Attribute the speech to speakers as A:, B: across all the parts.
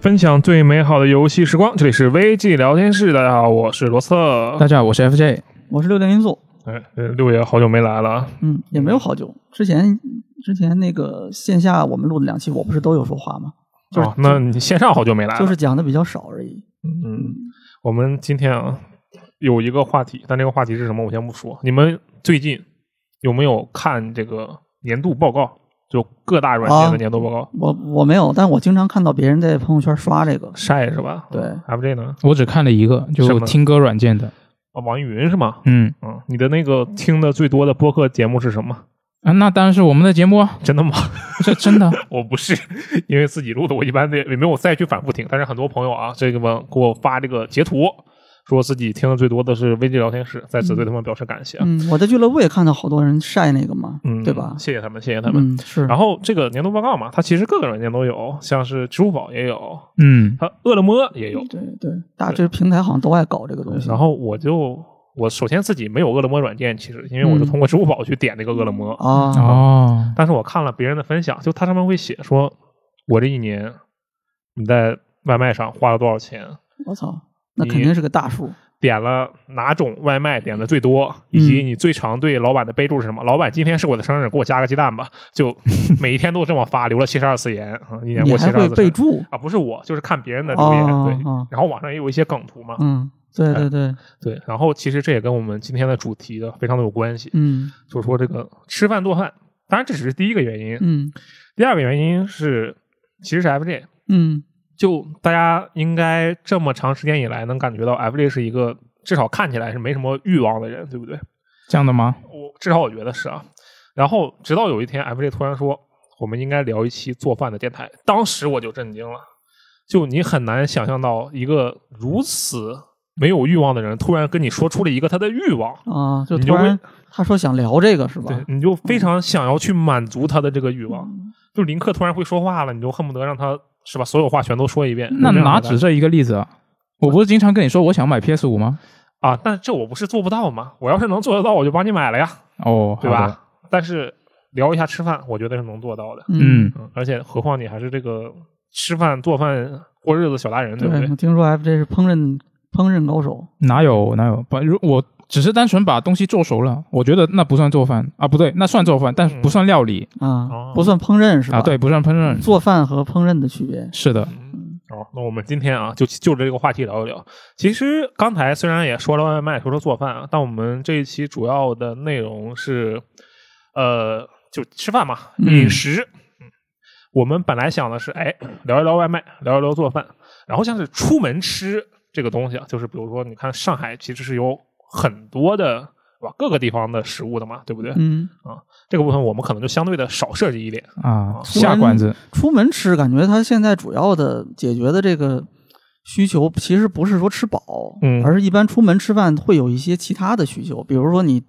A: 分享最美好的游戏时光，这里是 VG 聊天室。大家好，我是罗策。
B: 大家好，我是 FJ。
C: 我是六点零组，
A: 哎，呃六爷好久没来了，
C: 嗯，也没有好久。之前之前那个线下我们录的两期，我不是都有说话吗？就是、
A: 哦，那你线上好久没来了，
C: 就是讲的比较少而已。
A: 嗯，我们今天啊有一个话题，但这个话题是什么我先不说。你们最近有没有看这个年度报告？就各大软件的
C: 啊
A: 年度报告、
C: 我我没有，但我经常看到别人在朋友圈刷这个。
A: 晒是吧？
C: 对，
A: ，FJ 呢？
B: 我只看了一个，
A: 什
B: 就
A: 么
B: 听歌软件的。
A: 哦，网易云是吗？
B: 嗯
A: 嗯，你的那个听的最多的播客节目是什么？
B: 啊，那当然是我们的节目，啊，
A: 真的吗？
B: 这真的
A: 我不是，因为自己录的，我一般的也没有再去反复听。但是很多朋友啊，这个们给我发这个截图，说自己听的最多的是危机聊天室，在此对他们表示感谢。
C: 嗯，我在俱乐部也看到好多人晒那个嘛，
A: 啊嗯，
C: 对吧？
A: 谢谢他们，谢谢他们。
C: 嗯，是。
A: 然后这个年度报告嘛，它其实各个软件都有，像是支付宝也有，
B: 嗯，
A: 它饿了么也有。
C: 对对，大这平台好像都爱搞这个东西。
A: 然后我就我首先自己没有饿了么软件，其实因为
C: 嗯
A: 我就通过支付宝去点那个饿了么，
C: 啊，
B: 哦，
A: 但是我看了别人的分享，就它上面会写说，我这一年你在外卖上花了多少钱，
C: 我操，那肯定是个大数。
A: 点了哪种外卖点
C: 嗯
A: 的最多，以及你最常对老板的备注是什么？老板，今天是我的生日，给我加个鸡蛋吧。 就每一天都这么发，留了七十二次言，啊一年
C: 你
A: 过七
C: 还
A: 十二
C: 会
A: 次
C: 备
A: 言
C: 注？
A: 啊，不是我，就是看别人的留言。
C: 哦
A: 对，
C: 哦，
A: 然后网上也有一些梗图嘛，
C: 嗯，对
A: 哎
C: 对对，
A: 对。然后其实这也跟我们今天的主题的非常的有关系，
C: 嗯
A: 就是说这个吃饭做饭，当然这只是第一个原因，
C: 嗯
A: 第二个原因是其实是 FJ，
C: 嗯，
A: 就大家应该这么长时间以来能感觉到 FJ 是一个至少看起来是没什么欲望的人，对不对？
B: 这样的吗？
A: 我至少我觉得是啊。然后直到有一天，FJ 突然说我们应该聊一期做饭的电台，当时我就震惊了。就你很难想象到一个如此没有欲望的人，突然跟你说出了一个他的欲望，
C: 啊，就
A: 你
C: 突
A: 就会
C: 然他说想聊这个是吧？
A: 对，你就非常想要去满足他的这个欲望。
B: 嗯
A: 就林克突然会说话了，你就恨不得让他是吧，所有话全都说一遍。
B: 那
A: 有这样的
B: 拿
A: 感
B: 只这一个例子啊，我不是经常跟你说我想买 PS 五吗？
A: 啊，但这我不是做不到嘛，我要是能做得到，我就帮你买了呀，
B: 哦，
A: 对
B: 好的？
A: 吧？但是聊一下吃饭，我觉得是能做到的。
B: 嗯，
A: 嗯，而且何况你还是这个吃饭做饭过日子小达人，对不对
C: 嗯对，？我听说 FJ 是烹饪烹饪高手，
B: 哪有哪有？不，如我只是单纯把东西做熟了，我觉得那不算做饭啊，不对，那算做饭，但是不算料理
A: 哦
C: 啊，不算烹饪是吧？
B: 啊，对，，不算烹饪。
C: 做饭和烹饪的区别。
B: 是的，
A: 哦，那我们今天啊，就就着这个话题聊一聊。其实刚才虽然也说了外卖，说了做饭啊，但我们这一期主要的内容是，呃，就吃饭嘛，饮食。嗯我们本来想的是，哎，聊一聊外卖，聊一聊做饭，然后像是出门吃这个东西啊，就是比如说，你看上海其实是有很多的，哇，各个地方的食物的嘛，对不对？
C: 嗯，
A: 这个部分我们可能就相对的少涉及一点。
B: 啊，
A: 突
B: 下
C: 然
B: 馆子
C: 出门吃，感觉他现在主要的解决的这个需求，其实不是说吃饱，
A: 嗯
C: 而是一般出门吃饭会有一些其他的需求，比如说你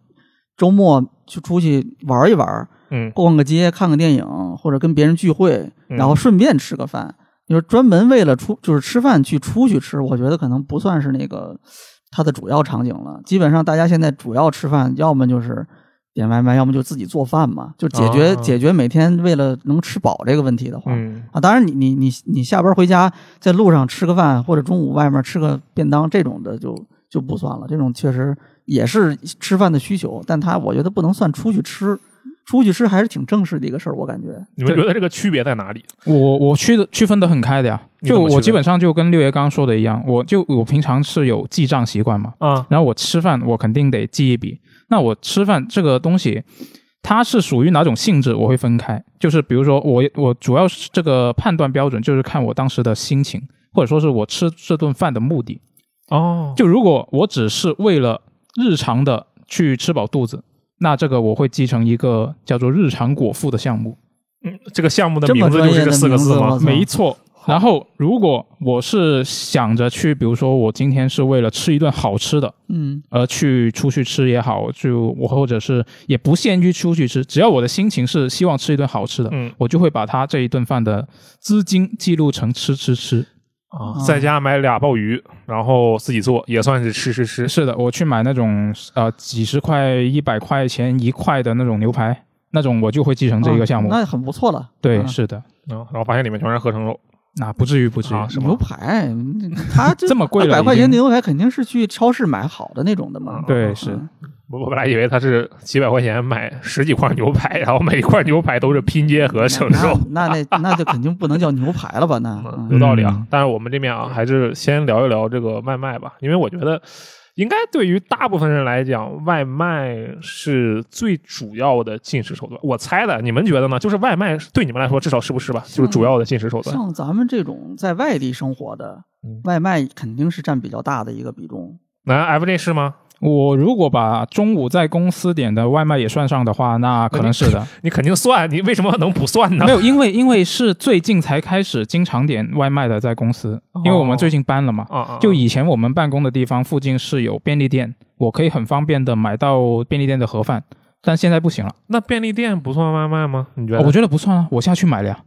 C: 周末去出去玩一玩，
A: 嗯，
C: 逛个街、看个电影，或者跟别人聚会，
A: 嗯
C: 然后顺便吃个饭。就是专门为了出，就是吃饭去出去吃，我觉得可能不算是那个它的主要场景了。基本上大家现在主要吃饭，要么就是点外卖，要么就自己做饭嘛，就解决、
A: 啊
C: 解决每天为了能吃饱这个问题的话。
A: 嗯，
C: 啊，当然你，你你你下班回家，在路上吃个饭，或者中午外面吃个便当，这种的就就不算了。这种确实也是吃饭的需求，但它我觉得不能算出去吃，出去吃还是挺正式的一个事儿，我感觉。
A: 你们觉得这个区别在哪里？
B: 我我区的区分的很开的呀，
A: 你怎
B: 就
A: 么区
B: 我
A: 分
B: 基本上就跟六爷刚刚说的一样，我就我平常是有记账习惯嘛，
A: 啊，
B: 然后我吃饭我肯定得记一笔。那我吃饭这个东西，它是属于哪种性质，我会分开。就是比如说我我主要是这个判断标准就是看我当时的心情，或者说是我吃这顿饭的目的。
A: 哦，
B: 就如果我只是为了日常的去吃饱肚子，那这个我会记成一个叫做日常果腹的项目。
A: 嗯，这个项目的
C: 这
A: 名
C: 么
A: 字就
C: 专
A: 是
C: 业
A: 这
C: 的
A: 四个
C: 名字
A: 字吗
C: 吗？
B: 没错。然后，如果我是想着去，比如说我今天是为了吃一顿好吃的，
C: 嗯
B: 而去出去吃也好，就我或者是也不限于出去吃，只要我的心情是希望吃一顿好吃的，
A: 嗯
B: 我就会把他这一顿饭的资金记录成吃吃吃。
A: 啊，在家买俩鲍鱼，然后自己做，也算是吃吃吃。
B: 是的，我去买那种呃几十块、一百块钱一块的那种牛嗯排，那种我就会继承这一个项目。
C: 啊那很不错了。
B: 对，
C: 嗯
B: 是的，
A: 啊，然后发现里面全是合成肉。
B: 那、不至于不至于，
A: 啊是吗
C: 牛排，他 这
B: 这么贵了
C: 百
B: 已
C: 块钱
B: 经
C: 的牛排肯定是去超市买好的那种的嘛。
B: 对是
C: 嗯
A: 我我本来以为他是几百块钱买十几块牛排，然后每一块牛排都是拼接和整肉，
C: 那那那那就肯定不能叫牛排了吧？那
A: 嗯，有
C: 嗯
A: 道理啊
B: 嗯。
A: 但是我们这边啊，还是先聊一聊这个外卖吧，因为我觉得应该对于大部分人来讲，外卖是最主要的进食手段。我猜的，你们觉得呢？就是外卖对你们来说，至少是不是吧？就是主要的进食手
B: 嗯
A: 段。
C: 像咱们这种在外地生活的
A: 嗯，
C: 外卖肯定是占比较大的一个比重。
A: 那 FJ 是吗？
B: 我如果把中午在公司点的外卖也算上的话，那可能是 的。
A: 你肯定算，你为什么能不算呢
B: 没？有，因为因为是最近才开始经常点外卖的，在公司，因为我们最近搬了嘛。
C: 哦
A: 啊啊，
B: 就以前我们办公的地方附近是有便利店，我可以很方便的买到便利店的盒饭，但现在不行了。
A: 那便利店不算外卖吗？你觉得？
B: 哦我觉得不算啊，我下去买了呀。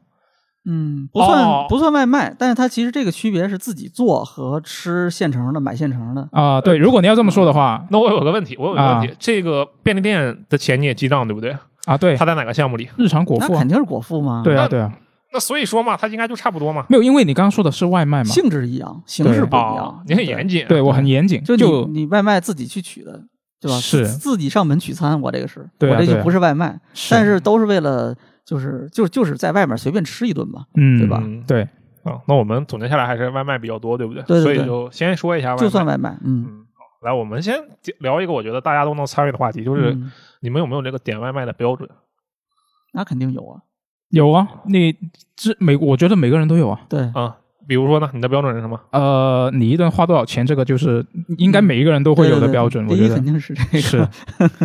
C: 嗯，不算、
A: 哦
C: 不算外卖，但是它其实这个区别是自己做和吃现成的、买现成的。
B: 啊、对，如果你要这么说的话，
C: 嗯
A: 那我有个问题，我有个问题，这个便利店的钱你也记账对不对？
B: 啊，对，
A: 它在哪个项目里？
B: 日常果
C: 那
B: 腹、啊
C: 肯，定是果腹嘛，
B: 对
A: 那
B: 啊，对啊，
A: 那所以说嘛，它应该就差不多嘛。
B: 没有，因为你刚刚说的是外卖嘛，
C: 性质一样，形式不一
A: 哦
C: 样，。
A: 你很严谨。
B: 对我很严谨，
C: 嗯就
B: 就
C: 你你外卖自己去取的，对吧？
B: 是
C: 自自己上门取餐，我这个是，
B: 对啊
C: 我这
B: 对
C: 就
B: 啊
C: 不是外卖，
B: 是
C: 但是都是为了就是就就是在外面随便吃一顿嘛。
B: 嗯，
C: 对吧
A: 嗯
B: 对，
A: 啊，那我们总结下来还是外卖比较多，对不对？
C: 对对
A: 所以
C: 对
A: 就先说一下外卖。
C: 就算外卖，嗯，
A: 来，我们先聊一个我觉得大家都能参与的话题，就是
C: 嗯
A: 你们有没有这个点外卖的标准？
C: 那肯定有啊。
B: 有啊，你这每我觉得每个人都有啊。
C: 对，
A: 啊，比如说呢，你的标准是什么？
B: 呃，你一顿花多少钱，这个就是应该每一个人都会有
C: 嗯对
B: 的
C: 对对
B: 标准，
C: 第一
B: 我觉
C: 肯
B: 得。
C: 定是这个，
B: 是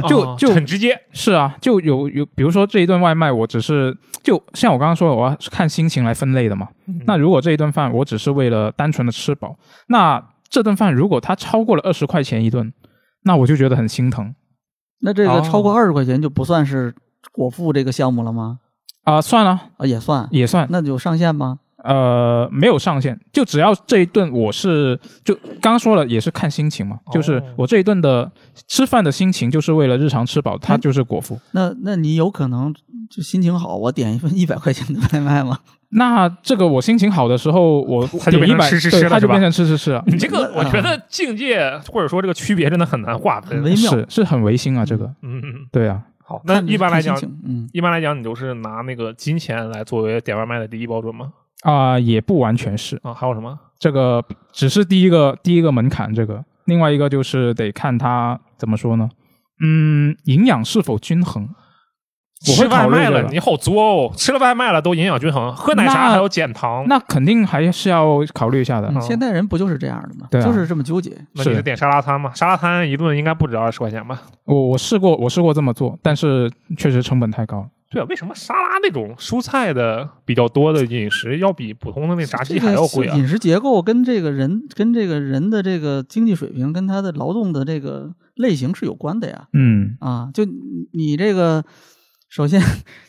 B: 就
A: 哦
B: 就
A: 很直接。
B: 是啊，就有有，比如说这一顿外卖，我只是就像我刚刚说的，我要看心情来分类的嘛。
C: 嗯
B: 那如果这一顿饭我只是为了单纯的吃饱，那这顿饭如果它超过了二十块钱一顿，那我就觉得很心疼
C: 那这个
A: 哦
C: 超过二十块钱就不算是果腹这个项目了吗？
B: 啊、算了，
C: 啊，也算，
B: 也算，
C: 那有上限吗？
B: 呃，没有上限，就只要这一顿我是就刚刚说了，也是看心情嘛，
A: 哦
B: 就是我这一顿的吃饭的心情就是为了日常吃饱，
A: 嗯
B: 它就是果腹。
C: 那那你有可能就心情好，我点一份一百块钱的外卖吗？
B: 那这个我心情好的时候，我
A: 它就
B: 点
A: 变成
B: 100
A: 吃吃
B: 对
A: 吃了
B: 它
A: 是
B: 就
A: 吧
B: 变成吃吃吃了，
A: 你这个，
C: 那
A: 我觉得境界或者说这个区别真的很难划分
C: 很。微妙。
B: 是是很违心啊，这个
A: 嗯嗯，嗯
B: 对啊，
A: 好，那
C: 看
A: 一般来讲
C: 看，心情嗯，
A: 一般来讲，你就是拿那个金钱来作为点外卖的第一标准吗？
B: 啊、也不完全是
A: 啊，还有什么？
B: 这个，只是第一个第一个门槛，这个另外一个就是得看它怎么说呢，嗯，营养是否均衡。我
A: 吃
B: 会
A: 外
B: 考虑
A: 卖
B: 这
A: 了，
B: 个
A: 你好作哦！吃了外卖了都营养均衡，喝奶茶
B: 那
A: 还有减糖，
B: 那肯定还是要考虑一下的。
C: 嗯现代人不就是这样的吗？
B: 对啊
C: 就是这么纠结。
A: 那你
B: 是
A: 就点沙拉摊嘛？沙拉摊一顿应该不止二十块钱吧？
B: 我我试过，我试过这么做，但是确实成本太高了。
A: 对啊，为什么沙拉那种蔬菜的比较多的饮食要比普通的那炸鸡
C: 这
A: 还
C: 个
A: 要贵啊？
C: 饮食结构跟这个人跟这个人的这个经济水平跟他的劳动的这个类型是有关的呀。
B: 嗯，
C: 啊，就你你这个，首先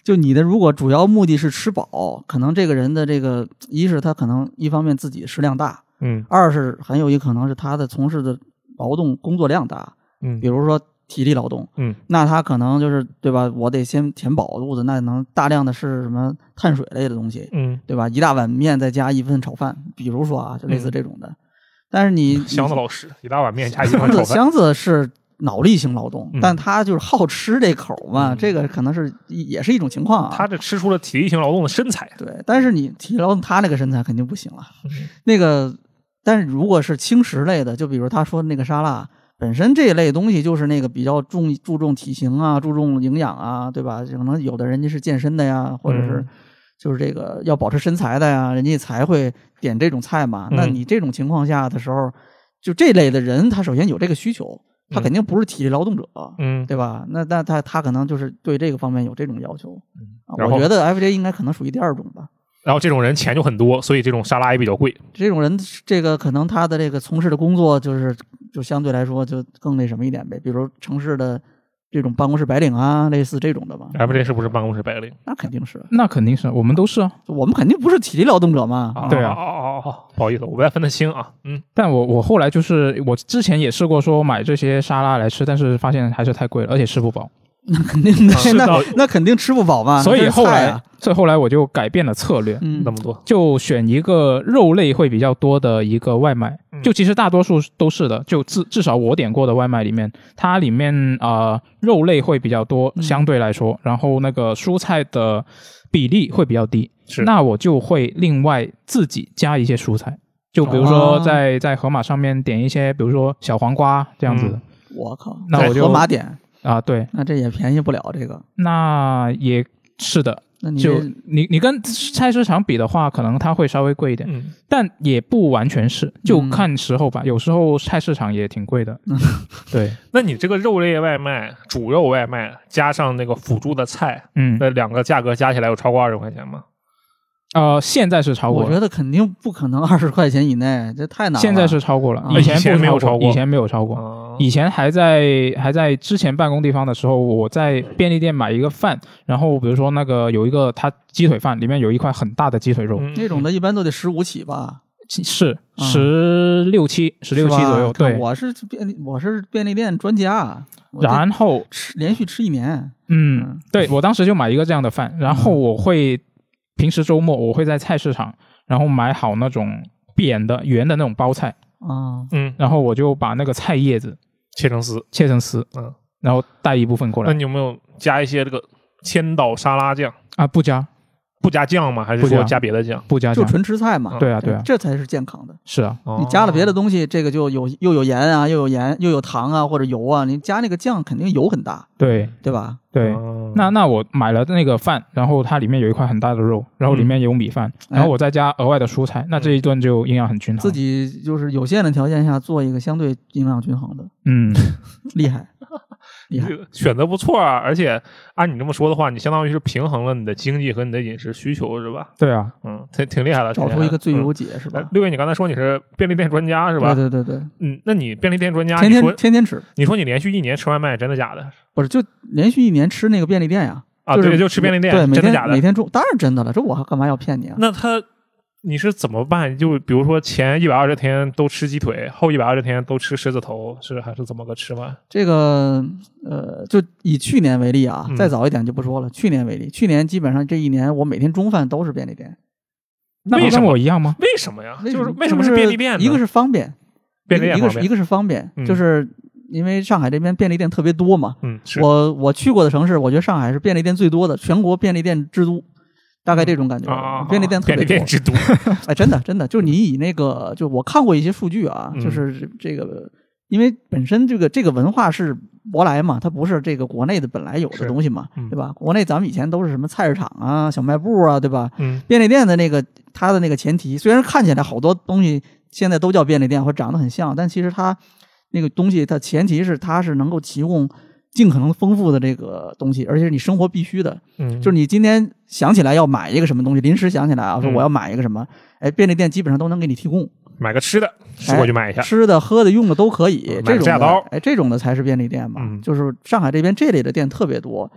C: 就你的如果主要目的是吃饱，可能这个人的这个一是他可能一方面自己食量大，
A: 嗯
C: 二是很有一可能是他的从事的劳动工作量大，
A: 嗯
C: 比如说体力劳动，
A: 嗯，
C: 那他可能就是对吧？我得先填饱肚子，那能大量的是什么碳水类的东西，
A: 嗯，
C: 对吧？一大碗面再加一份炒饭，比如说啊，就类似这种的。但是你
A: 嗯 箱子
C: 你
A: 老师一大碗面加一碗炒饭，
C: 箱子是脑力型劳动，
A: 嗯
C: 但他就是好吃这口嘛，
A: 嗯
C: 这个可能是也是一种情况啊。
A: 他这吃出了体力型劳动的身材。
C: 对，但是你提劳动，他那个身材肯定不行了。
A: 嗯
C: 那个，但是如果是轻食类的，就比如他说的那个沙拉。本身这一类东西就是那个比较重注重体型啊，注重营养啊，对吧？可能有的人家是健身的呀，或者是
A: 嗯
C: 就是这个要保持身材的呀，人家才会点这种菜嘛。
A: 嗯
C: 那你这种情况下的时候，就这类的人，他首先有这个需求，他
A: 嗯
C: 肯定不是体力劳动者，
A: 嗯，
C: 对吧？那那他他可能就是对这个方面有这种要求。
B: 嗯
C: 啊
A: 然后
C: 我觉得 FJ 应该可能属于第二种吧。
A: 然后这种人钱就很多，所以这种沙拉也比较贵。
C: 这种人，这个可能他的这个从事的工作就是就相对来说就更那什么一点呗，比如城市的这种办公室白领啊，类似这种的吧。
A: F J 是不是办公室白领？
C: 那肯定是，
B: 那肯定是我们都是啊。
C: 就我们肯定不是体力劳动者嘛。
B: 对啊
A: 哦哦哦哦，不好意思，我不太分得清啊。嗯，
B: 但我我后来啊就是我之前也试过说买这些沙拉来吃，但是发现还是太贵了，而且吃不饱。
C: 那肯定的，
A: 是
C: 那
A: 到
C: 那肯定吃不饱嘛。
B: 所以
C: 那
B: 后
C: 菜
B: 来
C: 啊，
B: 所以后来我就改变了策略，
A: 那么
C: 嗯
A: 多，
B: 就选一个肉类会比较多的一个外卖
A: 嗯。
B: 就其实大多数都是的，就至至少我点过的外卖里面，它里面啊、呃肉类会比较多，
C: 嗯
B: 相对来说，然后那个蔬菜的比例会比较低。
A: 是
B: 那我就会另外自己加一些蔬菜。就比如
C: 哦
B: 说在、在盒马上面点一些，比如说小黄瓜这样子的
A: 嗯
C: 我靠，
B: 那
C: 在
B: 我就
C: 盒马点，
B: 啊，对，
C: 那这也便宜不了这个。
B: 那也是的，
C: 那你
B: 就
C: 这
B: 你你跟菜市场比的话，可能它会稍微贵一点，
A: 嗯，
B: 但也不完全是，就
C: 嗯
B: 看时候吧。有时候菜市场也挺贵的， 对，
A: 那你这个肉类外卖、主肉外卖加上那个辅助的菜，
B: 嗯，
A: 那两个价格加起来有超过二十块钱吗？
B: 呃，现在是超过
C: 我
B: 了，
C: 觉得肯定不可能二十块钱以内，这太难了。
B: 现在是超过了，
C: 啊哦
B: 以前
A: 以前
B: 不
A: 没有超过
B: 以前没有超过，
A: 啊，
B: 以前还在还在之前办公地方的时候，我在便利店买一个饭，然后比如说那个有一个它鸡腿饭，里面有一块很大的鸡腿肉，
A: 嗯
C: 那种的，一般都得十五起吧，
B: 是
C: 嗯
B: 十六七十六
C: 是
B: 七
C: 吧
B: 左右，
C: 看
B: 对。
C: 我是便利，我是便利店专家，啊我这
B: 然后，
C: 吃连续吃一年，
B: 嗯
C: 嗯，
B: 对我当时就买一个这样的饭，然后我会平时周末我会在菜市场，然后买好那种扁的圆的那种包菜，
C: 啊，
A: 嗯，
B: 然后我就把那个菜叶子
A: 切成丝。
B: 切成丝，
A: 嗯，
B: 然后带一部分过
A: 那
B: 来
C: 嗯
A: 你有没有加一些这个千岛沙拉酱？
B: 啊，不加
A: 不加酱吗？还是
B: 不加
A: 说加别的酱？
B: 不加
C: 就
B: 酱，
C: 纯吃菜嘛。哎
B: 对啊对啊，
C: 这才是健康的。
B: 是啊，
A: 哦
C: 你加了别的东西，这个就有又有盐啊，又有盐，又有糖啊，或者油啊。你加那个酱，肯定油很大，
B: 对
C: 对吧？
B: 对，
A: 哦
B: 那那我买了那个饭，然后它里面有一块很大的肉，然
C: 嗯
B: 后里面有米饭，然后我再加额外的蔬菜，那这一顿就营养很均衡。
C: 哎自己就是有限的条件下做一个相对营养均衡的，
B: 嗯，
C: 厉害，厉 害
A: 这。个选择不错啊，而且按你这么说的话，你相当于是平衡了你的经济和你的饮食需求，是吧？
B: 对 啊，
A: 嗯，挺挺厉害的，
C: 找
A: 挺厉
C: 出
A: 害
C: 一
A: 的
C: 个最
A: 嗯
C: 优解是
A: 哎
C: 吧？
A: 六月，你刚才说你是便利店专家是吧？
C: 对对对对，
A: 嗯，那你便利店专家，
C: 天
A: 你说
C: 天天天吃，
A: 你说你连续一年吃外卖，真的假的？
C: 不是就连续一年吃那个便利店呀？
A: 啊，
C: 就是
A: 对，就吃便利店，
C: 对，
A: 真
C: 每
A: 的
C: 天
A: 假
C: 每
A: 的？
C: 天中当然真的了，这我还干嘛要骗你啊？
A: 那他你是怎么办？就比如说前一百二十天都吃鸡腿，后一百二十天都吃狮子头，是还是怎么个吃法？
C: 这个呃，就以去年为例啊
A: 嗯，
C: 再早一点就不说了。去年为例，去年基本上这一年我每天中饭都是便利店，
B: 那不
A: 为什
B: 跟
A: 么
B: 我一样吗？
A: 为什么呀？就是为什么
C: 就是
A: 便利店呢？
C: 一个是方便，
A: 便利店
C: 一个
A: 方
C: 是
A: 面
C: 一，个是方便
A: 嗯，
C: 就是因为上海这边便利店特别多嘛。
A: 嗯，是
C: 我我去过的城市，我觉得上海是便利店最多的，全国便利店之都，大概这种感觉。
A: 啊，
C: 呃便利店特
A: 便利
C: 别
A: 店，
C: 多
A: 之都，
C: 哎，真的真的，就是你以那个，就我看过一些数据啊，
A: 嗯
C: 就是这这个，因为本身这个这个文化是舶来嘛，它不是这个国内的本来有
A: 是
C: 的东西嘛，
A: 嗯
C: 对吧？国内咱们以前都是什么菜市场啊、小卖部啊，对吧？
A: 嗯
C: 便利店的那个它的那个前提，虽然看起来好多东西现在都叫便利店或长得很像，但其实它那个东西它前提是它是能够提供尽可能丰富的这个东西，而且是你生活必须的。
A: 嗯，
C: 就是你今天想起来要买一个什么东西，临时想起来啊，说
A: 嗯
C: 我要买一个什么，哎，便利店基本上都能给你提供，
A: 买个吃的，
C: 哎
A: 吃我就买一下。
C: 吃的、喝的、用的都可以
A: 嗯。哎买
C: 这
A: 个
C: 种
A: 指甲
C: 的
A: 刀，
C: 哎，这种的才是便利店嘛。
A: 嗯
C: 就是上海这边这类的店特别多，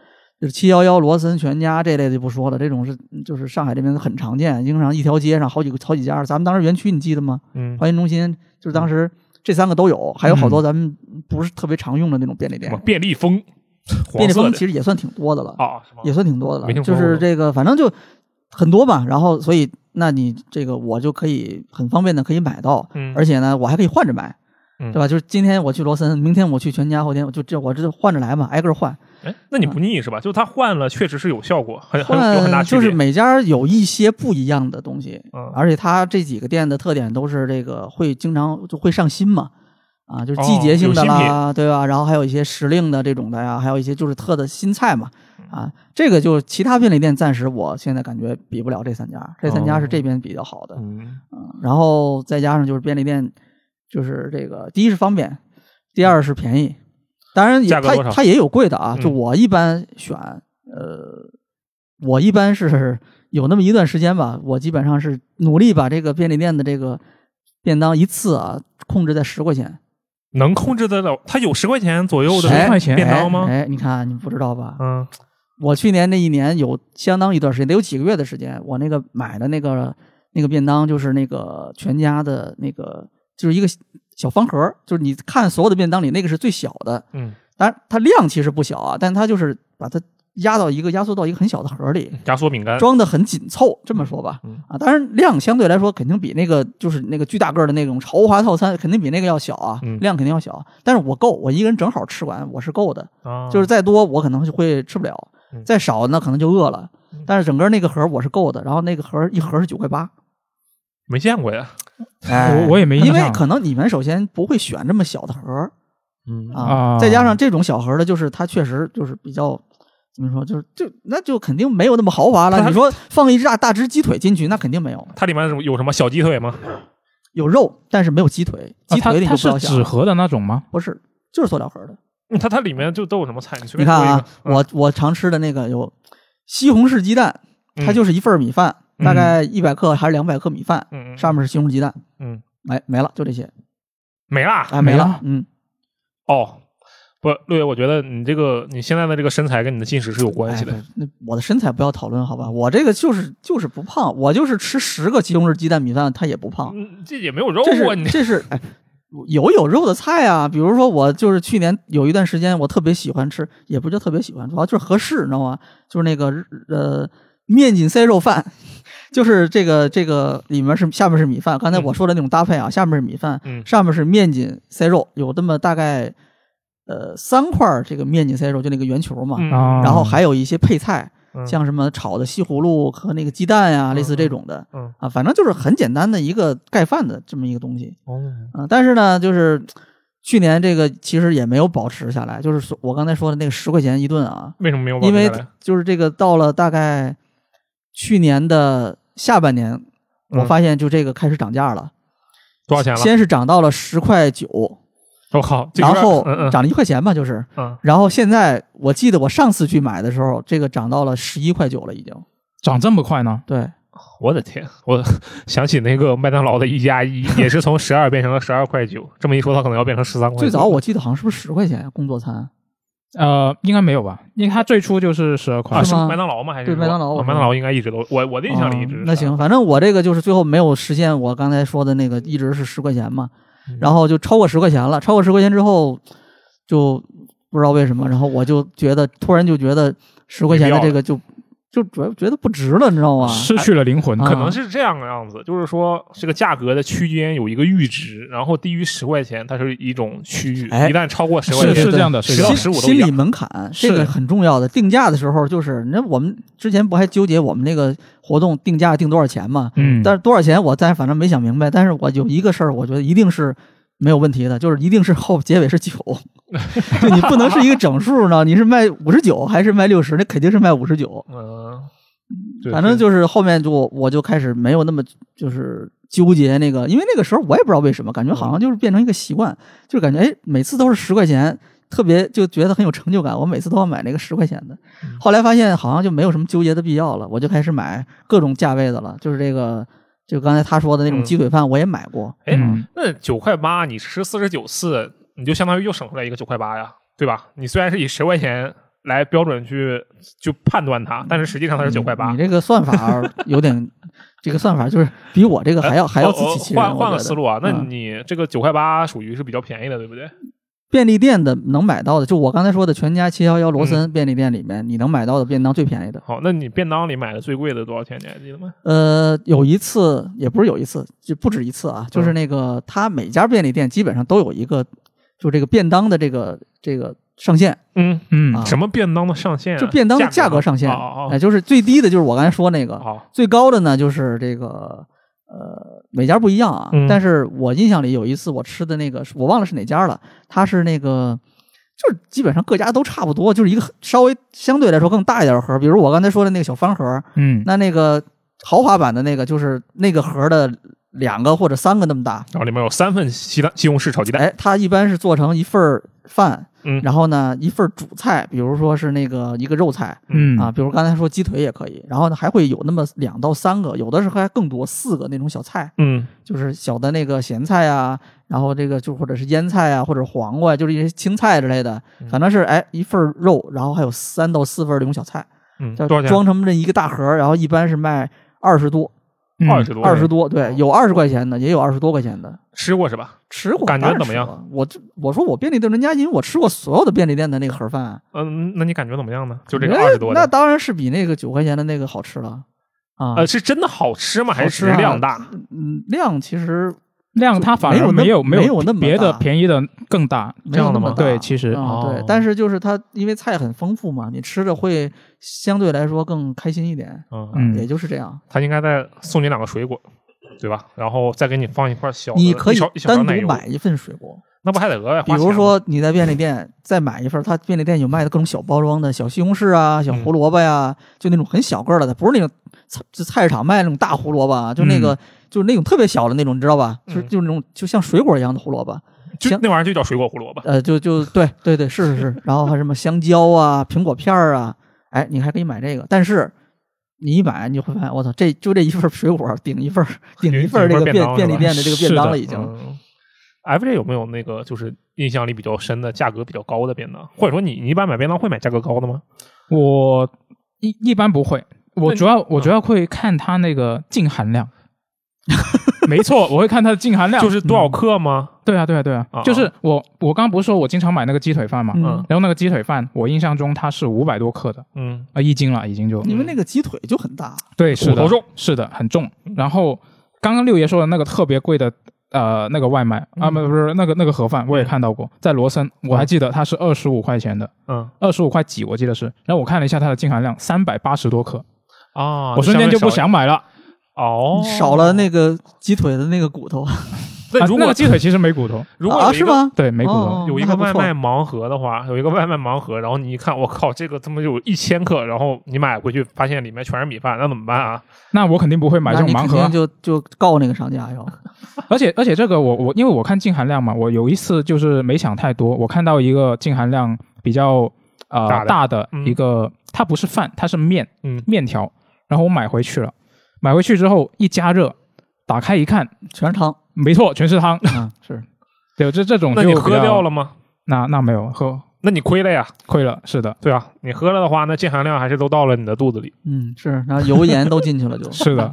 C: 就是七幺幺、罗森、全家这类的就不说了，这种是就是上海这边很常见，经常一条街上好几个好几家。咱们当时园区你记得吗？
A: 嗯，
C: 欢迎中心就是当时这三个都有，还有好多咱们不是特别常用的那种便利
A: 什
C: 店
A: 么。便利蜂，
C: 便
A: 黄
C: 利
A: 色
C: 蜂
A: 的
C: 其实也算挺多的了。
A: 啊，是吗
C: 也算挺多的
A: 没
C: 了，
A: 听
C: 就
A: 说过
C: 是这个，反正就很多吧。然后，所以那你这个我就可以很方便的可以买到，
A: 嗯
C: 而且呢，我还可以换着买，
A: 嗯
C: 对吧？就是今天我去罗森，明天我去全家，后天我就这我这换着来嘛，挨个换
A: 哎，那你不腻是吧？就它换了，确实是有效果，很很有很大
C: 嗯换，
A: 区别。
C: 就是每家有一些不一样的东西，
A: 嗯
C: 而且它这几个店的特点都是这个会经常就会上新嘛。啊，就是季节性的
A: 哦有新
C: 啦，对吧？然后还有一些时令的这种的呀，还有一些就是特的新菜嘛，
A: 嗯
C: 啊，这个就是其他便利店暂时我现在感觉比不了这三家，这三家
A: 哦
C: 是这边比较好的，
A: 嗯
C: 嗯，然后再加上就是便利店，就是这个第一是方便，第二是便宜，当然也
A: 嗯价格
C: 它
A: 多少
C: 它也有贵的啊，
A: 嗯
C: 就我一般选，呃，我一般是有那么一段时间吧，我基本上是努力把这个便利店的这个便当一次啊控制在十块钱
A: 能控制得了，它有十块钱左右的
C: 哎
B: 块钱
A: 便当吗？
C: 哎，哎你看你不知道吧？
A: 嗯
C: 我去年那一年有相当一段时间，得有几个月的时间，我那个买的那个那个便当就是那个全家的那个，就是一个小方盒儿，就是你看所有的便当里那个是最小的，
A: 嗯，
C: 当然它量其实不小啊，但它就是把它压到一个压缩到一个很小的盒里，
A: 压缩饼干，
C: 装的很紧凑，这么说吧
A: 嗯，
C: 啊，当然量相对来说肯定比那个就是那个巨大个儿的那种豪华套餐肯定比那个要小啊
A: 嗯，
C: 量肯定要小，但是我够，我一个人正好吃完我是够的，
A: 啊
C: 就是再多我可能就会吃不了
A: 嗯，
C: 再少呢可能就饿了
A: 嗯。
C: 但是整个那个盒儿我是够的，然后那个盒儿一盒儿是九块八，
A: 没见过呀，
C: 哎
B: 我我也没印
C: 因为
B: 象
C: 可能你们首先不会选这么小的盒儿
A: 嗯
B: 啊
C: 啊，再加上这种小盒儿的，就是它确实就是比较怎么说，就是就那就肯定没有那么豪华
A: 它
C: 了。
A: 还
C: 你说放一只大大只鸡腿进去，那肯定没有，
A: 它里面有什么小鸡腿吗？
C: 有肉但是没有鸡腿，鸡
B: 啊
C: 腿你
B: 它它
C: 就不
B: 是
C: 要想
B: 纸
C: 了，
B: 盒的那种吗？
C: 不是就是塑料盒儿的。
A: 嗯它它里面就都有什么菜？你随便
C: 你看
A: 说一
C: 啊
A: 个，嗯
C: 我我常吃的那个有西红柿鸡蛋，
A: 嗯
C: 它就是一份儿米饭，
A: 嗯
C: 大概一百克还是两百克米饭，
A: 嗯嗯
C: 上面是西红柿鸡蛋，
A: 嗯
C: 哎，没了，就这些，
A: 没啦
C: 哎，
B: 没
C: 了，
B: 了
C: 嗯，
A: 哦。不，六爷，我觉得你这个你现在的这个身材跟你的进食是有关系的
C: 哎。那我的身材不要讨论好吧，我这个就是就是不胖，我就是吃十个西红柿鸡蛋米饭，它也不胖，
A: 嗯，这也没有肉
C: 这
A: 啊，
C: 是
A: 你
C: 这是哎。有有肉的菜啊，比如说我就是去年有一段时间我特别喜欢吃，也不叫特别喜欢，主要就是合适，你知道吗？就是那个呃面筋塞肉饭， 就是这个这个里面是下面是米饭，刚才我说的那种搭配啊，下面是米饭，
A: 嗯
C: 上面是面筋塞肉，有这么大概呃三块儿这个面筋塞肉，就那个圆球嘛，
A: 嗯
B: 啊，
C: 然后还有一些配菜，
A: 嗯
C: 像什么炒的西葫芦和那个鸡蛋呀、类似这种的，
A: 嗯
C: 啊，反正就是很简单的一个盖饭的这么一个东西
A: 哦，
C: 啊。但是呢，就是去年这个其实也没有保持下来，就是说我刚才说的那个十块钱一顿啊，
A: 为什么没有保
C: 因
A: 留
C: 为
A: 下来？
C: 就是这个到了大概去年的下半年，我
A: 嗯
C: 发现就这个开始涨价了，
A: 多少钱了？
C: 先是涨到了十块九，
A: 我靠，这有
C: 然
A: 点
C: 后
A: 嗯嗯
C: 涨了一块钱吧，就是。
A: 嗯，
C: 然后现在我记得我上次去买的时候，这个涨到了十一块九了，已经。
B: 长这么快呢？
C: 对，
A: 我的天，我 想起那个麦当劳的一加一也是从十二变成了十二块九，这么一说，它可能要变成十三块。
C: 最早我记得好像是不是十块钱工作餐？
B: 呃，应该没有吧？因为它最初就是十二块
A: 啊，
C: 是
A: 是
C: 吗
A: 麦当劳吗？还是
C: 对
A: 说
C: 麦当劳
A: 啊
C: 我
A: 麦当劳应该一直都，我我的印象里一直
C: 哦
A: 是。
C: 那行，反正我这个就是最后没有实现我刚才说的那个，一直是十块钱嘛
A: 嗯，
C: 然后就超过十块钱了，超过十块钱之后就不知道为什么，然后我就觉得突然就觉得十块钱的这个就就主要觉得不值了，你知道吗？
B: 失去了灵魂。
C: 啊
A: 可能是这样的样子，就是说这个价格的区间有一个阈值，然后低于十块钱它是一种区域，
C: 哎
A: 一旦超啊过十块
B: 是
A: 钱
B: 是这样的，
A: 对
B: 是这样
A: 到
B: 的
A: 15
C: 心
A: 都一
C: 心
A: 样
C: 理门槛这
B: 是
C: 个很重要的。定价的时候就是，那我们之前不还纠结我们那个活动定价定多少钱吗？
B: 嗯，
C: 但是多少钱我咱反正没想明白。但是我有一个事儿，我觉得一定是没有问题的，就是一定是后结尾 是九，就你不能是一个整数呢，你是卖五十九还是卖六十？那肯定是卖五十九。
A: 嗯，
C: 反正就是后面就我就开始没有那么就是纠结那个，因为那个时候我也不知道为什么，感
A: 嗯
C: 觉好像就是变成一个习惯，就是感觉哎每次都是十块钱。特别就觉得很有成就感，我每次都要买那个十块钱的。
A: 嗯
C: 后来发现好像就没有什么纠结的必要了，我就开始买各种价位的了，就是这个，就刚才他说的那种
A: 嗯
C: 鸡腿饭，我也买过。
A: 哎
B: 嗯，
A: 那九块八你吃四十九次，你就相当于又省出来一个九块八呀，对吧？你虽然是以十块钱来标准去就判断它，但是实际上它是九块八
C: 嗯你。这个算法儿有点， 这个算法就是比我这个还要、还要自
A: 哦
C: 欺欺
A: 哦
C: 人。
A: 换换
C: 我
A: 个
C: 觉得
A: 思路啊，那
C: 嗯
A: 你这个九块八属于是比较便宜的，对不对？
C: 便利店的能买到的，就我刚才说的全家、七幺幺、罗
A: 嗯
C: 森便利店里面，你能买到的便当最便宜的。
A: 好，那你便当里买的最贵的多少钱？你还记得吗？嗯
C: 呃，有一次也不是有一次，就不止一次啊，就是那个他每家便利店基本上都有一个，就这个便当的这个这个上限，
A: 嗯，
B: 嗯
C: 啊
A: 什么便当的上限啊？
C: 就便当的价格
A: 吗
C: 上限，
A: 哦
C: 哎，
A: 哦
C: 就是最低的就是我刚才说那
A: 哦，
C: 个，
A: 好，
C: 最高的呢就是这个呃每家不一样啊，
A: 嗯
C: 但是我印象里有一次我吃的那个我忘了是哪家了，它是那个就是基本上各家都差不多，就是一个稍微相对来说更大一点的盒，比如我刚才说的那个小方盒，
B: 嗯，
C: 那那个豪华版的那个就是那个盒的两个或者三个那么大，
A: 然后哦里面有三份西蛋西红柿炒鸡蛋，
C: 哎，它一般是做成一份儿饭，
A: 嗯
C: 然后呢一份儿主菜，比如说是那个一个肉菜。
B: 嗯
C: 啊，比如刚才说鸡腿也可以，然后呢还会有那么两到三个，有的是还更多四个那种小菜，
A: 嗯，
C: 就是小的那个咸菜啊，然后这个就或者是腌菜啊，或者黄瓜啊，就是一些青菜之类的，
A: 嗯
C: 反正是哎一份儿肉，然后还有三到四份儿这种小菜，
A: 嗯，
C: 就
A: 多少钱？
C: 装成这一个大盒儿，然后一般是卖二十多
B: 嗯
A: 二十多，啊
C: 二十多，对，有二十块钱的，也有二十多块钱的。
A: 吃过是吧？
C: 吃过，
A: 感觉
C: 当然
A: 怎么
C: 吃
A: 样
C: 过？我这我说我便利店专家，因为我吃过所有的便利店的那个盒饭啊，
A: 嗯，那你感觉怎么样呢？就这个
C: 那
A: 二十多
C: 哎那
A: 的，
C: 当然是比那个九块钱的那个好吃了啊。
A: 呃，是真的好吃吗？还是只
C: 好吃啊
A: 是量大？
C: 嗯，量其实
B: 量它反
C: 没有
B: 而
C: 那
B: 没有
C: 没有那么
B: 别的
C: 大啊
B: 便宜的更大，
A: 这
C: 没有
A: 样的
C: 那么
A: 吗
C: 大
B: 对其实
C: 嗯
A: 哦
C: 对，但是就是它因为菜很丰富嘛，你吃着会相对来说更开心一点，
A: 嗯，
B: 嗯
C: 也就是这样。
A: 他应该再送你两个水果，对吧？然后再给你放一块小的，
C: 你可
A: 一
C: 以
A: 小一小勺
C: 单
A: 奶油
C: 独，买一份水果，
A: 那不还得额外
C: 比
A: 花钱吗？
C: 如说你在便利店再买一份，它便利店有卖的各种小包装的小西红柿啊、小
A: 嗯
C: 胡萝卜呀、就那种很小个儿的，不是那种菜就菜市场卖那种大胡萝卜啊，就那个、就是那种特别小的那种，你知道吧？就是
A: 嗯
C: 就是那种就像水果一样的胡萝卜，
A: 就
C: 行
A: 那玩意儿就叫水果胡萝 卜，
C: 呃，就就对对对，是是是，然后还有什么香蕉啊、苹果片儿啊，哎，你还可以买这个，但是。你一买，你就会发现，我操，这就这一份水果顶一份儿顶一份儿
A: 顶一份
C: 这个
A: 便当
C: 便便
A: 是
C: 利
A: 吧
C: 店的这个便
B: 是
C: 当
B: 的
C: 了，已经。
A: 嗯。FJ 有没有那个就是印象里比较深的价格比较高的便当，或者说你你一般买便当会买价格高的吗？
B: 我一一般不会，我
A: 那
B: 主要
A: 嗯
B: 我主要会看它那个净含量。 没错，我会看它的净含量，
A: 就是多少
B: 嗯
A: 克吗？
B: 对啊，对啊，对啊
A: 啊，
B: 就是我我刚不是说我经常买那个鸡腿饭嘛，
A: 嗯
C: 嗯，
B: 然后那个鸡腿饭我印象中它是五百多克的
A: 嗯，
B: 啊，一斤了已经就
C: 因为那个鸡腿就很大，
B: 对，是
A: 骨头
B: 的，
A: 重，嗯
B: 是的，很重。然后刚刚六爷说的那个特别贵的。呃，那个外卖
A: 嗯
B: 啊，不是不是那个那个盒饭，我也看到过，在罗森，我还记得它是二十五块钱的，
A: 嗯
B: 二十五块几，我记得是。然后我看了一下它的净含量，三百八十多克，
A: 啊，
B: 我瞬间就不想买了。
A: 哦，
C: 少了那个鸡腿的那个骨头。
A: 那
B: 啊
A: 如果
B: 那
A: 哦
B: 个鸡腿其实没骨头，
A: 如果
C: 啊
A: 有一
C: 是
A: 个
C: 吗？
B: 对，没骨头。
C: 哦
A: 有一
C: 那
A: 个
C: 还不
A: 外
C: 错
A: 卖盲盒的话，有一个外卖盲盒，然后你一看，我靠，这个他妈有一千克，然后你买回去发现里面全是米饭，那怎么办啊？
B: 那我肯定不会买这
C: 那
B: 种
C: 你
B: 盲
C: 肯
B: 盒啊
C: 定。就就告那个商家哟。
B: 而且而且这个我我因为我看净含量嘛，我有一次就是没想太多，我看到一个净含量比较呃
A: 大的嗯
B: 一个，它不是饭，它是面
A: 嗯，
B: 面条，然后我买回去了，买回去之后一加热，打开一看，
C: 全 是汤
B: 没错，全是汤。
C: 啊，是
B: 对，这这种
A: 那
B: 就
A: 你
B: 比
A: 喝
B: 较
A: 掉？了吗？
B: 那那没有喝
A: 那你亏了呀，
B: 亏了，是的，。
A: 对啊，你喝了的话，那净含量还是都到了你的肚子里。
C: 嗯是，然后油盐都进去了就
B: 是 的。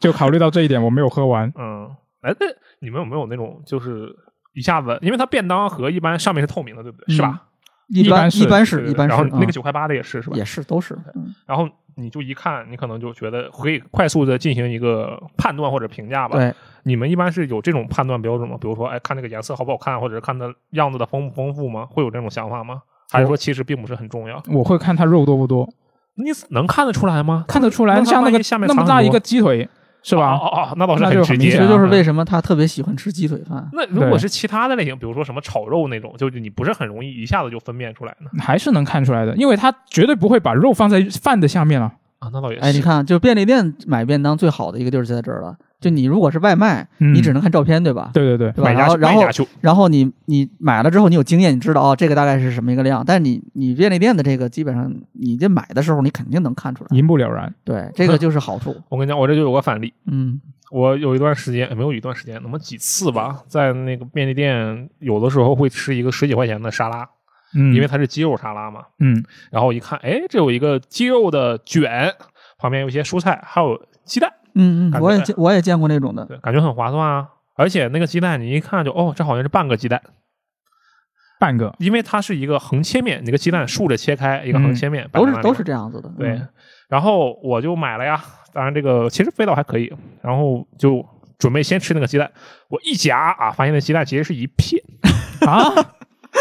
B: 就考虑到这一点，我没有喝完。
A: 嗯，哎，那你们有没有那种就是一下子，因为它便当盒一般上面是透明的，对不对？
C: 嗯
A: 是吧？
C: 一般
B: 一
C: 一
B: 般
C: 般
A: 对
C: 是
A: 对
C: 一
A: 对
C: 般是
A: 然后那个
C: 嗯
A: 九块八的也是，是吧？
C: 也是都是，嗯
A: 然后你就一看，你可能就觉得可以快速的进行一个判断或者评价吧。
C: 对，
A: 你们一般是有这种判断标准吗？比如说，哎，看这个颜色好不好看，或者是看它样子的丰不丰富吗？会有这种想法吗？还是说其实并不是很重要？
B: 我会看它肉多不多，
A: 你能看得出来吗？
B: 看得出来，
A: 那它
B: 像那
A: 万
B: 个
A: 一下面
B: 那么
A: 藏
B: 大
A: 很
B: 一
A: 多
B: 个鸡腿，是吧？
A: 哦哦哦，那倒是
B: 那就很
A: 直
B: 明
A: 接
C: 这
B: 显
A: 啊。
B: 啊
C: 就是为什么他特别喜欢吃鸡腿饭。
A: 那如果
B: 对
A: 是其他的类型，比如说什么炒肉那种，就是你不是很容易一下子就分辨出来呢？
B: 还是能看出来的，因为他绝对不会把肉放在饭的下面了。
A: 啊，那倒也是。
C: 哎，你看，就便利店买便当最好的一个地儿就在这儿了。就你如果是外卖，
B: 嗯
C: 你只能看照片，对吧？
B: 对对对，
C: 对吧？
A: 买家
C: 然后，
A: 去
C: 然
A: 卖
C: 后
A: 家去，
C: 然后你你买了之后，你有经验，你知道哦，这个大概是什么一个量。但是你你便利店的这个，基本上你这买的时候，你肯定能看
A: 嗯
C: 出来。
B: 一目了然。
C: 对，这个就是好处。
A: 我跟你讲，我这就有个反例。
C: 嗯，
A: 我有一段时间，哎没有一段时间，那么几次吧，在那个便利店，有的时候会吃一个十几块钱的沙拉，
B: 嗯，
A: 因为它是鸡肉沙拉嘛。
B: 嗯
A: 然后一看，哎，这有一个鸡肉的卷，旁边有一些蔬菜，还有鸡蛋，
C: 嗯
A: 感觉
C: 嗯，我也见我也见过那种的，
A: 对，感觉很划算啊。而且那个鸡蛋，你一看就哦，这好像是半个鸡蛋，
B: 半个，
A: 因为它是一个横切面，那个鸡蛋竖着切开，一个横切面，摆在
C: 嗯都
A: 那
C: 是
A: 里
C: 都
A: 嘛
C: 是这样子的。
A: 对
C: 嗯，
A: 然后我就买了呀，当然这个其实味道还可以，然后就准备先吃那个鸡蛋，我一夹啊，发现那鸡蛋其实是一片。？
B: 啊，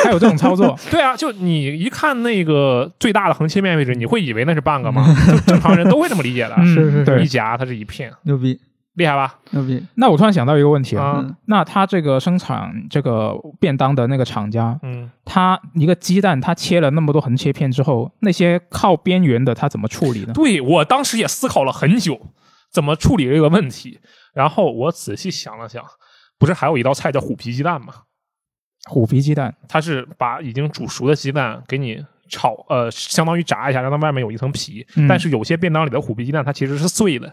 B: 还有这种操作
A: 对啊，就你一看那个最大的横切面位置，你会以为那是半个吗？就正常人都会这么理解的。
B: 嗯
C: 是是
A: 一
B: 对。
A: 夹它是一片，
C: 牛逼
A: 厉害吧？
C: 牛逼。
B: 那我突然想到一个问题啊，
A: 啊，
C: 嗯
B: 那他这个生产这个便当的那个厂家，
A: 嗯，
B: 他一个鸡蛋，他切了那么多横切片之后，那些靠边缘的他怎么处理呢？
A: 对我当时也思考了很久，怎么处理这个问题。然后我仔细想了想，不是还有一道菜叫虎皮鸡蛋吗？
B: 虎皮鸡蛋，
A: 它是把已经煮熟的鸡蛋给你炒，呃，相当于炸一下，让它外面有一层皮。
B: 嗯
A: 但是有些便当里的虎皮鸡蛋，它其实是碎的，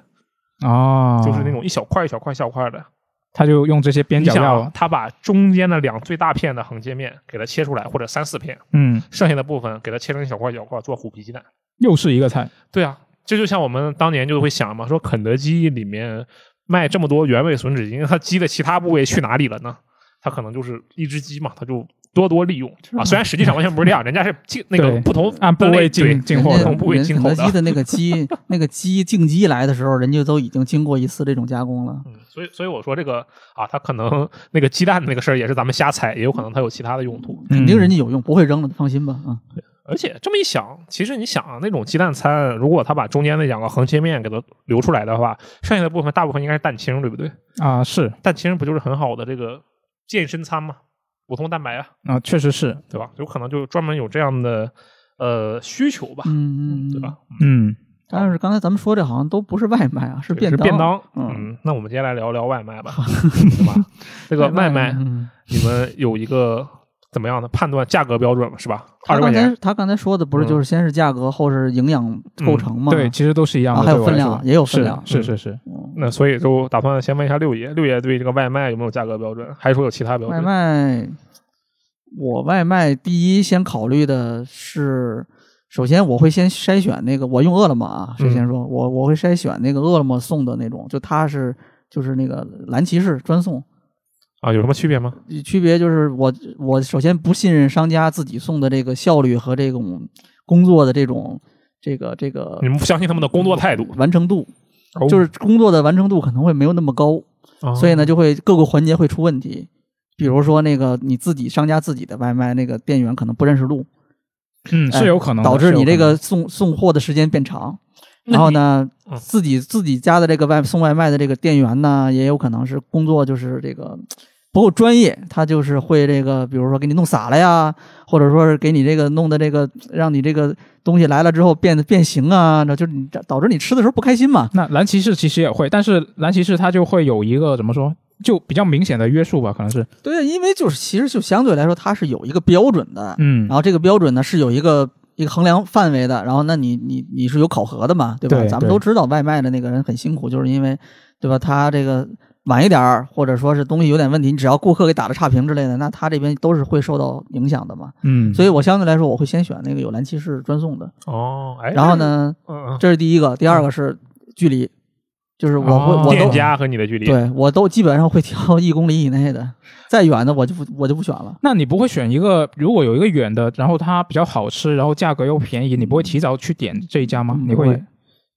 B: 哦，
A: 就是那，种一小块一小块一小块的。
B: 他就用这些边
A: 你
B: 角
A: 想
B: 料
A: 啊，，他把中间的两最大片的横切面给它切出来，或者三四片，
B: 嗯，
A: 剩下的部分给它切成一小块一小块做虎皮鸡蛋。
B: 又是一个菜，
A: 对啊，这就像我们当年就会想嘛，说肯德基里面卖这么多原味吮指鸡，那它鸡的其他部位去哪里了呢？它可能就是一只鸡嘛，它就多多利用啊。虽然实际上完全不是 这样，人家是进那个
B: 对
A: 不同
B: 按部
A: 分类
B: 位
A: 对
B: 进进货
A: 不
C: 人
A: 同
B: 的。
A: 部位
C: 家
A: 进
C: 肯
A: 口
C: 德基
A: 的。
C: 的那个鸡， 那个鸡进鸡来的时候，人家都已经经过一次这种加工了。
A: 嗯，所以所以我说这个啊，它可能那个鸡蛋那个事儿也是咱们瞎猜，也有可能它有其他的用途。
B: 嗯
C: 肯定人家有用，不会扔的，放心吧 啊！
A: 而且这么一想，其实你想啊，那种鸡蛋餐，如果它把中间那两个横切面给它留出来的话，剩下的部分大部分应该是蛋清，对不对？
B: 啊，是
A: 蛋清不就是很好的这个健身餐吗？补充蛋白啊，
B: 啊，确实是，
A: 对吧？有可能就专门有这样的呃需求吧，
C: 嗯，嗯
A: 对吧？？
B: 嗯，
C: 但是刚才咱们说这好像都不是外卖啊，是
A: 对
C: 便
A: 是
C: 当。
A: 便当，
C: 嗯
A: 嗯，那我们接下来聊聊外卖吧，对 吧？这个呃外卖，
C: 嗯，
A: 你们有一个怎么样的判断价格标准是吧？二
C: 他
A: 十块
C: 刚
A: 钱
C: 才，他刚才说的不
A: 嗯
C: 是就是先是价格，后是营养构成吗？
B: 对，，其实都是一样
C: 啊，
B: 的，
C: 还有
B: 对我
C: 分
B: 来
C: 量
B: 说，
C: 也有分
B: 是
C: 量，
B: 是是是，
C: 嗯
A: 那所以就打算先问一下六爷，六爷对这个外卖有没有价格标准，还是说有其他标
C: 外
A: 准？
C: 卖，我外卖第一先考虑的是，首先我会先筛选那个，我用饿了么啊，
A: 嗯
C: 首先说，我我会筛选那个饿了么送的那种，就它是就是那个蓝骑士专送，
A: 啊，有什么区别吗？
C: 区别就是我我首先不信任商家自己送的这个效率和这种工作的这种这个这个
A: 你们不相信他们的工作态度，
C: 完成度，就是工作的完成度可能会没有那么高。
A: 哦，
C: 所以呢，就会各个环节会出问题。比如说那个你自己商家自己的外卖，那个店员可能不认识路，
B: 嗯，
C: 哎
B: 是有可能的
C: 导致你这，
B: 是有可能
C: 个送送货的时间变长。然后呢
A: 那你嗯，
C: 自己自己家的这个外送外卖的这个店员呢，也有可能是工作就是这个不够专业，他就是会这个，比如说给你弄洒了呀，或者说是给你这个弄的这个让你这个东西来了之后变得变形啊，那就是你导导致你吃的时候不开心嘛。
B: 那蓝骑士其实也会，但是蓝骑士它就会有一个怎么说，就比较明显的约束吧，可能是，
C: 对，因为就是其实就相对来说它是有一个标准的，
B: 嗯
C: 然，后这个标准呢是有一个一个衡量范围的，然后那你你你是有考核的嘛，对吧？
B: 对
C: 咱们
B: 对
C: 都知道外卖的那个人很辛苦，就是因为对吧？他这个晚一点儿，或者说是东西有点问题，你只要顾客给打了差评之类的，那他这边都是会受到影响的嘛。
B: 嗯，
C: 所以我相对来说我会先选那个有蓝骑士专送的，
A: 哦，哎，
C: 然后？呢，
A: 嗯嗯，
C: 这是第一个，第二个是距离，就是我会、
B: 哦
C: 我
A: 店
C: 都。
A: 家和你的距离，
C: 对我都基本上会挑一公里以内的，再远的我就不我就不选了。
B: 那你不会选一个，如果有一个远的，然后它比较好吃，然后价格又便宜，你不会提早去点这一家吗？
C: 嗯
B: 你
C: 不
B: 会
C: 会，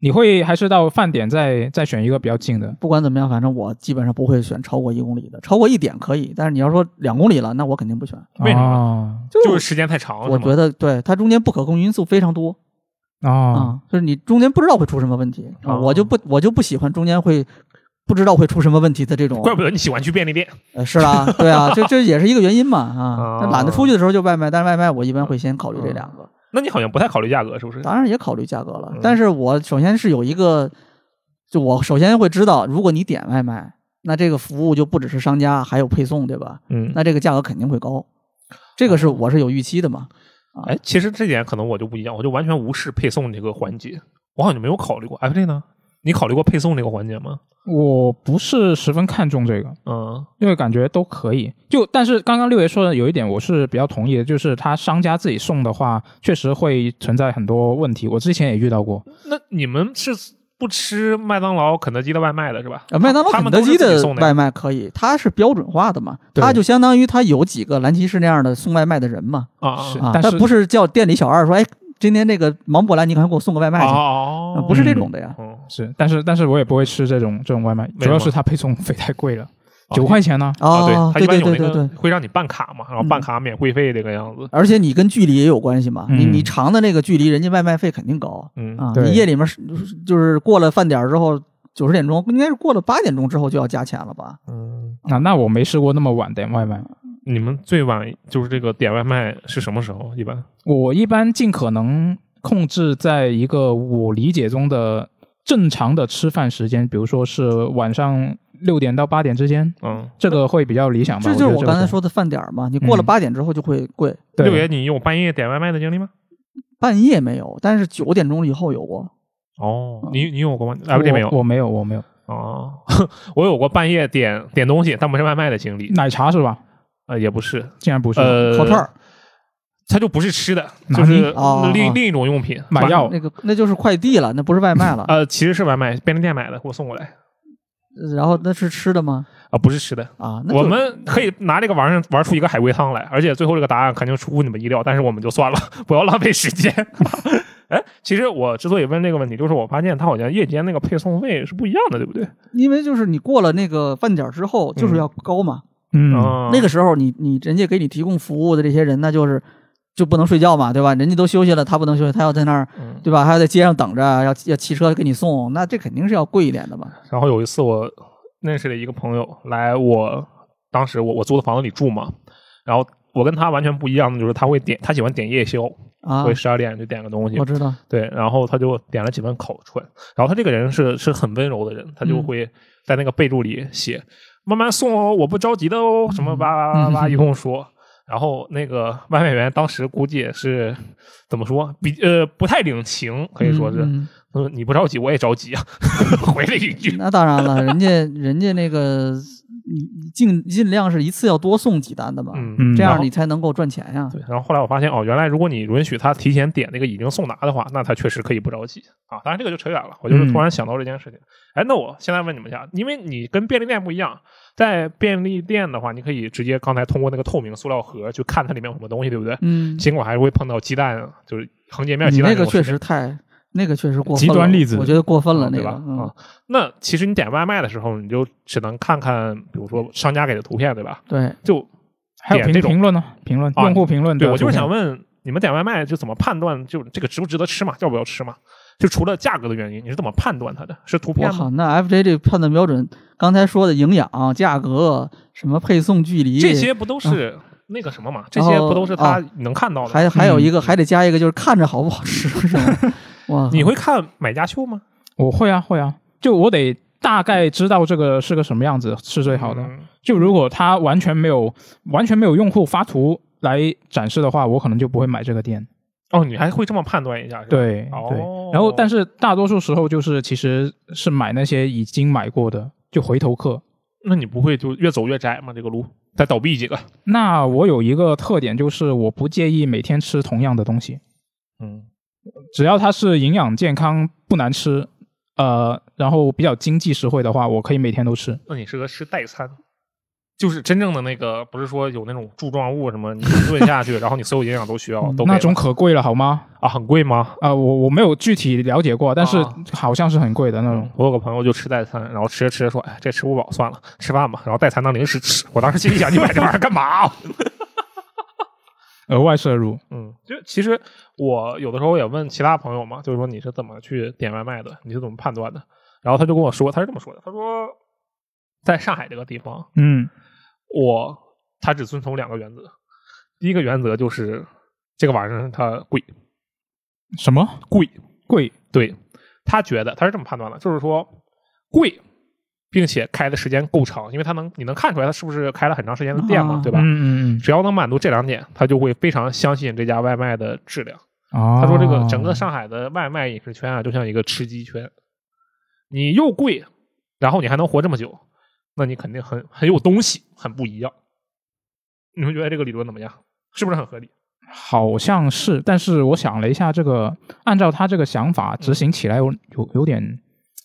B: 你会还是到饭点再再选一个比较近的？
C: 不管怎么样，反正我基本上不会选超过一公里的，超过一点可以，但是你要说两公里了，那我肯定不选。
A: 为什么
B: 么？
A: 就是时间太长，
C: 我
A: 哦是吗
C: 觉得对它中间不可控因素非常多
A: 嗯
C: 啊、
B: 哦，
C: 就是你中间不知道会出什么问题啊、
A: 哦
C: 我就不我就不喜欢中间会不知道会出什么问题的这种。
A: 怪不得你喜欢去便利店。
C: 呃是啦，对啊，这这也是一个原因嘛啊
A: 哦。嗯
C: 那懒得出去的时候就外卖，但是外卖我一般会先考虑这两个，
A: 那你好像不太考虑价格，是不是？
C: 当然也考虑价格了
A: 嗯，
C: 但是我首先是有一个，就我首先会知道，如果你点外卖。那这个服务就不只是商家，还有配送，对吧？
A: 嗯，
C: 那这个价格肯定会高，这个是
A: 哦
C: 我是有预期的嘛。
A: 哎，其实这点可能我就不一样，我就完全无视配送这个环节，我好像就没有考虑过。FJ 呢？你考虑过配送这个环节吗？
B: 我不是十分看重这个，
A: 嗯，
B: 因为感觉都可以。就但是刚刚六爷说的有一点，我是比较同意的，就是他商家自己送的话，确实会存在很多问题。我之前也遇到过，
A: 那你们是不吃麦当劳、肯德基的外卖的是吧？
C: 呃，麦当劳、
A: 他
C: 肯
A: 们
C: 德
A: 都是
C: 基
A: 自己
C: 的
A: 送的呀
C: 外卖可以，它是标准化的嘛，
B: 对
C: 它就相当于它有几个蓝骑士那样的送外卖的人嘛，
A: 啊，
B: 是
A: 啊
C: 啊，
B: 但
C: 它不是叫店里小二说，哎，今天这个忙不过来，你赶快给我送个外卖去，
A: 哦
C: 呃，不是这种的呀。
A: 嗯，嗯，
B: 是，但是但是我也不会吃这种这种外卖，
A: 为什
B: 主要
A: 么哦
B: 是他配送费太贵了，九块钱呢、
A: 啊，对，
C: 哦，
A: 他一般
C: 对
A: 有
C: 对
A: 那
C: 对对
A: 个
C: 对。嗯
A: 会让你办卡嘛，然后办卡免会费这个样子。
C: 而且你跟距离也有关系嘛，你
B: 嗯
C: 你长的那个距离，人家外卖费肯定高
A: 嗯
C: 啊。
B: 对
C: 你夜里面是就是过了饭点儿之后，九十点钟应该是过了八点钟之后就要加钱了吧？
A: 嗯，
B: 那那我没试过那么晚点外卖，
A: 你们最晚就是这个点外卖是什么时候？一般
B: 我一般尽可能控制在一个我理解中的正常的吃饭时间，比如说是晚上六点到八点之间，
A: 嗯，
B: 这个会比较理想吧。
C: 这就是
B: 我
C: 我
B: 觉得
C: 刚才
B: 这个
C: 说的饭点儿嘛，你过了
B: 嗯
C: 八点之后就会贵。
B: 对
A: 六爷，你有半夜点外卖的经历吗？
C: 半夜没有，但是九点钟以后有过。
A: 哦
C: 嗯，
A: 你你有过吗？FJ 啊没有
B: 我我没有，我没有
A: 哦， 我有过半夜点点东西，但不是外卖的经历，
B: 奶茶是吧？
A: 呃，也不是，
B: 竟然不是，
A: 呃，
C: 烤串儿
A: 它就不是吃的，
B: 拿
A: 就
B: 捏
A: 是
C: 哦哦
A: 另
C: 哦
A: 另一种用品，
B: 买药
C: 那个那就是快递了，那不是外卖了。
A: 呃，其实是外卖，便利店买的，给我送过来啊、
C: 然后那是吃的吗？
A: 不是吃的。
C: 啊，那就
A: 我们可以拿这个玩意儿玩出一个海龟汤来，而且最后这个答案肯定出乎你们意料，但是我们就算了， 不要浪费时 间。哎，其实我之所以问这个问题，就是我发现它好像夜间那个配送费是不一样的，对不对？
C: 因为就是你过了那个饭点儿之后，就是要高嘛。
B: 嗯，
A: 嗯，
C: 那个时候你你人家给你提供服务的这些人，那就是就不能睡觉嘛，对吧？人家都休息了，他不能休息，他要在那儿
A: 嗯
C: 对吧？还要在街上等着，啊要要骑车给你送，那这肯定是要贵一点的嘛。
A: 然后有一次我认识了一个朋友来我当时我我租的房子里住嘛，然后我跟他完全不一样的就是他会点他喜欢点夜宵，
C: 啊
A: 会，十二点就点个东西
C: 我，知道，
A: 对，然后他就点了几份烤串，然后他这个人是是很温柔的人，他就
C: 嗯
A: 会在那个备注里写、慢慢送哦，我不着急的哦，什
C: 嗯
A: 么叭叭叭 叭一通说。然后那个外卖员当时估计也是怎么说，比呃不太领情，可以说是，
C: 嗯
A: 他说你不着急我也着急啊， 回了一句
C: 嗯，那当然了，人家人家那个你尽尽量是一次要多送几单的嘛，
A: 嗯
B: 嗯
C: 这
A: 然
C: 样
A: 后
C: 你才能够赚钱呀。
A: 对，然后后来我发现哦，原来如果你允许他提前点那个已经送达的话，那他确实可以不着急啊。当然这个就扯远了，我就是突
C: 嗯
A: 然想到这件事情。哎，那我现在问你们一下，因为你跟便利店不一样，在便利店的话，你可以直接刚才通过那个透明塑料盒去看它里面有什么东西，对不对？
C: 嗯，
A: 尽管还是会碰到鸡蛋，就是横截面
C: 你
A: 鸡蛋
C: 那
A: 这
C: 个
A: 种事
C: 确
A: 情，
C: 实太，那个确实过分
B: 极
C: 了
B: 端例子
C: 我觉得过分了，
A: 嗯
C: 那
A: 对
C: 个
A: 吧？
C: 嗯
A: 啊，那其实你点外卖的时候，你就只能看看，比如说商家给的图片，对吧？
C: 对，
A: 就
B: 还
A: 点
B: 有评
A: 这种
B: 评论呢，评论
A: 啊
B: 用户评论的
A: 对，我就是
B: 图片
A: 想问你们点外卖就怎么判断，就这个值不值得吃嘛，要不要吃嘛？就除了价格的原因，你是怎么判断它的？是图
C: 我
A: 片吗？
C: 靠，那 FJ 这判断标准，刚才说的营养、价格、什么配送距离
A: 这，些不都是那个什么嘛？这些不都是他能看到的？
C: 嗯哦
A: 嗯
C: 还还有一个、还得加一个就是看着好不好吃，是 吧？哇，
A: 你会看买家秀吗？
B: 我会啊会啊，就我得大概知道这个是个什么样子是最好的。
A: 嗯
B: 就如果它完全没有完全没有用户发图来展示的话，我可能就不会买这个店。
A: 哦，你还会这么判断一下？是吧，
B: 对、对
A: 哦，
B: 然后但是大多数时候就是其实是买那些已经买过的，就回头客。
A: 那你不会就越走越窄吗？这个路再倒闭几个？
B: 那我有一个特点就是我不介意每天吃同样的东西，
A: 嗯，
B: 只要它是营养健康不难吃，呃，然后比较经济实惠的话，我可以每天都吃。
A: 那你适合吃代餐。就是真正的那个，不是说有那种柱状物什么，你一顿 下去，然后你所有营养都需要，都给
B: 嗯那
A: 了
B: 种可贵了好吗？
A: 啊，很贵吗？
B: 啊、我我没有具体了解过，但是
A: 啊
B: 好像是很贵的那种。
A: 嗯我有个朋友就吃代餐，然后吃着吃着说：“哎，这吃不饱，算了，吃饭吧。”然后代餐当零食吃。我当时心里想：“你买这玩意儿干嘛、啊
B: 额外摄入，
A: 嗯，就其实我有的时候也问其他朋友嘛，就是说你是怎么去点外卖的，你是怎么判断的？然后他就跟我说，他是这么说的：“他说，在上海这个地方，
B: 嗯，
A: 我他只遵从两个原则。第一个原则就是这个玩意儿它贵
B: 什么
A: 贵，
B: 贵？
A: 对他觉得他是这么判断的，就是说贵，并且开的时间够长，因为他能你能看出来他是不是开了很长时间的店嘛，
C: 啊
A: 对吧？
B: 嗯嗯
A: 只要能满足这两点，他就会非常相信这家外卖的质量。
B: 嗯。哦，
C: 啊
A: 他说，这个整个上海的外卖饮食圈啊，就像一个吃鸡圈，你又贵，然后你还能活这么久，那你肯定很很有东西，很不一样。你们觉得这个理论怎么样？是不是很合理？
B: 好像是，但是我想了一下，这个按照他这个想
C: 嗯
B: 法执行起来有有有点，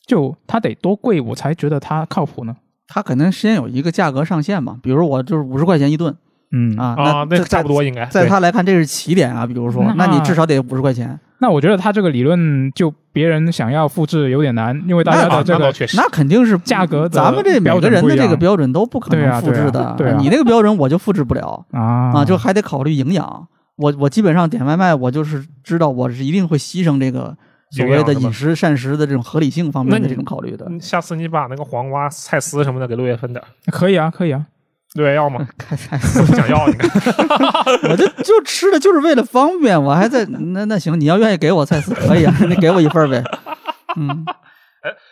B: 就他得多贵我才觉得他靠谱呢。
C: 它可能先有一个价格上限嘛，比如我就是五十块钱一顿
B: 嗯，
C: 啊，
A: 啊，
C: 那
A: 那差不。多应该。
C: 在在
A: 对
C: 他来看，这是起点啊，比如说，那
B: 那
C: 你至少得五十块钱，
B: 那我觉得他这个理论就别人想要复制有点难，因为大家
A: 啊
B: 的这
A: 那
B: 个
A: 倒确实，
C: 哎那肯定是
B: 价格的
C: 咱们这每个人的这个标准都不可
B: 对
C: 能
B: 啊
C: 复
B: 对啊
C: 制的，哎
B: 对啊
C: 你那个标准我就复制不了。
B: 啊
C: 啊，就还得考虑营养。我我基本上点外卖，我就是知道我是一定会牺牲这个所谓的
A: 营养是吧
C: 饮食膳食的这种合理性方面
A: 那
C: 的
A: 你
C: 这种考虑的。
A: 嗯下次你把那个黄瓜、菜丝什么的给六月分点儿，
B: 可以啊，可以啊。
A: 六月要 吗？
C: 开菜，
A: 不想要，你看。
C: 我就就吃的就是为了方便，我还在那那行，你要愿意给我菜丝可以啊，你给我一份儿呗。 嗯，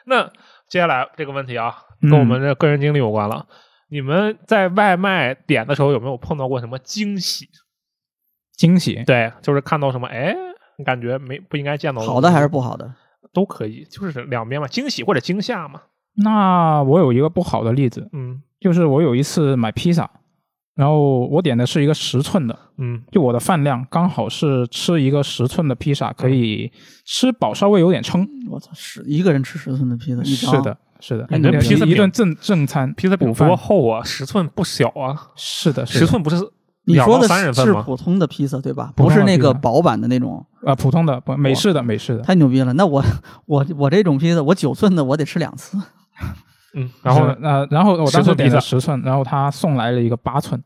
A: 那接下来这个问题啊，
B: 嗯
A: 跟我们这个人经历有关了。你们在外卖点的时候有没有碰到过什么惊喜？
B: 惊喜，
A: 对，就是看到什么，哎，你感觉没不应该见到
C: 好的还是不好的？
A: 都可以，就是两边嘛，惊喜或者惊吓嘛。
B: 那我有一个不好的例子，
A: 嗯
B: 就是我有一次买披萨，然后我点的是一个十寸的，
A: 嗯
B: 就我的饭量刚好是吃一个十寸的披萨
A: 嗯
B: 可以吃饱，稍微有点撑。
C: 我操，十一个人吃十寸的披萨，一张
B: 是，的，是的，
A: 哎嗯你这
B: 一
A: 披萨饼
B: 一顿正正餐，
A: 披萨饼
B: 午饭
A: 多厚啊，十寸不小啊，
B: 是的，是
A: 十
B: 的
A: 寸不是
C: 你
A: 两
C: 说
A: 到
C: 的
A: 三人
C: 是
A: 份
C: 是
A: 吗
C: 普通的披萨对吧？
B: 普通
C: 不
B: 的
C: 是那个
B: 披萨
C: 薄版的那种，
B: 啊、普通的不美式的美式的，
C: 太牛逼了。那我我我这种披萨，我九寸的我得吃两次，
A: 嗯，然后
B: 是
A: 呢？
B: 的呃，然后我
A: 10
B: 当时
A: 寸
B: 点了
A: 披
B: 十寸，然后他送来了一个八寸，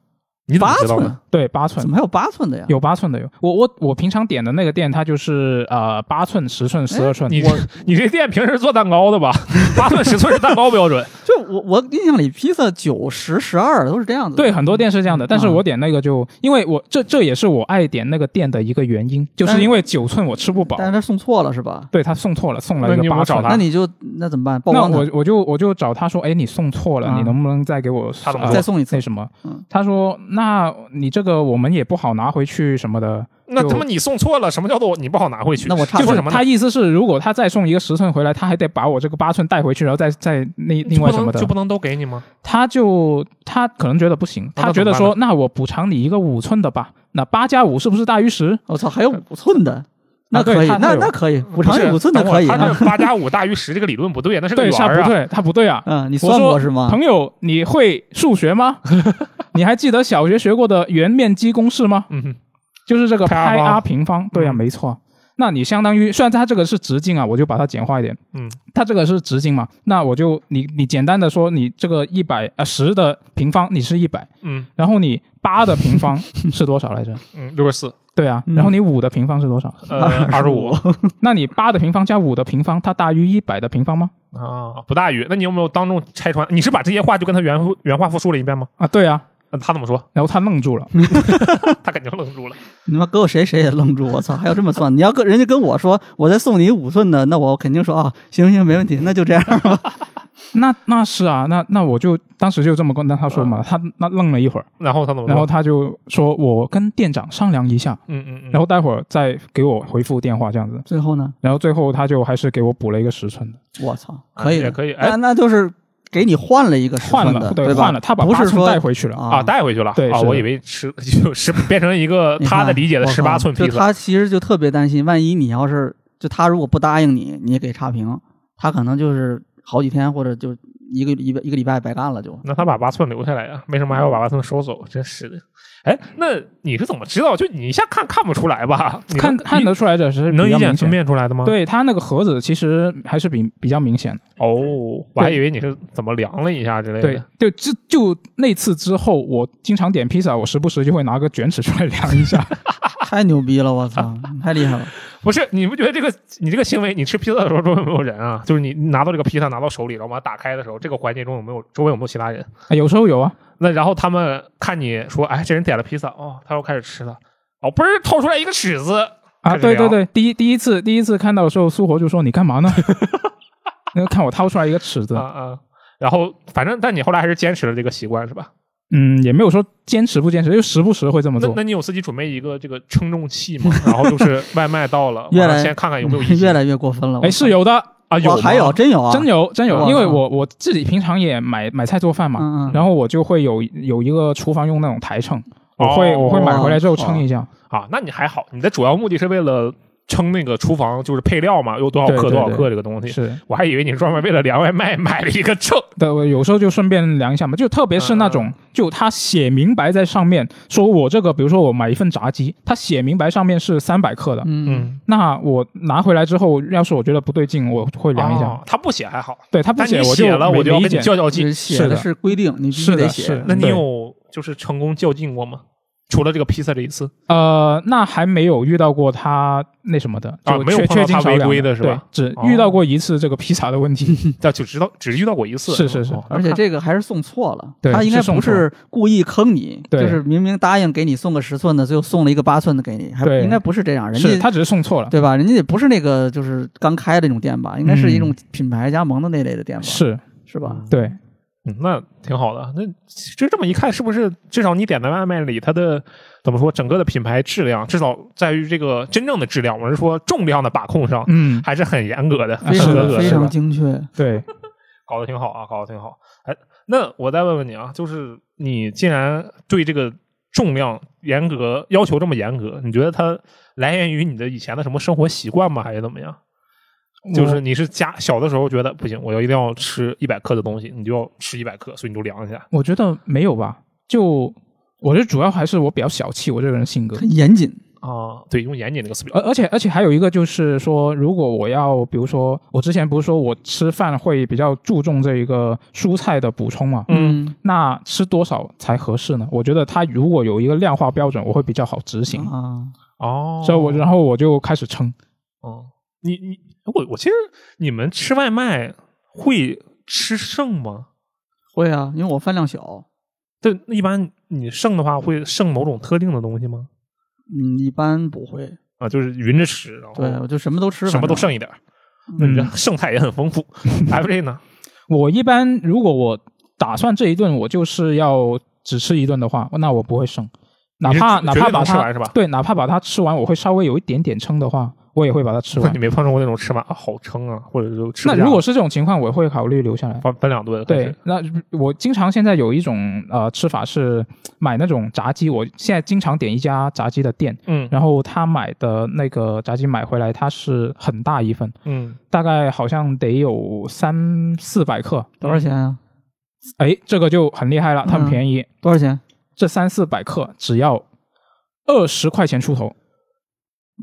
A: 你怎么
C: 八
A: 知道
C: 寸
A: 的？
C: 啊
B: 对，八寸
C: 怎么还有八寸的呀？
B: 有八寸的有，我我我平常点的那个店，它就是呃八寸、十寸、十二寸，
A: 哎 你你这店平时做蛋糕的吧？八寸十寸是蛋糕标准，
C: 就我我印象里披萨九十十二都是这样子的。
B: 对很多店是这样的，但是
C: 啊
B: 我点那个就，因为我这这也是我爱点那个店的一个原因，就
C: 但
A: 哎
B: 是
C: 是
B: 因为九寸我吃不饱，
C: 但是他送错了是吧？
B: 对他送错了，送
A: 那
B: 了一
A: 你
B: 个
A: 有没有
B: 八
A: 找
B: 寸
A: 他。
C: 那你就那怎么办？曝
B: 那
C: 光他
B: 我我就我就找他说，哎，你送错了，
A: 嗯
C: 啊
B: 你能不能再给我
A: 他怎么
B: 呃
A: 说
C: 再送一次
B: 那什么
C: 嗯？
B: 他说，那你这个我们也不好拿回去什么的。
A: 那
B: 就
A: 他妈你送错了，什么叫做你不好拿回去？
C: 那我差
A: 就
C: 不
A: 说
B: 就是
C: 多
A: 什么呢
B: 他意思是，如果他再送一个十寸回来，他还得把我这个八寸带回去，然后再再那另外什么的
A: 就不能就不能都给你吗？
B: 他就他可能觉得不行，
A: 那
B: 他
A: 那
B: 觉得
A: 怎么
B: 说，那我补偿你一个五寸的吧，那八加五是不是大于十？
C: 我操，还有五寸的，那
B: 啊对
C: 可以，
B: 他
C: 那
B: 他有
C: 那可以，补偿
A: 不
C: 你
A: 是
C: 五寸的
A: 等
C: 可
A: 会儿
C: 以
A: 他
C: 啊。
A: 这八加五大于十这个理论不对啊，那是个
B: 对，
A: 圆
B: 他
A: 儿
B: 不
A: 啊。
B: 对，他不对啊。
C: 嗯，你
B: 我
C: 算过
B: 说
C: 是吗？
B: 朋友，你会数 学吗？你还记得小学学过的圆面积公式吗？
A: 嗯哼，
B: 就是这个
A: 派
B: 派
A: R
B: r 平方，对呀、
A: 嗯
B: 没错。那你相当于，虽然它这个是直径啊，我就把它简化一点，
A: 嗯，
B: 它这个是直径嘛，那我就你你简单的说，你这个一百呃十的平方你是一百，
A: 嗯
B: 然后你八的平 方是多少来着？
A: 嗯，六十四，
B: 对啊，
C: 嗯
B: 然后你五的平方是 多少？
A: 呃，二十五
B: 那你八的平方加五的平方，它大于一百的平方吗？
A: 啊，不大于。那你有没有当众拆穿？你是把这些话就跟他原原话复述了一遍吗？
B: 啊，对啊，
A: 那他怎么说？
B: 然后他愣住了，
A: 嗯他肯定愣住了。
C: 你妈搁我谁谁也愣住，我操，还有这么算？你要跟人家跟我说，我再送你五寸的，那我肯定说啊，行行，没问题，那就这样吧。
B: 那那是啊，那那我就当时就这么跟他说
A: 嗯
B: 嘛，他那愣了一会儿，
A: 然后他怎么说？
B: 然后他就说我跟店长商量一下，
A: 嗯嗯嗯，
B: 然后待会儿再给我回复电话这样子。
C: 最后呢，
B: 然后最后他就还是给我补了一个十寸的，
C: 我操，
A: 啊
C: 可以
A: 也
C: 的，
A: 可以哎
C: 那那就是给你换了一个十
B: 换
C: 寸
B: 了
C: 的，
B: 对
C: 吧？
B: 换了，他把
C: 不
B: 八
C: 是
B: 寸
C: 说
B: 带回去了啊。
A: 啊，带回去了。
B: 对
A: 啊，
B: 是的
A: 我以为十就是 变成一个
C: 你看
A: 他的理解的
C: 我靠
A: 十八寸披
C: 就
A: 萨。
C: 他其实就特别担心，万一你要是就他如果不答应你，你也给差评，他可能就是好几天或者就一个一个一个礼拜白干了就。
A: 那他把八寸留下来呀、为什么还要把八寸收走？真是的。哎，那你是怎么知道？就你一下看看不出来吧？你能
B: 看看得出来的是
A: 你能
B: 比
A: 一
B: 较
A: 眼
B: 明
A: 分
B: 显，
A: 辨出来的吗？，
B: 对他那个盒子其实还是比比较明显的。
A: 哦，我还以为你是怎么量了一下之类的。
B: 对，就就就那次之后，我经常点披萨，我时不时就会拿个卷尺出来量 一下。
C: 太牛逼了，我操，太厉害了！
A: 不是，你不觉得这个你这个行为，你吃披萨的时候周围有没有人啊？就是你拿到这个披萨拿到手里，然后把它打开的时候，这个环节中有没有周围有没有其他人？
B: 啊有时候有啊，
A: 那然后他们看你说，哎，这人点了披萨，哦，他又开始吃了，哦，嘣儿掏出来一个尺子，
B: 啊，
A: 开始
B: 对
A: 量
B: 对对，第一第一次第一次看到的时候，苏活就说：“你干嘛 呢？”然后看我掏出来一个尺子
A: 啊，啊，然后反正但你后来还是坚持了这个习惯是吧？
B: 嗯，也没有说坚持不坚持，就时不时会这么
A: 那
B: 做
A: 那。你有自己准备一个这个称重器 吗？然后就是外卖到了，
C: 越来
A: 完了先看看有没 有异
C: 越
A: 形
C: 来越过分了。
B: 哎，是有的，
A: 啊？有
C: 我
A: 吗
C: 还有真有啊，
B: 真有真有，
C: 哇
B: 因为我我自己平常也买买菜做饭嘛，
C: 嗯嗯
B: 然后我就会有有一个厨房用那种台秤，我会
A: 哦
B: 我会买回来之后称一下，
A: 啊？那你还好，你的主要目的是为了称那个厨房就是配料嘛，有多少
B: 对
A: 克
B: 对
A: 多少克
B: 对
A: 这个东西。
B: 是，
A: 我还以为你是专门为了量外卖买了一个 秤，
B: 对，我有时候就顺便量一下嘛，就特别是那
A: 嗯
B: 种就他写明白在上面说我这个，比如说我买一份炸鸡，他写明白上面是三百克的，
C: 嗯嗯，
B: 那我拿回来之后，要是我觉得不对劲，我会量一下，
A: 哦他不写还好，
B: 对他不
A: 但
B: 写
A: 你
B: 我
A: 写了
B: 我
A: 我就要
B: 没意
A: 跟你
B: 见。
A: 较较
C: 就
A: 劲
C: 是。写
B: 是的
C: 的是规定，你必须
B: 是的
C: 得
B: 是
C: 写
B: 的。
A: 那你
B: 对
A: 有就是成功较劲过吗？除了这个披萨这一次，
B: 呃，那还没有遇到过他那什么的，
A: 啊
B: 就
A: 没有
B: 缺
A: 碰到
B: 缺斤
A: 他
B: 少
A: 违
B: 两
A: 规的是吧？
B: 对
A: 哦
B: 只遇到过一次这个披萨 的问题。
A: 但就知道只遇到过一次，
B: 嗯是是是
A: 哦
C: 而且这个还是送错了，
B: 对
C: 他应该
B: 是送
C: 不是故意坑你，
B: 对
C: 就是明明答应给你送个十寸的，最后送了一个八寸的给你，还
B: 对
C: 应该不是这样，人
B: 是
C: 家
B: 他只是送错了，
C: 对吧？人家也不是那个就是刚开的那种店吧，应该是一种品牌加盟的那类的
A: 啊
C: 店吧，
B: 嗯是
C: 是吧？
B: 对，
A: 嗯，那挺好的。那这这么一看，是不是至少你点的外卖里，它的怎么说，整个的品牌质量，至少在于这个真正的质量，我是说重量的把控上，
B: 嗯，
A: 还是很严格的，
B: 啊
A: 很
C: 非
B: 是
A: 合格
B: 的
C: 常
A: 的
C: 非
A: 是吧
C: 常精确，
B: 对，
A: 搞得挺好啊，搞得挺好。哎，那我再问问你啊，就是你既然对这个重量严格要求这么严格，你觉得它来源于你的以前的什么生活习惯吗？还是怎么样？就是你是家小的时候觉得不行，我要一定要吃一百克的东西，你就要吃一百克，所以你就量一下。
B: 我觉得没有吧，就我觉得主要还是我比较小气，我这个人性格。
C: 很严谨，
A: 啊，对，用严谨这个词表
B: 而而且而且还有一个就是说，如果我要，比如说我之前不是说我吃饭会比较注重这一个蔬菜的补充嘛，
A: 嗯，
B: 那吃多少才合适呢？我觉得它如果有一个量化标准，我会比较好执行。
C: 啊，
A: 哦，
B: 所以我然后我就开始称，
A: 哦，你你我我其实你们吃外卖会吃剩吗？
C: 会啊，因为我饭量小，
A: 对，那一般你剩的话会剩某种特定的东西吗？
C: 嗯，一般不会，
A: 啊，就是匀着吃，然
C: 对
B: 哦
A: 后
C: 我就什么都吃，
A: 什么都
C: 反正
A: 剩一点儿。那你这剩菜也很丰富。FJ 呢？
B: 我一般如果我打算这一顿我就是要只吃一顿的话，那我不会剩，哪怕
A: 你是绝
B: 哪
A: 对能
B: 怕把
A: 吃
B: 它
A: 完是吧
B: 对，哪怕把它吃完，我会稍微有一点点撑的话，我也会把它吃完
A: 你。没碰上过那种吃完啊好撑啊，或者就吃不
B: 那
A: 下
B: 如果是这种情况，我会考虑留下来。
A: 分分两顿，
B: 对，，那我经常现在有一种呃吃法是买那种炸鸡，我现在经常点一家炸鸡的店，
A: 嗯
B: 然后他买的那个炸鸡买回来，它是很大一份，
A: 嗯，
B: 大概好像得有三四百克，
A: 嗯
C: 多少钱啊？
B: 哎，这个就很厉害了，它很
C: 嗯
B: 便宜，
C: 多少钱？
B: 这三四百克只要二十块钱出头，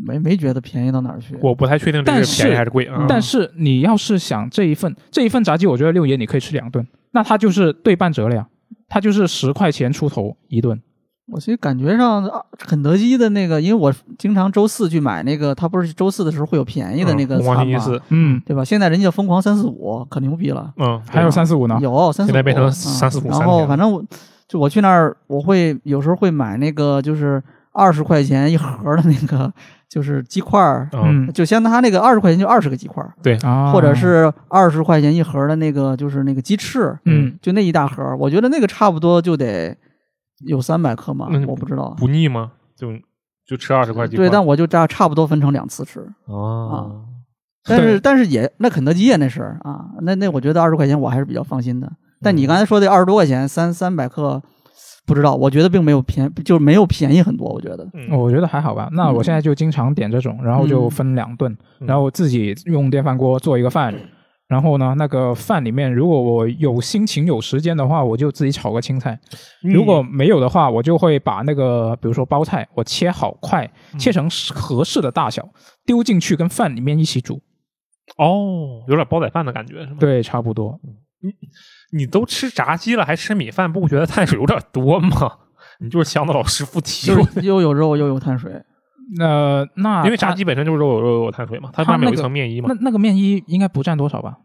C: 没没觉得便宜到哪儿去，
A: 我不太确定这
B: 但
A: 是便宜
B: 是
A: 还是贵
C: 嗯
A: 啊。
B: 但是你要是想这一份这一份炸鸡，我觉得六爷你可以吃两顿，那它就是对半折了呀，它就是十块钱出头一顿。
C: 我其实感觉上啊肯德基的那个，因为我经常周四去买那个，它不是周四的时候会有便宜的那个
A: 嗯
C: 餐
A: 疯狂
C: 吗？
A: 星期四，
B: 嗯，
C: 对吧？现在人家疯狂三四五，可牛逼了，
A: 嗯，
B: 还有三四五呢。
C: 有三四五，
A: 现在变成
C: 嗯
A: 345
C: 然
A: 三
C: 后
A: 天
C: 反正我就我去那儿，我会有时候会买那个就是二十块钱一盒的那个，就是鸡块儿，
A: 嗯，哦
C: 就相当于它那个二十块钱就二十个鸡块儿，
B: 啊，
C: 或者是二十块钱一盒的那个就是那个鸡翅，
B: 嗯，
C: 就那一大盒，我觉得那个差不多就得有三百克嘛，
A: 嗯
C: 我不知道。
A: 不腻吗？就就吃二十块鸡块
C: 对，但我就差差不多分成两次吃，
A: 啊，
C: 但
B: 对
C: 是但是也那肯德基也那是啊，那那我觉得二十块钱我还是比较放心的。但
A: 嗯
C: 你刚才说的二十多块钱三三百克，不知道，我觉得并没有便就是没有便宜很多，我觉得
A: 嗯
B: 我觉得还好吧。那我现在就经常点这
C: 嗯
B: 种，然后就分两顿，
A: 嗯
B: 然后我自己用电饭锅做一个饭。然后呢，那个饭里面，如果我有心情、有时间的话，我就自己炒个青菜；如果没有的话，我就会把那个，比如说包菜，我切好块，切成合适的大小，丢进去跟饭里面一起煮。
A: 哦，有点煲仔饭的感觉是吗？
B: 嗯对，差不多。
A: 你都吃炸鸡了，还吃米饭，不觉得碳水有点多吗？ 你就是强子老师附体，
C: 就是又有肉又有碳 水，
B: 那那
A: 因为炸鸡本身就是肉有肉有碳水嘛，它
B: 它
A: 外面有
B: 啊那
A: 一
B: 个
A: 层面衣嘛
B: 那。那个面衣应该不占多少吧？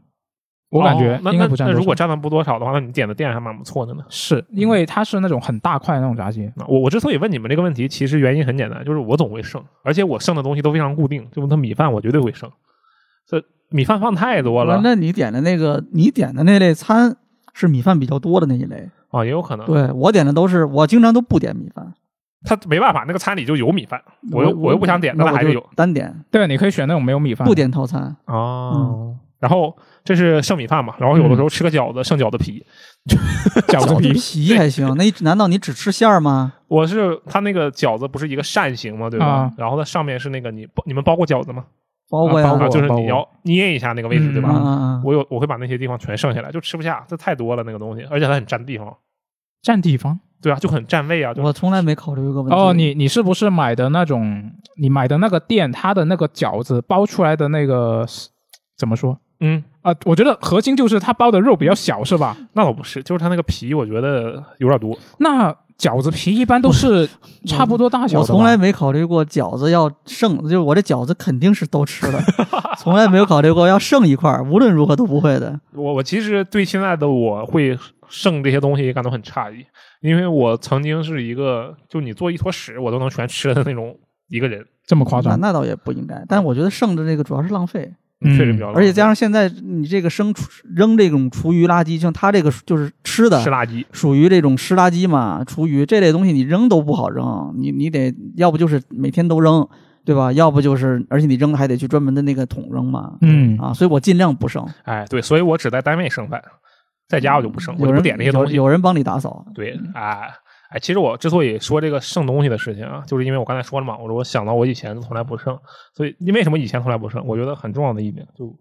B: 我感觉
A: 哦那
B: 应
A: 那
B: 该不占
A: 那
B: 多少。
A: 如果占了不多少的话，那你点的店还蛮不错的呢。
B: 是因为它是那种很大块的那种炸鸡，
A: 那我我之所以问你们这个问题，其实原因很简单，就是我总会剩，而且我剩的东西都非常固定，就是它米饭我绝对会剩，这米饭放太多了
C: 哦那你点的那个你点的那类餐是米饭比较多的那一类，
A: 啊，也有可能。
C: 对我点的都是我经常都不点米饭，
A: 他没办法，那个餐里就有米饭，我又我又不想点，
C: 那
A: 那
C: 我
A: 还是有
C: 就单点
B: 对，你可以选那种没有米饭，
C: 不，点套餐，
A: 哦。然后这是剩米饭嘛，然后有的时候吃个饺子，剩饺子 皮。
B: 饺子皮
C: 皮还行，那你难道你只吃馅儿吗？
A: 我是它那个饺子不是一个扇形嘛，对吧？
B: 啊
A: 然后它上面是那个你包你们包过饺子吗？
C: 包括
B: 啊
C: 呀
B: 包，
A: 啊，
B: 过
A: 就是
B: 包
A: 你要捏一下那个位置，
B: 嗯
A: 对
C: 啊
A: 吧？
C: 啊啊！
A: 我有我会把那些地方全剩下来，就吃不下，这太多了那个东西，而且它很占地方，
B: 占地方。
A: 对啊，就很占位啊，就
C: 我从来没考虑过问题。
B: 哦，你你是不是买的那种？你买的那个店，它的那个饺子包出来的那个怎么说
A: 嗯，
B: 啊、我觉得核心就是它包的肉比较小，是吧？
A: 那倒不是，就是它那个皮我觉得有点多，
B: 那饺子皮一般都是差不多大小的吧
C: 我从来没考虑过饺子要剩，就是我这饺子肯定是都吃 的，从来没有考虑过要剩一块儿，无论如何都不会的。
A: 我我其实对现在的我会剩这些东西也感到很诧异，因为我曾经是一个就你做一坨屎我都能全吃的那种一个人，
B: 这么夸
C: 那
B: 张，
C: 那倒也不应该，但我觉得剩的这个主要是浪费，
B: 嗯
A: 确实比较浪费，
C: 而且加上现在你这个生厨扔这种厨余垃圾，像它这个就是吃的
A: 吃，垃圾，
C: 属于这种湿垃圾嘛，厨余这类东西你扔都不好扔，你你得要不就是每天都扔，对吧？要不就是而且你扔还得去专门的那个桶扔嘛，
B: 嗯
C: 啊，所以我尽量不剩。
A: 哎，对，所以我只在单位剩饭，在家我就不剩，我
C: 嗯有
A: 就
C: 人
A: 不点这些东西
C: 有，。有人帮你打扫，
A: 对，哎哎，其实我之所以说这个剩东西的事情啊，就是因为我刚才说了嘛，我说我想到我以前从来不剩，所以为什么以前从来不剩？我觉得很重要的一点就。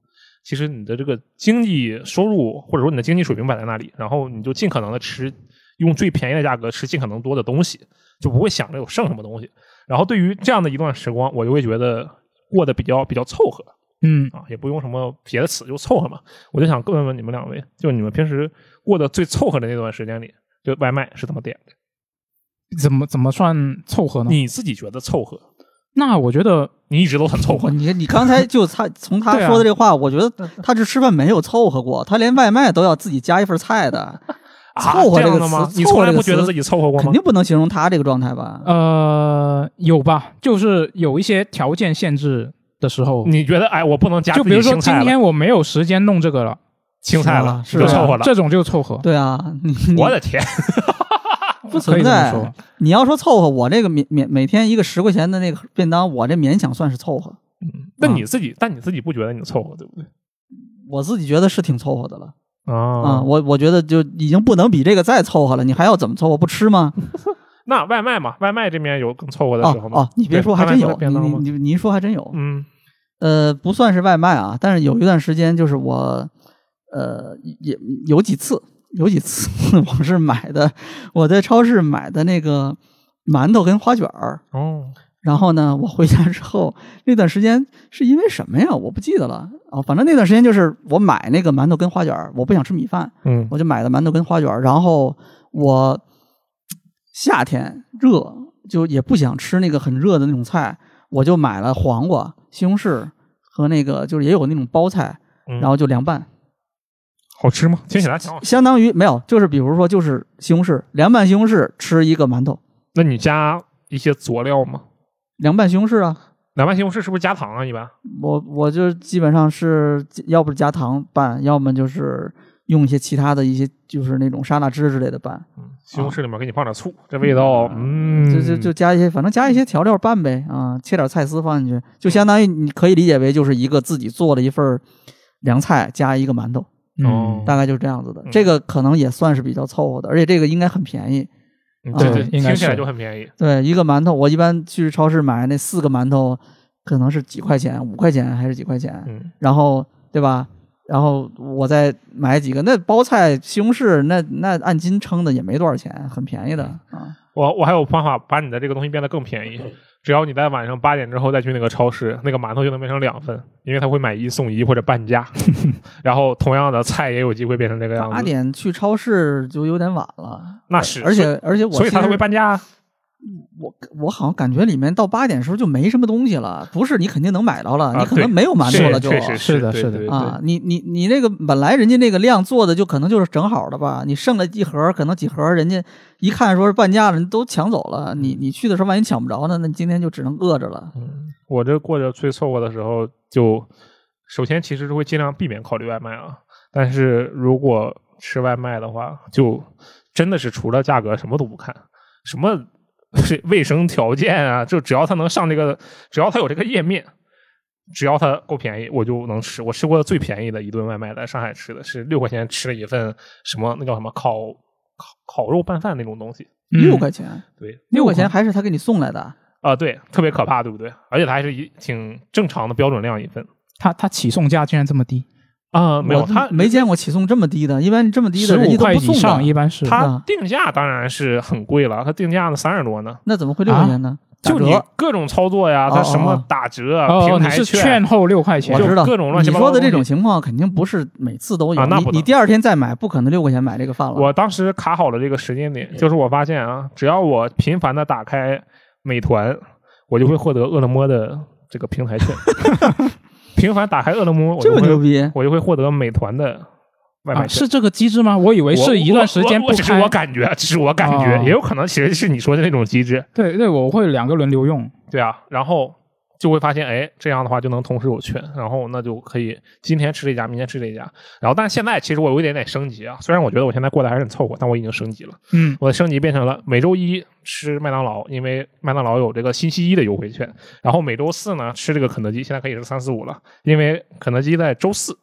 A: 其实你的这个经济收入，或者说你的经济水平摆在那里，然后你就尽可能的吃，用最便宜的价格吃尽可能多的东西，就不会想着有剩什么东西。然后对于这样的一段时光，我就会觉得过得比较比较凑合，
B: 嗯，
A: 啊，也不用什么别的词，就凑合嘛。我就想问问你们两位，就你们平时过得最凑合的那段时间里，就外卖是怎么
C: 嗯
A: 点的？
B: 怎么怎么算凑合呢？
A: 你自己觉得凑合？
B: 那我觉得
A: 你一直都很凑
C: 哇
A: 合，
C: 你你刚才就他从他
B: 对啊
C: 说的这话，我觉得
A: 嗯
C: 他这吃饭没有凑合过，他连外卖都要自己加一份菜的，
A: 啊
C: 凑合
A: 这
C: 这
A: 样
C: 个
A: 的吗？
C: 词
A: 你
C: 凑
A: 从
C: 合
A: 来
C: 这
A: 不
C: 个
A: 觉得
C: 词
A: 自己凑合过吗啊
C: 肯？定不能形容他这个状态吧？
B: 呃有吧，就是有一些条件限制的时候，
A: 你觉得哎，我不能加
B: 就
A: 自
B: 比如
A: 己
B: 说
A: 青
B: 今
A: 菜了，
B: 天我没有时间弄这个了，
A: 青菜了，
C: 是
A: 你
C: 啊
A: 就是
B: 吧
A: 凑合了。
B: 这种就凑合，
C: 对啊，你你
A: 我的天，
C: 不
B: 可以
C: 存
B: 这么
C: 在。
B: 说。
C: 你要说凑合，我这个每每每天一个十块钱的那个便当，我这勉强算是凑合。
A: 那
C: 啊
A: 你自己，但你自己不觉得你凑合，对不对？
C: 我自己觉得是挺凑合的了啊、
A: 啊，
C: 我我觉得就已经不能比这个再凑合了，你还要怎么凑合？不吃吗？
A: 那外卖嘛，外卖这边有更凑合的
C: 哦
A: 时候吗？
C: 哦，你别
A: 对
C: 说，
A: 外
C: 还
A: 卖
C: 真
A: 不是
C: 有，
A: 便当吗
C: 你你你一说还真有，
A: 嗯
C: 呃，不算是外卖啊，但是有一段时间就是我，呃，也有几次，有几次 我是买的，我在超市买的那个馒头跟花卷儿，
A: 哦，
C: 然后呢，我回家之后那段时间是因为什么呀？我不记得了啊、反正那段时间就是我买那个馒头跟花卷儿，我不想吃米饭，
A: 嗯
C: 我就买的馒头跟花卷儿，然后我夏天热就也不想吃那个很热的那种菜，我就买了黄瓜、西红柿和那个就是也有那种包菜，
A: 嗯，
C: 然后就凉拌，
A: 好吃吗？听起来挺好吃。
C: 相当于没有，就是比如说就是西红柿凉拌西红柿吃一个馒头，
A: 那你加一些佐料吗？
C: 凉拌西红柿啊，
A: 凉拌西红柿是不是加糖啊？一般
C: 我我就基本上是要不是加糖拌，要么就是用一些其他的一些就是那种沙拉汁之类的拌，
A: 西红柿里面给你放点醋，这味道，嗯，
C: 就就就加一些，反正加一些调料拌呗啊，切点菜丝放进去，就相当于你可以理解为就是一个自己做的一份儿凉菜加一个馒头，
A: 哦
B: 嗯，
C: 大概就是这样子的
A: 嗯。
C: 这个可能也算是比较凑合的，而且这个应该很便宜。
A: 嗯对对，
B: 啊应该
A: 听起来
B: 是
A: 就很便宜。
C: 对，一个馒头，我一般去超市买那四个馒头，可能是几块钱，五块钱还是几块钱，
A: 嗯，
C: 然后对吧？然后我再买几个，那包菜、西红柿，那那按斤称的也没多少钱，很便宜的
A: 嗯
C: 啊。
A: 我我还有方法把你的这个东西变得更便宜，只要你在晚上八点之后再去那个超市，那个馒头就能变成两份，因为它会买一送一或者半 价，然后同样的菜也有机会变成这个样
C: 八
A: 子。
C: 点去超市就有点晚了。
A: 啊那是，
C: 而且而且我
A: 所以所以
C: 其
A: 它才
C: 实
A: 会半价啊。
C: 我我好像感觉里面到八点时候就没什么东西了，不是你肯定能买到了，
A: 啊
C: 你可能没有馒头
A: 是
C: 了就。
A: 确实
B: 是的
A: 对
B: 是的
A: 对对
C: 啊，你你你那个本来人家那个量做的就可能就是正好的吧，你剩了一盒，可能几盒，人家一看说是半价了，人都抢走了。
A: 嗯
C: 你你去的时候万一抢不着呢，那你今天就只能饿着了。
A: 我这过着最凑合的时候就，首先其实是会尽量避免考虑外卖啊，但是如果吃外卖的话，就真的是除了价格什么都不看，什么 是卫生条件啊，就只要它能上这个，只要它有这个页面。只要它够便宜，我就能吃。我吃过最便宜的一顿外卖，在上海吃的是六块钱吃了一份什么那叫什么烤烤烤肉拌饭那种东西。
B: 嗯
C: 六块钱，
A: 对，
C: 六块钱还是他给你送来的，
A: 啊、对，特别可怕，对不对？而且它还是一挺正常的标准量一份。
B: 他他起送价竟然这么低，
A: 啊、没有
B: 嗯
C: 我
A: 他
C: 没见过起送这么低的，一般这么低的
B: 十
C: 人
B: 五
C: 家都
B: 块
C: 不
B: 以
C: 送
B: 上
C: 的，
B: 一般是
A: 他
C: 嗯
A: 定价当然是很贵了，他定价呢三十多呢。
C: 那怎么会六块钱呢？打
A: 啊就你
C: 折
A: 各种操作呀，
C: 哦
A: 他什
C: 哦
A: 么打折、啊、
B: 哦，
A: 平
B: 你
A: 台
B: 是券后六块钱
C: 我，知道
A: 各种乱七
C: 你
A: 八糟
C: 说
A: 的
C: 的这
A: 东
C: 种情况肯定不是每次都有，
A: 啊那
C: 你
A: 不能
C: 你第二天再买不可能六块钱买这个饭了。
A: 我当时卡好了这个时间点，就是我发现啊，只要我频繁的打开美团，我就会获得饿了么的这个平 台券。频繁打开饿了么，我
C: 这
A: 就
C: 么牛
A: 会
C: 逼，
A: 我就会获得美团的外卖
B: 啊，
A: 券。
B: 是这个机制吗？我以为
A: 我
B: 是一段时间
A: 我
B: 不
A: 我只是
B: 开
A: 我，感觉，只是我感觉，
B: 哦
A: 也有可能其实是你说的那种机制。
B: 对对，我会两个轮流用，
A: 对啊，然后就会发现，哎，这样的话就能同时有券，然后那就可以今天吃这家，明天吃这家。然后，但是现在其实我有一点点升级啊，虽然我觉得我现在过得还是很凑合，但我已经升级了。
B: 嗯，
A: 我的升级变成了每周一吃麦当劳，因为麦当劳有这个星期一的优惠券，然后每周四呢吃这个肯德基，现在可以是三四五了，因为肯德基在周四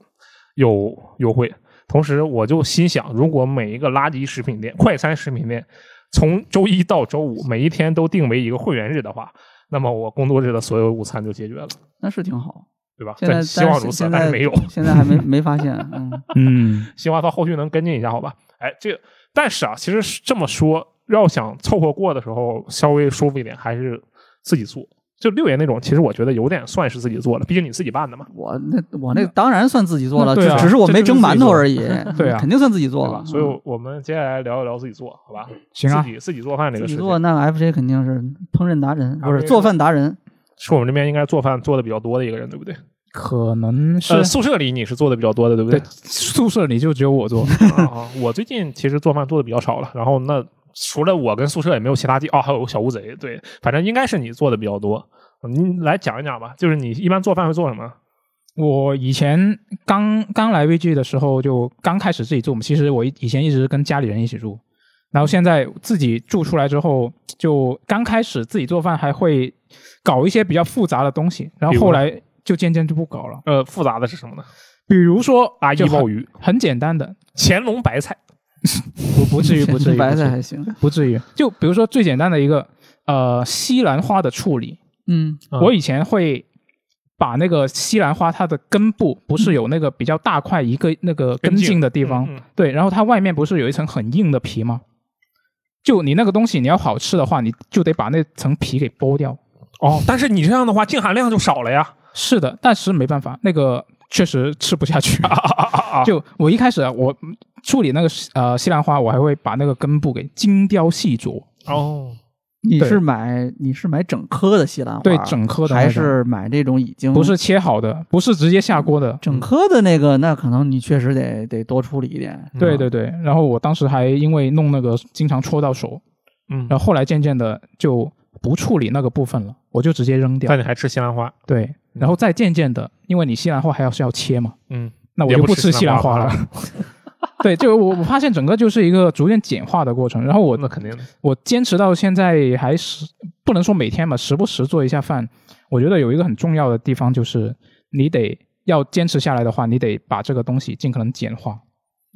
A: 有优惠。同时，我就心想，如果每一个垃圾食品店、快餐食品店从周一到周五每一天都定为一个会员日的话，那么我工作日的所有午餐就解决了，
C: 那是挺好。
A: 对吧？
C: 现在
A: 但希望如此，
C: 现
A: 但
C: 在
A: 是没有。
C: 现在还没没发现。嗯，
B: 嗯，
A: 希望到后续能跟进一下，好吧？哎，这个但是啊，其实是这么说，要想凑合过的时候稍微舒服一点，还是自己做。就六爷那种，其实我觉得有点算是自己做了，毕竟你自己办的嘛，
C: 我那我那当然算自己做
B: 那
C: 了，
B: 对啊
C: 只只是我
B: 这
C: 没
B: 就是自
C: 蒸
B: 己
C: 馒头
B: 做
C: 而已。嗯
B: 对啊
C: 肯定算自己
A: 对
C: 做
A: 吧
C: 了。？
A: 所以我们接下来聊一聊自己做，好吧？
B: 行啊
A: 自，己自己做饭这
C: 自
A: 个
C: 己
A: 事
C: 做
A: 情，
C: 那 FJ 肯定是烹饪达人，不
A: 啊
C: 是
A: 对
C: 做饭达人。
A: 是我们这边应该做饭做的比较多的一个人，对不对？
B: 可能是
A: 呃，宿舍里你是做的比较多的，对不
B: 对宿舍里就只有我 做，
A: 啊，我最近其实做饭做的比较少了，然后那除了我跟宿舍也没有其他地哦，还有个小乌贼，对，反正应该是你做的比较多。嗯你来讲一讲吧，就是你一般做饭会做什么？
B: 我以前刚刚来 VG 的时候，就刚开始自己住。其实我以以前一直是跟家里人一起住，然后现在自己住出来之后，就刚开始自己做饭还会搞一些比较复杂的东西，然后后来就渐渐就不搞了。
A: 呃，复杂的是什么呢？
B: 比如说
A: 啊，一
B: 就很
A: 鲍鱼、
B: 很简单的，
A: 乾隆白菜，
B: 不不至于不至于
C: 白
B: 不至
C: 菜
B: 于
C: 还行。
B: 不至于。就比如说最简单的一个呃西兰花的处理，
C: 嗯
A: 嗯
B: 我以前会把那个西兰花它的根部不是有那个比较大块一个那个根茎的地方，
A: 嗯嗯
B: 对，然后它外面不是有一层很硬的皮吗？就你那个东西，你要好吃的话，你就得把那层皮给剥掉。
A: 哦，但是你这样的话，净含量就少了呀。
B: 是的，但是没办法，那个确实吃不下去。
A: 啊啊啊啊！
B: 就我一开始啊，我处理那个呃西兰花，我还会把那个根部给精雕细琢，
A: 哦，
C: 你
B: 对
C: 是买你是买整颗的西兰花？
B: 对，整颗的那
C: 还
B: 种
C: 是买这种已经
B: 不是切好的，不是直接下锅的。
C: 整颗的那个？那可能你确实得得多处理一点。
A: 嗯
B: 对对对，然后我当时还因为弄那个经常戳到手，
A: 嗯，
B: 然后后来渐渐的就不处理那个部分了，我就直接扔掉
A: 但。你还吃西兰花，
B: 对，然后再渐渐的，因为你西兰花还要是要切嘛，
A: 嗯，
B: 那我
A: 也
B: 就
A: 不吃
B: 吃
A: 西
B: 西
A: 兰
B: 兰
A: 花
B: 花
A: 了
B: 了。 对，就我我发现整个就是一个逐渐简化的过程。然后我
A: 那肯定的。
B: 我坚持到现在还是不能说每天吧，时不时做一下饭。我觉得有一个很重要的地方就是，你得要坚持下来的话，你得把这个东西尽可能简化。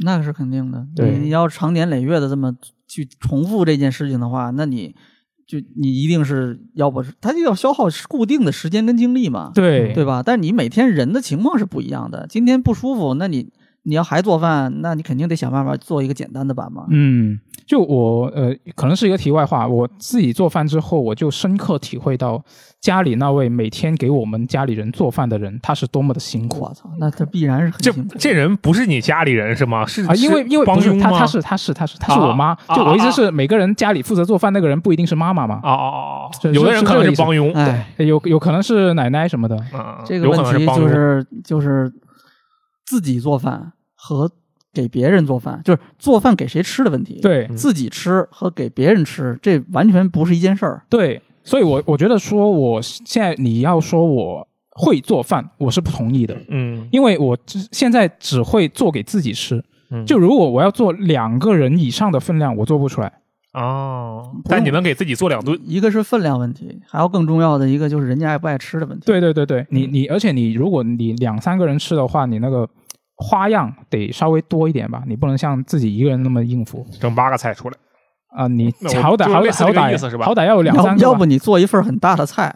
C: 那是肯定的。
B: 对
C: 你要长年累月的这么去重复这件事情的话，那你就你一定是要不是，它就要消耗固定的时间跟精力嘛，
B: 对
C: 对吧？但是你每天人的情况是不一样的，今天不舒服，那你你要还做饭，那你肯定得想办法做一个简单的版嘛。
B: 嗯，就我呃，可能是一个题外话，我自己做饭之后，我就深刻体会到家里那位每天给我们家里人做饭的人，他是多么的辛苦
C: 我操，那他必然是很
A: 这
C: 辛苦。
A: 这人不是你家里人是吗？是
B: 嗯啊！因为因为
A: 帮
B: 不是
A: 佣
B: 他，
A: 吗
B: 他是他是他是他是我妈
A: 啊，啊
B: 就我意
A: 啊
B: 思是每个人家里负责做饭那个人不一定是妈妈嘛，
A: 哦哦哦哦，
B: 是
A: 有的人
B: 是
A: 可能
B: 这个
A: 是
B: 意思
A: 帮佣，
C: 哎，
B: 有有可能是奶奶什么的。
A: 嗯，
C: 这个
A: 有
C: 问
A: 可能
C: 题
A: 帮
C: 就
A: 佣
C: 是就是自己做饭和给别人做饭，就是做饭给谁吃的问题。，
A: 嗯
B: 对嗯
C: 自己吃和给别人吃，这完全不是一件事儿。
B: 对，所以我我觉得说我现在你要说我会做饭，我是不同意的，
A: 嗯，
B: 因为我只现在只会做给自己吃。
A: 嗯
B: 就如果我要做两个人以上的分量，我做不出来。
A: 哦，
C: 不
A: 但
C: 用
A: 你能给自己做两顿，
C: 一个是分量问题，还有更重要的一个就是人家爱不爱吃的问题。，
B: 对对对对，你
A: 嗯
B: 你，而且你如果你两三个人吃的话，你那个花样得稍微多一点吧，你不能像自己一个人那么应付
A: 整八个菜出来。
B: 啊、你
A: 那我
B: 好
A: 就
B: 歹
A: 是
B: 好
A: 类似这
B: 歹
A: 个
B: 好
A: 意思是吧
B: 歹好歹要有两
C: 要
B: 三个吧，嗯
C: 要不你做一份很大的菜，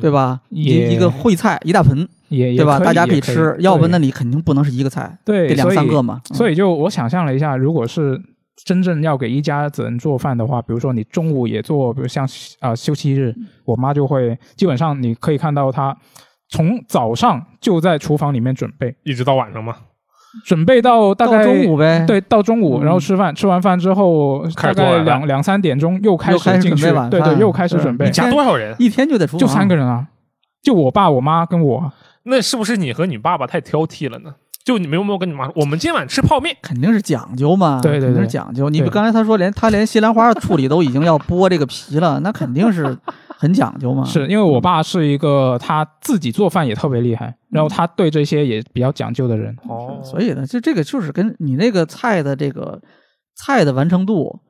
C: 对吧？
B: 也
C: 一一个烩菜，一大盆，
B: 也
C: 对吧？大家
B: 可
C: 以吃，要不那
B: 你
C: 你肯定不能是一个菜，
B: 对
C: 得两三个
B: 嘛。
C: 嘛。嗯
B: 所以就我想象了一下，如果是。真正要给一家子人做饭的话，比如说你中午也做，比如像啊、呃休息日，我妈就会基本上你可以看到她从早上就在厨房里面准备，
A: 一直到晚上嘛，
B: 准备到大
C: 到
B: 概
C: 中午呗，，
B: 对，到中午，
C: 嗯
B: 然后吃饭，吃完饭之后，
A: 开
B: 大
A: 始做晚
B: 概
A: 饭
B: 两两三点钟又开
C: 又开
B: 始
C: 始
B: 进
C: 准
B: 去
C: 备，晚
B: 对
C: 饭
B: 对，又开始
C: 对
B: 准备
A: 你，家多少人？啊
C: 一天就得厨房
B: 就三个人啊，就我爸、我妈跟我，
A: 那是不是你和你爸爸太挑剔了呢？就你们有没有跟你妈说，我们今晚吃泡面？
C: 肯定是讲究嘛，
B: 对对对
C: 肯定是讲究。你
B: 对
C: 刚才他说连他连西兰花处理都已经要剥这个皮了，那肯 定是很讲究嘛。
B: 是因为我爸是一个他自己做饭也特别厉害，然后他对这些也比较讲究的人，
A: 哦
C: 所以呢，就这个就是跟你那个菜的这个菜的完成度，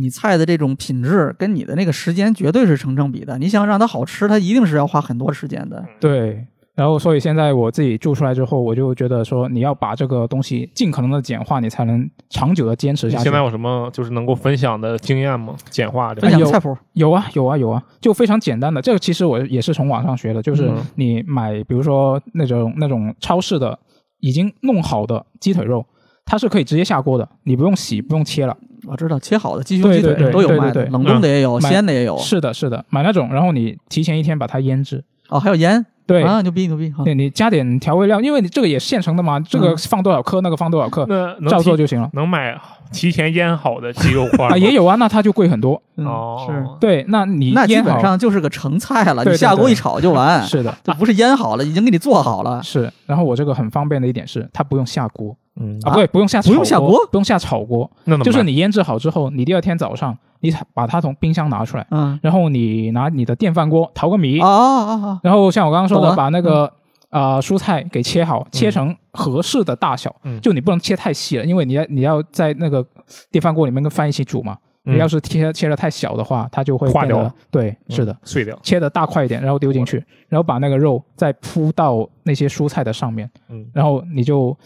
C: 你菜的这种品质跟
B: 嗯
C: 你的那个时间绝对是成正比的。你想让它好吃，它一定是要花很多时间的。
B: 对。然后，所以现在我自己做出来之后，我就觉得说，你要把这个东西尽可能的简化，你才能长久的坚持下去。
A: 现在有什么就是能够分享的经验吗？简化这
C: 分
A: 个
B: 哎
C: 享
B: 有
C: 菜谱，
B: 有啊，有啊，有啊，就非常简单的。这个其实我也是从网上学的，就是
A: 嗯
B: 你买，比如说那种那种超市的已经弄好的鸡腿肉，它是可以直接下锅的，你不用洗，不用切了。
C: 我知道切好的鸡胸、鸡
B: 对对
C: 腿
B: 对
C: 都有
B: 对
C: 卖的，
B: 对对
C: 冷冻的也有，
B: 嗯
C: 鲜的也有。啊
B: 是的，是的，买那种，然后你提前一天把它腌制。
C: 哦，还有盐
B: 对，
C: 啊，牛逼牛逼！好
B: 对你加点调味料，因为你这个也现成的嘛，这个
C: 嗯
B: 放多少克，那个放多少克，
A: 那能
B: 照做
A: 提
B: 就行了。
A: 能买提前腌好的鸡肉块
B: 啊，也有啊，那它就贵很多。
C: 嗯
A: 哦，
C: 是，
B: 对，那你
C: 那基
B: 腌
C: 本
B: 好
C: 上就是个成菜了，
B: 对对
C: 你下锅
B: 对
C: 一炒就完，
B: 是的，
C: 就不是腌好了，已经给你做好了。
B: 是。然后我这个很方便的一点是，它不用下锅
A: 嗯，
B: 啊，不对，不用下
C: 不用
B: 炒
C: 下锅
B: 不用下炒锅，
A: 那怎么
B: 就是
A: 办
B: 你腌制好之后，你第二天早上你把它从冰箱拿出来，
C: 嗯，
B: 然后你拿你的电饭锅淘个米
C: 哦，哦哦哦，
B: 然后像我刚刚说
C: 懂
B: 的，
C: 了嗯
B: 把那个呃蔬菜给切好，切成合适的大小
A: 嗯，
B: 就你不能切太细了，因为你要你要在那个电饭锅里面跟饭一起煮嘛。
A: 嗯
B: 你要是切切的太小的话，它就会
A: 化
B: 变
A: 掉
B: 得
A: 了嗯
B: 对，是的。
A: 碎掉，
B: 切的大块一点，然后丢进去，然后把那个肉再铺到那些蔬菜的上面，
A: 嗯
B: 然后你就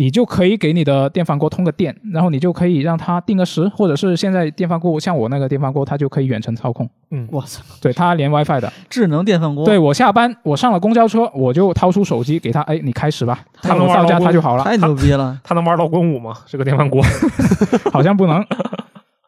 B: 你就可以给你的电饭锅通个电，然后你就可以让它定个时，或者是现在电饭锅像我那个电饭锅，它就可以远程 操控，
A: 嗯，
C: 我操，
B: 对，它连 WiFi 的。
C: 智能电饭锅，
B: 对我下班我上了公交车，我就掏出手机给它，哎，你开始吧，
A: 它能
B: 我
A: 玩
B: 到
A: 到
B: 家
A: 公
B: 它就好了，
C: 太牛逼了。
A: 它能玩到滚五吗？这个电饭锅，
B: 好像不能。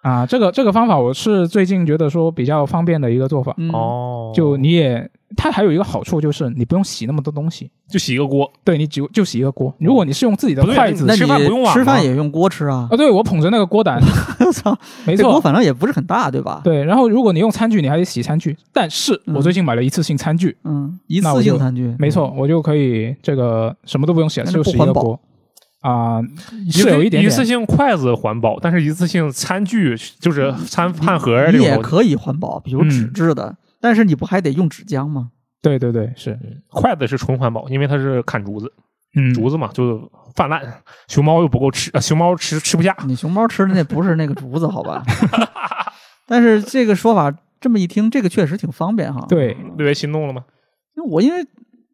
B: 啊，这个这个方法我是最近觉得说比较方便的一个做法，
C: 嗯，
A: 哦
B: 就你也它还有一个好处就是你不用洗那么多东西，
A: 就洗一个锅，
B: 对你只就洗一个锅。如果你是用自己的
A: 不对
B: 筷
A: 你
B: 子，
C: 那你
A: 吃饭不用碗吗
C: 吃饭也用锅吃 啊？
B: 啊，对我捧着那个锅胆，
C: 我操，
B: 没
C: 这锅
B: 错，
C: 反正也不是很大，对吧？
B: 对。然后如果你用餐具，你还得洗餐具。但是
C: 嗯
B: 我最近买了一次性餐具，
C: 嗯，一
B: 那我
C: 次性
B: 就
C: 餐具，
B: 没错，我就可以这个什么都不用洗，
C: 那
B: 就
C: 就不
B: 洗一个
C: 环保
B: 锅啊，是有一点
A: 一次
B: 点。
A: 性筷子环保，但是一次性餐具就是餐饭盒啊这
C: 你
A: 种
C: 也
A: 东西，
C: 可以环保，比如
B: 嗯
C: 纸质的，但是你不还得用纸浆吗？
B: 对对对，是，
A: 筷子是纯环保，因为它是砍竹子，
B: 嗯，
A: 竹子嘛就泛滥，熊猫又不够吃，啊熊猫吃吃不下，
C: 你熊猫吃的那不是那个竹子，好吧？但是这个说法这么一听，这个确实挺方便哈。，
B: 对，
A: 略微心动了吗？
C: 我因为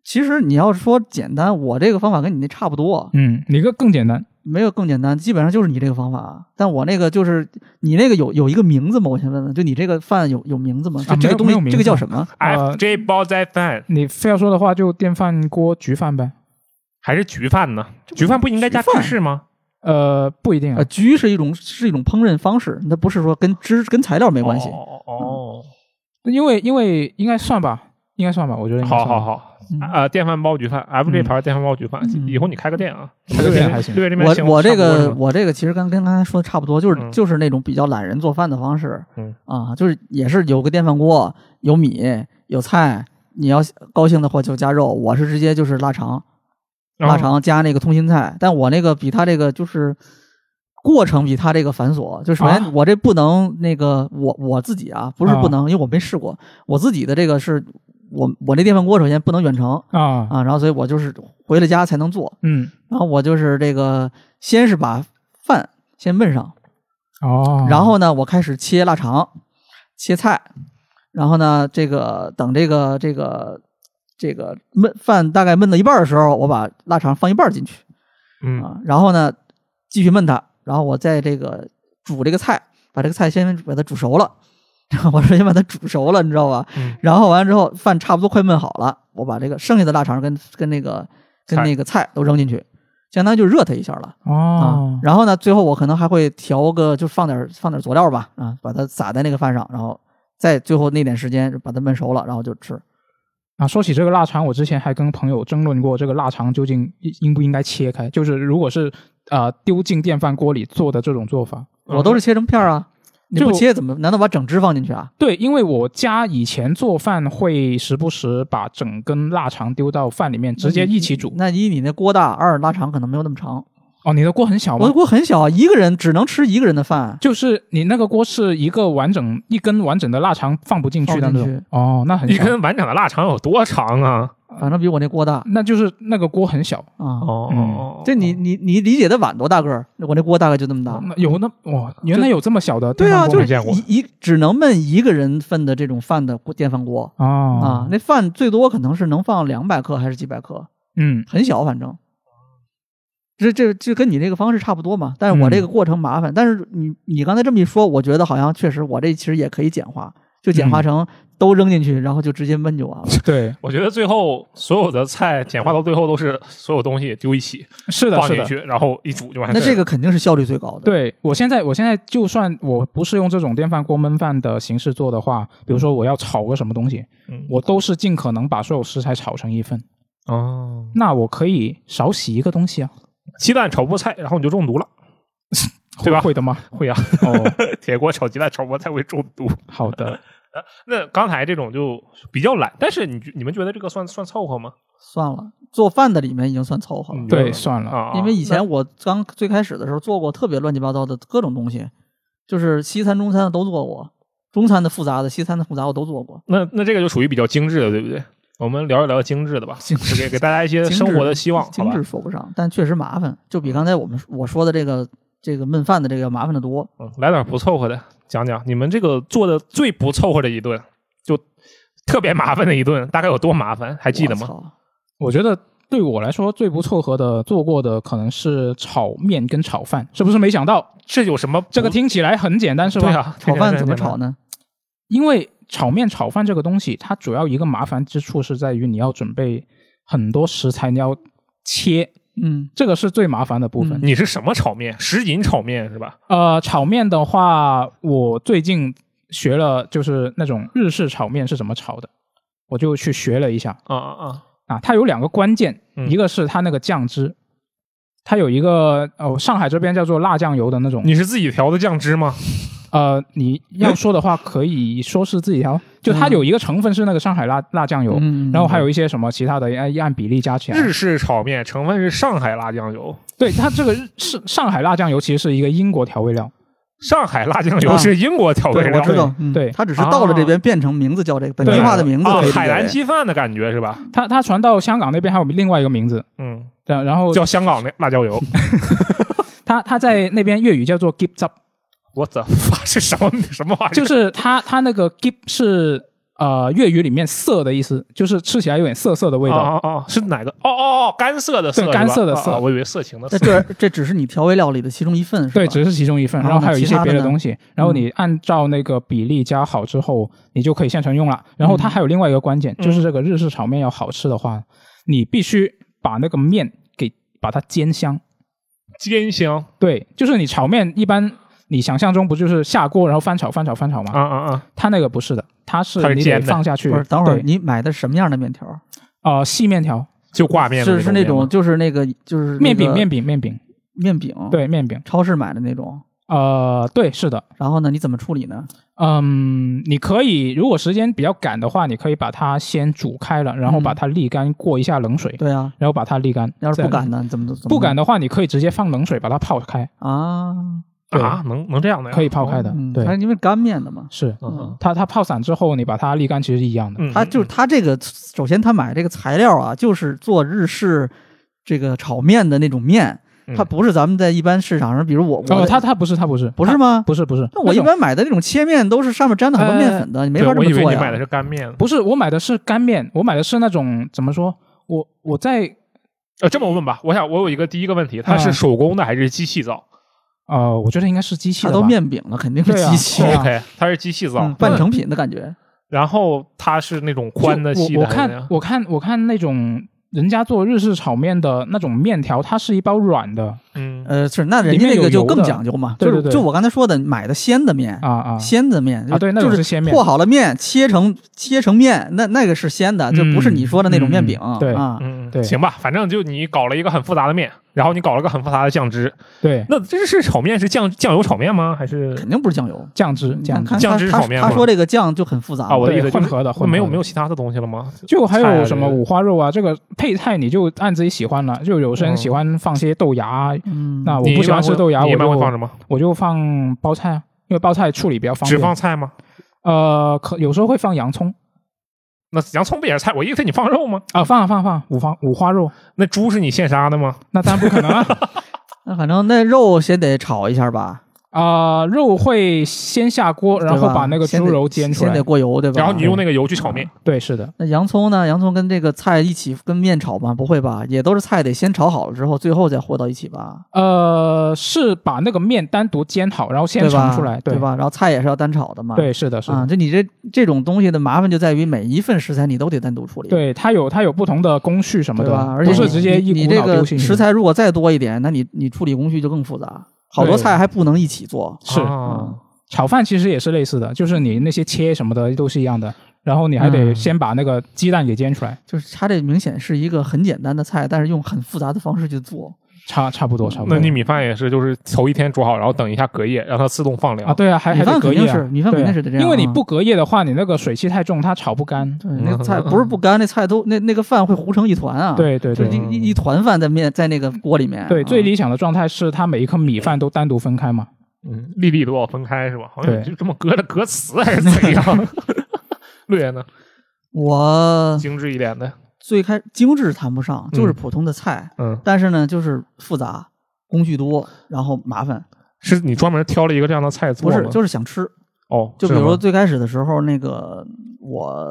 C: 其实你要说简单，我这个方法跟你那差不多，
B: 嗯，你个更简单，
C: 没有更简单，基本上就是你这个方法。啊但我那个就是你那个有有一个名字吗？我先问问，就你这个饭有有名字吗？
B: 啊
C: 这这
B: 没
C: 个
B: 有
C: 东
B: 没有
C: 西
B: 名
C: 这个叫
B: 字
C: 什么？
A: f
B: 呃
A: J 煲仔饭
B: 你非要说的话就电饭锅焗饭呗。
A: 还是焗饭呢？焗饭不应该加
C: 焗饭
A: 芝士吗？
B: 呃，不一定啊
C: 呃，，焗是一种是一种烹饪方式，那不是说跟汁跟材料没
A: 没
C: 关系。
A: 哦哦
B: 因为因为应该算吧，应该算吧，我觉
A: 哦，
B: 得应该
A: 好
B: 算
A: 好好
C: 嗯
A: 啊、电饭煲焗饭，F J
B: 嗯
A: 牌电饭煲焗饭，
C: 嗯
A: 以后你开个店啊，
B: 开个店还行
A: 对这边
C: 我我这个
A: 我
C: 我这个其实刚跟刚才说的差不多，就是、
A: 嗯
C: 就是那种比较懒人做饭的方式，
A: 嗯
C: 啊，就是也是有个电饭锅，有米有菜，你要高兴的话就加肉，我是直接就是腊肠，
B: 啊
C: 腊肠加那个通心菜，但我那个比他这个就是。过程比他这个繁琐，就首
B: 啊
C: 先我这不能那个我我自己啊，不是
B: 啊
C: 不能，因为我没试过，我自己的这个是我我那电饭锅首先不能远程
B: 啊，
C: 啊，然后所以我就是回了家才能做，
B: 嗯，
C: 然后我就是这个，先是把饭先焖上，
B: 啊哦，
C: 然后呢，我开始切腊肠，切菜，然后呢，这个等这个这个这个焖饭大概焖到一半的时候，我把腊肠放一半进去
A: 嗯
C: 啊，然后呢，继续焖它，然后我再这个煮这个菜，把这个菜先把它煮熟了， 我说先把它煮熟了，你知道吧？
A: 嗯
C: 然后完了之后，饭差不多快焖好了，我把这个剩下的腊肠跟跟那个跟
A: 菜
C: 那个菜都扔进去，相当于就热它一下了。啊
B: 哦，，
C: 然后呢，最后我可能还会调个，就放点放点佐料吧，啊，把它撒在那个饭上，然后在最后那点时间把它焖熟了，然后就吃。
B: 啊，说起这个腊肠，我之前还跟朋友争论过，这个腊肠究竟应应不应该切开？就是如果是呃丢进电饭锅里做的这种做法，
A: 嗯
C: 我都是切成片儿啊，你
B: 就
C: 不切怎么？难道把整只放进去啊？
B: 对，因为我家以前做饭会时不时把整根腊肠丢到饭里面，直
C: 嗯
B: 接一起煮。
C: 那一你那锅大，二拉长可能没有那么长。
B: 哦，你的锅很小
C: 我
B: 吗
C: 的？锅很小，啊一个人只能吃一个人的
A: 啊
C: 饭。
B: 就是你那个锅是一个完整一根完整的腊肠放不进去的
C: 放
B: 那
C: 不进
B: 种。哦，那很
A: 一
B: 小
A: 根完整的腊肠有多长啊？
C: 反正比我那锅大
B: 那就是那个锅很小，
C: 啊。
A: 哦
B: 嗯
A: 哦，哦
C: 这你你你理解的碗多大个儿？我那锅大概就那么大。
B: 那有那哇，原来有这么小的
C: 对
B: 电
C: 啊，
B: 饭锅
C: 就是
A: 见过
C: 一一只能焖一个人份的这种饭的锅电饭锅
B: 啊
A: 嗯
C: 啊，那饭最多可能是能放两百克还是几百克，
B: 嗯
C: 很小，反正。这这这跟你这个方式差不多嘛，但是我这个过程麻
A: 嗯
C: 烦。但是你你刚才这么一说，我觉得好像确实我这其实也可以简化，就简
A: 嗯
C: 化成都扔进去，然后就直接焖就 完了。
B: 对
A: 我觉得最后所有的菜简化到最后都是所有东西丢一起
B: 是的
A: 放
B: 是
A: 进
B: 的
A: 去，然后一煮就完事
C: 那
A: 儿。
C: 这个肯定是效率最高的。，
B: 对我现在，我现在就算我不是用这种电饭锅焖饭的形式做的话，比如说我要炒个什么东西，
A: 嗯
B: 我都是尽可能把所有食材炒成一份。
A: 哦，
B: 那我可以少洗一个东西啊，
A: 鸡蛋炒菠菜，然后你就中毒了。 对吧
B: 会的吗？
A: 会啊，
B: 哦，
A: 铁锅炒鸡蛋炒菠菜会中毒。
B: 好的，
A: 那刚才这种就比较懒，但是你觉你们觉得这个算算凑合吗？
C: 算了，做饭的里面已经算凑合了。
A: 嗯
B: 对，算了，
A: 啊，
C: 因为以前我刚最开始的时候做过特别乱七八糟的各种东西，就是西餐、中餐的都做过，中餐的复杂的、西餐的复杂我都做过。
A: 那那这个就属于比较精致的，对不对？我们聊一聊精致的吧，
C: 精致
A: 给给大家一些
C: 精致
A: 生活的希望，好
C: 精
A: 吧
C: 致？说不上，但确实麻烦，就比刚才我们我说的这个这个焖饭的这个要麻烦的多。
A: 嗯，来点不凑合的，讲讲你们这个做的最不凑合的一顿，就特别麻烦的一顿，大概有多麻烦？还记得
C: 我
A: 吗？
C: 操？
B: 我觉得对我来说最不凑合的做过的可能是炒面跟炒饭，是不是？没想到
A: 这有什么不？
B: 这个听起来很简单，是吧？
A: 哦对啊，
C: 炒饭怎么炒
A: 呢？
C: 呢？
B: 因为炒面、炒饭这个东西，它主要一个麻烦之处是在于你要准备很多食材，你要切，
C: 嗯，
B: 这个是最麻烦的部分。
C: 嗯
A: 你是什么炒面？什锦炒面是吧？
B: 呃，炒面的话，我最近学了，就是那种日式炒面是怎么炒的，我就去学了一下
A: 啊啊啊！
B: 啊。它有两个关键，
A: 嗯
B: 一个是它那个酱汁，它有一个哦，上海这边叫做辣酱油的那种。
A: 你是自己调的酱汁吗？
B: 呃，你要说的话，可以说是自己调，就它有一个成分是那个上海辣辣酱
A: 哦
B: 油，
C: 嗯
B: 然后还有一些什么其他的，哎按按比例加起来。
C: 啊
A: 日式炒面成分是上海辣酱油，
B: 对它这个日是上海辣酱油，其实是一个英国调味料。
A: 上海辣酱油
C: 啊
A: 是英国调味
B: 对
A: 料
C: 我，知道，嗯
B: 对
C: 它只是到了这边变成名字叫这个本地化的名字
A: 啊
C: 可以理解为。
A: 海南鸡饭的感觉是吧？
B: 它它传到香港那边还有另外一个名字，
A: 嗯，
B: 然然后
A: 叫香港那辣椒 油。
B: 它它在那边粤语叫做 “give up”，
A: 我操， 是什么什么玩意儿？
B: 就是它它那个 “give” 是呃粤语里面“涩”的意思，就是吃起来有点涩涩的味道。
A: 哦哦哦，是哪个？哦哦哦，干涩的涩，
B: 对
A: 是吧
B: 干涩的涩
A: 啊啊我以为色情的
C: 这
A: 色。
C: 这这只是你调味料里的其中一份，是吧？
B: 对，只是其中一份，
C: 然
B: 然
C: 后
B: 后
C: 呢
B: 还有一
C: 哦其
B: 些
C: 他的
B: 别的
C: 呢嗯
B: 东西，然后你按照那个比例加好之后，你就可以现成用了。
C: 嗯
B: 然后它还有另外一个关键，就是这个日式炒面要好吃的话，你必须把那个面给把它煎香。
A: 煎香
B: 对，就是你炒面一般你想象中不就是下锅然后翻炒翻炒翻炒吗？
A: 啊啊啊！
B: 它那个不是的，它是
A: 它是
B: 你
A: 煎
B: 得
A: 的
B: 放下去。
C: 不是，等会儿
B: 对
C: 你买的什么样的面条？
B: 呃细面条、
A: 就挂面的
C: 是是那种
A: 面吗
C: 就是那个哦就是
B: 面饼、面
C: 面
B: 饼、面饼，
C: 面饼，，
B: 对面饼。
C: 超市买的那种。
B: 呃，对，是的，
C: 然后呢，你怎么处理呢？
B: 嗯，你可以，如果时间比较赶的话，你可以把它先煮开了，然后把它沥干，过一下冷水，
C: 嗯对啊，
B: 然后把它沥干。
C: 要是不
B: 再
C: 敢呢，你怎么怎么
B: 不敢的话，你可以直接放冷水把它泡开，
C: 啊？
B: 对
A: 啊，能能这样的呀？
B: 可以泡开的。
C: 嗯，它
B: 对，
C: 是因为干面的嘛。
B: 是
A: 嗯
B: 它它泡散之后，你把它沥干，其实是一样的。
A: 嗯，
C: 他就是他这个，首先他买这个材料啊，就是做日式这个炒面的那种面，
A: 嗯
C: 它不是咱们在一般市场上，比如我我
B: 哦，它它不是它不是
C: 不是
B: 它
C: 吗？
B: 不是不是，
C: 那我一
B: 种哎
C: 般买的那种切面都是上面沾了很多面粉的，你没
A: 对
C: 法这
A: 我
C: 么
A: 以为
C: 做
A: 你买的
C: 呀。
A: 是干面。
B: 不是我买的是干面，我买的是那种怎么说？我我在
A: 呃，这么问吧，我想我有一个第一个问题，它
B: 啊
A: 是手工的还是机器造
B: 呃，我觉得应该是机器
C: 它
B: 的
C: 都
B: 吧
C: 面饼了，肯定是
B: 对啊
C: 机器
B: 对啊
A: ？OK，它是机器造
C: 嗯，半成品的感觉。
A: 然后它是那种宽的
B: 就
A: 细
B: 我
A: 的
B: 我
A: 还是怎样，
B: 看我看我看那种人家做日式炒面的那种面条，它是一包软的
A: 嗯
C: 呃，是那人
B: 里
C: 家
B: 面
C: 那个
B: 有
C: 就
B: 油
C: 更
B: 的
C: 讲究嘛，
B: 对
C: 就是
B: 对对
C: 就我刚才说的，买的鲜的面，
B: 啊啊
C: 鲜的面就
B: 啊，对，那
C: 就
B: 种是
C: 是
B: 鲜面
C: 和好了面，切成切成面，那那个是鲜的，就不是你说的那种面饼
B: 嗯嗯对
C: 啊。
A: 嗯，
B: 对
A: 行吧，反正就你搞了一个很复杂的面，然后你搞了个很复杂的酱汁。
B: 对
A: 那这是炒面是酱酱油炒面吗？还是
C: 肯定不是酱油，
B: 酱汁
C: 你
B: 嗯酱
C: 看
B: 汁，
A: 酱
C: 他
A: 汁
C: 他
A: 炒面
C: 他
A: 吗
C: 说这个酱就很复杂
A: 啊？我的意思
B: 对
A: 就是
B: 混合的呃混合的
A: 没有没有其他的东西了吗？
B: 就还
A: 菜啊
B: 有什么
A: 这个
B: 五花肉啊，这个配菜你就按自己喜欢了。就有些人喜欢放些豆芽啊，
C: 嗯，
B: 那我
A: 嗯你
B: 不
A: 一
B: 喜
A: 般
B: 欢吃
A: 会
B: 豆芽，
A: 你一
B: 我
A: 般会放
B: 就
A: 什么？
B: 我就放包菜啊，因为包菜处理比较方
A: 只
B: 便。
A: 放菜吗？
B: 呃，可有时候会放洋葱，
A: 那洋葱不也是菜？我意思你放肉吗？
B: 啊，放啊放啊放啊五花五花肉，
A: 那猪是你现杀的吗？
B: 那当然不可能啊
C: 那反正那肉先得炒一下吧，
B: 啊、肉会先下锅，然后
C: 对吧
B: 把那个
C: 先
B: 猪
C: 得
B: 肉煎出
C: 先
B: 来
C: 得。过油，对吧？
A: 然后你
B: 哎
A: 用那个油去炒面，
B: 对，是的，
C: 那洋葱呢？洋葱跟这个菜一起跟面炒吗？不会吧，也都是菜得先炒好了之后，最后再和到一起吧，
B: 呃，是把那个面单独煎好，然后先
C: 对吧？
B: 盛出来，
C: 对？吧？然后菜也是要单炒的嘛，
B: 对，是的，是的。
C: 啊，就你这这种东西的麻烦就在于每一份食材你都得单独处理，
B: 对，它有它有不同的工序什么
C: 对
B: 的，
C: 吧？而且
B: 不
C: 你
B: 是直接
C: 你
B: 一
C: 你
B: 股
C: 这
B: 脑丢
C: 个
B: 进去
C: 食材如果再多一点，那你你处理工序就更复杂，好多
B: 对
C: 菜还不能一起做。
B: 是、嗯
A: 啊
B: 炒饭其实也是类似的，就是你那些切什么的都是一样的，然后你还得
A: 嗯
B: 先把那个鸡蛋给煎出来，
C: 就是它这明显是一个很简单的菜，但是用很复杂的方式去做。
B: 差差不多差不多。
A: 那你米饭也是，就是头一天煮好，然后等一下隔夜，让它自动放凉
B: 啊，对啊，还
C: 米
B: 还得
C: 饭
B: 隔
C: 肯
B: 夜、
C: 定
B: 啊，
C: 是，米饭
B: 对
C: 肯
B: 啊
C: 定是得这样啊。
B: 因为你不隔夜的话，你那个水汽太重，它炒不干。
C: 对，那个菜不是不干，那菜都那那个饭会糊成一团啊。，
B: 对对
C: 就
B: 对
C: 是一一一团饭在面在那个锅里面。
B: 对，
C: 啊
B: 最理想的状态是它每一颗米饭都单独分开嘛。
A: 嗯，粒粒都要分开是吧？好像
B: 对
A: 就这么隔着隔词 还是怎样？绿人呢？
C: 我
A: 精致一点的，
C: 最开精致谈不上，就是普通的菜，
A: 嗯，
C: 但是呢，就是复杂，工序多，然后麻烦。
A: 是你专门挑了一个这样的菜做
C: 不
A: 吗？
C: 是，就是想吃。
A: 哦，
C: 就比
A: 是
C: 如
A: 吗
C: 说最开始的时候，那个我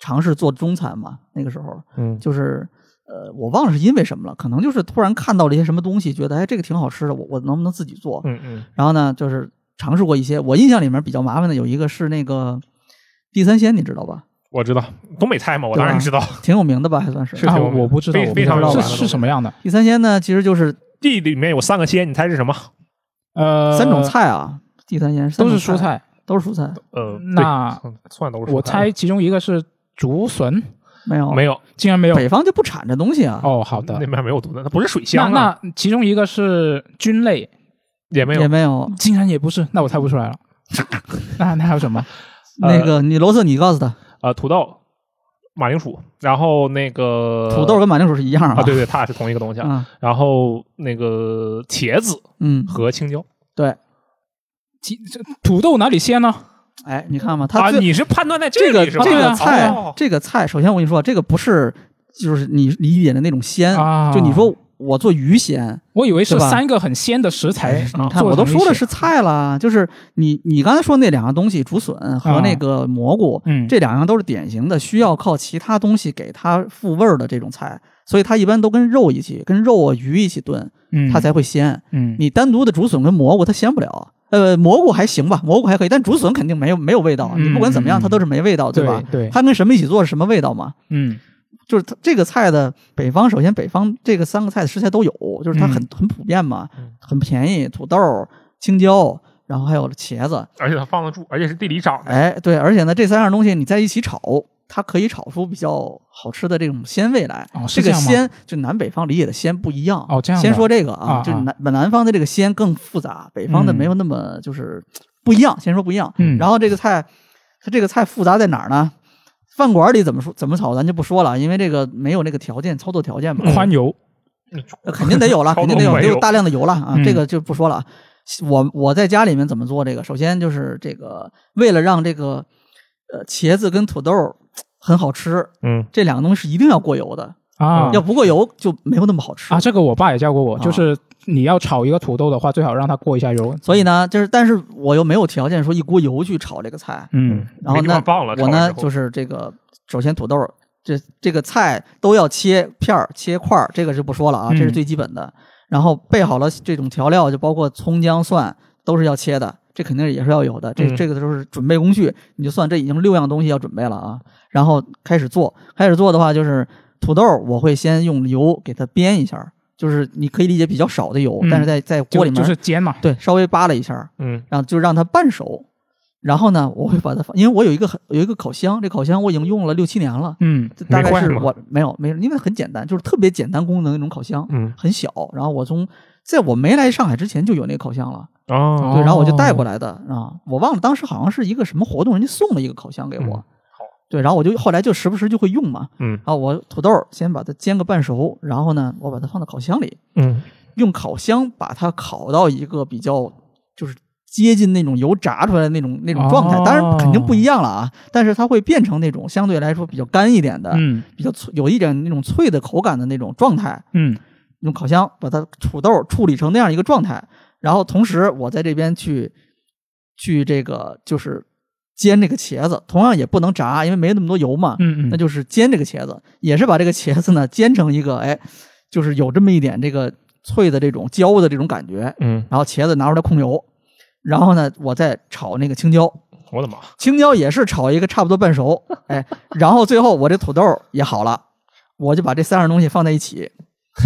C: 尝试做中餐嘛，那个时候
A: 嗯
C: 就是呃，我忘了是因为什么了，可能就是突然看到了一些什么东西，觉得哎这个挺好吃的，我我能不能自己做？
A: 嗯嗯
C: 然后呢，就是尝试过一些，我印象里面比较麻烦的有一个是那个地三鲜，你知道吧？
A: 我知道东北菜嘛，我当然知道。
C: 挺有名的吧，还算是。
A: 是
B: 啊，
A: 挺有名
B: 我不知道，
A: 非
B: 我不知
A: 非常
B: 道
C: 有
B: 是
C: 名
B: 是什么样的。
C: 地三鲜呢，其实就是
A: 地里面有三个鲜，你猜是什 么？
B: 呃，
C: 三种菜啊，地三鲜三
B: 都
C: 种
B: 是蔬，菜。
C: 都是蔬菜，
A: 呃，
B: 那
A: 对嗯算都是
B: 我
A: 蔬菜
B: 猜其中一个是竹笋，
C: 没有
A: 没有，
B: 竟然没有。
C: 北方就不产这东西啊，
B: 哦，好
A: 那
B: 的。
A: 边没有毒的，它不是水
B: 那
A: 乡啊，
B: 那其中一个是菌类，
A: 也没有嗯
C: 也没有。
B: 竟然也不是，那我猜不出来了。那那还有什么？
A: 呃
C: 那个你罗瑟，你告诉他，
A: 呃土豆、马铃薯，然后那个
C: 土豆跟马铃薯是一样
A: 呃啊，对对，它俩是同一个东西啊。
C: 啊，
A: 然后那个茄子
C: 嗯，
A: 和青椒
C: 对，
B: 鸡这土豆哪里鲜呢？
C: 哎，你看嘛，
A: 啊，
C: 它最
A: 你是判断在
C: 这个
A: 里是吧？
C: 这
B: 对
C: 个
B: 啊
C: 菜
A: 哦
C: 这个菜，首先我跟你说，这个不是就是你理解的那种鲜，
B: 啊，
C: 就你说我做鱼鲜，
B: 我以为是
C: 对吧
B: 三个很鲜的食材
C: 哎，你看
B: 啊做
C: 我都
B: 成一
C: 说了
B: 起
C: 是菜啦，就是你你刚才说那两样东西，竹笋和那个蘑菇，
B: 嗯，
C: 这两样都是典型的需要靠其他东西给它复味儿的这种菜，所以它一般都跟肉一起，跟肉啊鱼一起炖，
B: 嗯
C: 它才会鲜。
B: 嗯
C: 你单独的竹笋跟蘑菇它鲜不了。呃，蘑菇还行吧，蘑菇还可以，但竹笋肯定没有没有味道啊。你不管怎么样，它都是没味道，
B: 对
C: 对吧？
B: 对，
C: 它跟什么一起做是什么味道嘛？
B: 嗯
C: 就是它这个菜的北方，首先北方这个三个菜的食材都有，就是它很、很普遍嘛
A: 嗯，
C: 很便宜，土豆、青椒，然后还有茄子，
A: 而且它放得住，而且是地里长的。
C: 哎，对，而且呢，这三样东西你在一起炒，它可以炒出比较好吃的这种鲜味来。
B: 哦是
C: 这
B: 这
C: 个
B: 样吗
C: 鲜就南北方理解的鲜不一样。
B: 哦这样的
C: 先说这个
B: 啊
C: 啊，
B: 啊
C: 就是南南方的这个鲜更复杂，北方的没有那么就是不一样。先说不一样，
B: 嗯
C: 然后这个菜，它这个菜复杂在哪儿呢？饭馆里怎么说怎么炒，咱就不说了，因为这个没有那个条件操作条件嘛。
B: 宽油
C: 呃肯定得有了，
A: 超
C: 肯定得有，
A: 浓没
C: 得
A: 有
C: 有大量的油了啊，
B: 嗯
C: 这个就不说了啊。我我在家里面怎么做这个？首先就是这个，为了让这个呃茄子跟土豆儿很好吃，
A: 嗯，
C: 这两个东西是一定要过油的，
B: 啊
C: 要不过油就没有那么好吃
B: 啊，。这个我爸也教过我，
C: 啊
B: 就是你要炒一个土豆的话，最好让它过一下油。
C: 所以呢，就是但是我又没有条件说一锅油去炒这个菜，
B: 嗯
C: 然后
A: 没地方
C: 呢，
A: 放了，
C: 我呢就是是这个，首先土豆儿这这个菜都要切片儿、切块儿，这个就不说了啊，
B: 嗯
C: 这是最基本的。然后备好了这种调料，就包括葱、姜、蒜，都是要切的，这肯定也是要有的。这
A: 嗯
C: 这个都是准备工序，你就算这已经六样东西要准备了啊。然后开始做，开始做的话就是土豆儿，我会先用油给它煸一下儿，就是你可以理解比较少的油，
B: 嗯
C: 但是在在
B: 就
C: 锅里面
B: 就是煎嘛，
C: 对稍微扒拉一下儿，
A: 嗯
C: 然后就让它半熟。然后呢，我会把它放，因为我有一个很有一个烤箱，这烤箱我已经用了六七年了，
B: 嗯
C: 这大
A: 没
C: 概
A: 坏
C: 是
A: 吗
C: 我没有没有，因为很简单，就是特别简单功能那种烤箱，
A: 嗯
C: 很小。然后我从在我没来上海之前就有那个烤箱了，
A: 哦，
C: 对，然后我就带过来的啊，我忘了当时好像是一个什么活动，人家送了一个烤箱给我，
A: 嗯
C: 对，然后我就后来就时不时就会用嘛。
A: 嗯
C: 啊，我土豆儿先把它煎个半熟，然后呢，我把它放到烤箱里，
A: 嗯
C: 用烤箱把它烤到一个比较就是接近那种油炸出来的那种那种状态
B: 哦，
C: 当然肯定不一样了啊，但是它会变成那种相对来说比较干一点的，
B: 嗯
C: 比较脆，有一点那种脆的口感的那种状态。
B: 嗯
C: 用烤箱把它土豆处理成那样一个状态，然后同时我在这边去去这个就是煎这个茄子，同样也不能炸，因为没那么多油嘛，
B: 嗯嗯，
C: 那就是煎这个茄子，也是把这个茄子呢煎成一个哎，就是有这么一点这个脆的这种焦的这种感觉，
A: 嗯，
C: 然后茄子拿出来控油，然后呢我再炒那个青椒，
A: 我的妈，
C: 青椒也是炒一个差不多半熟，哎，然后最后我这土豆也好了，我就把这三样东西放在一起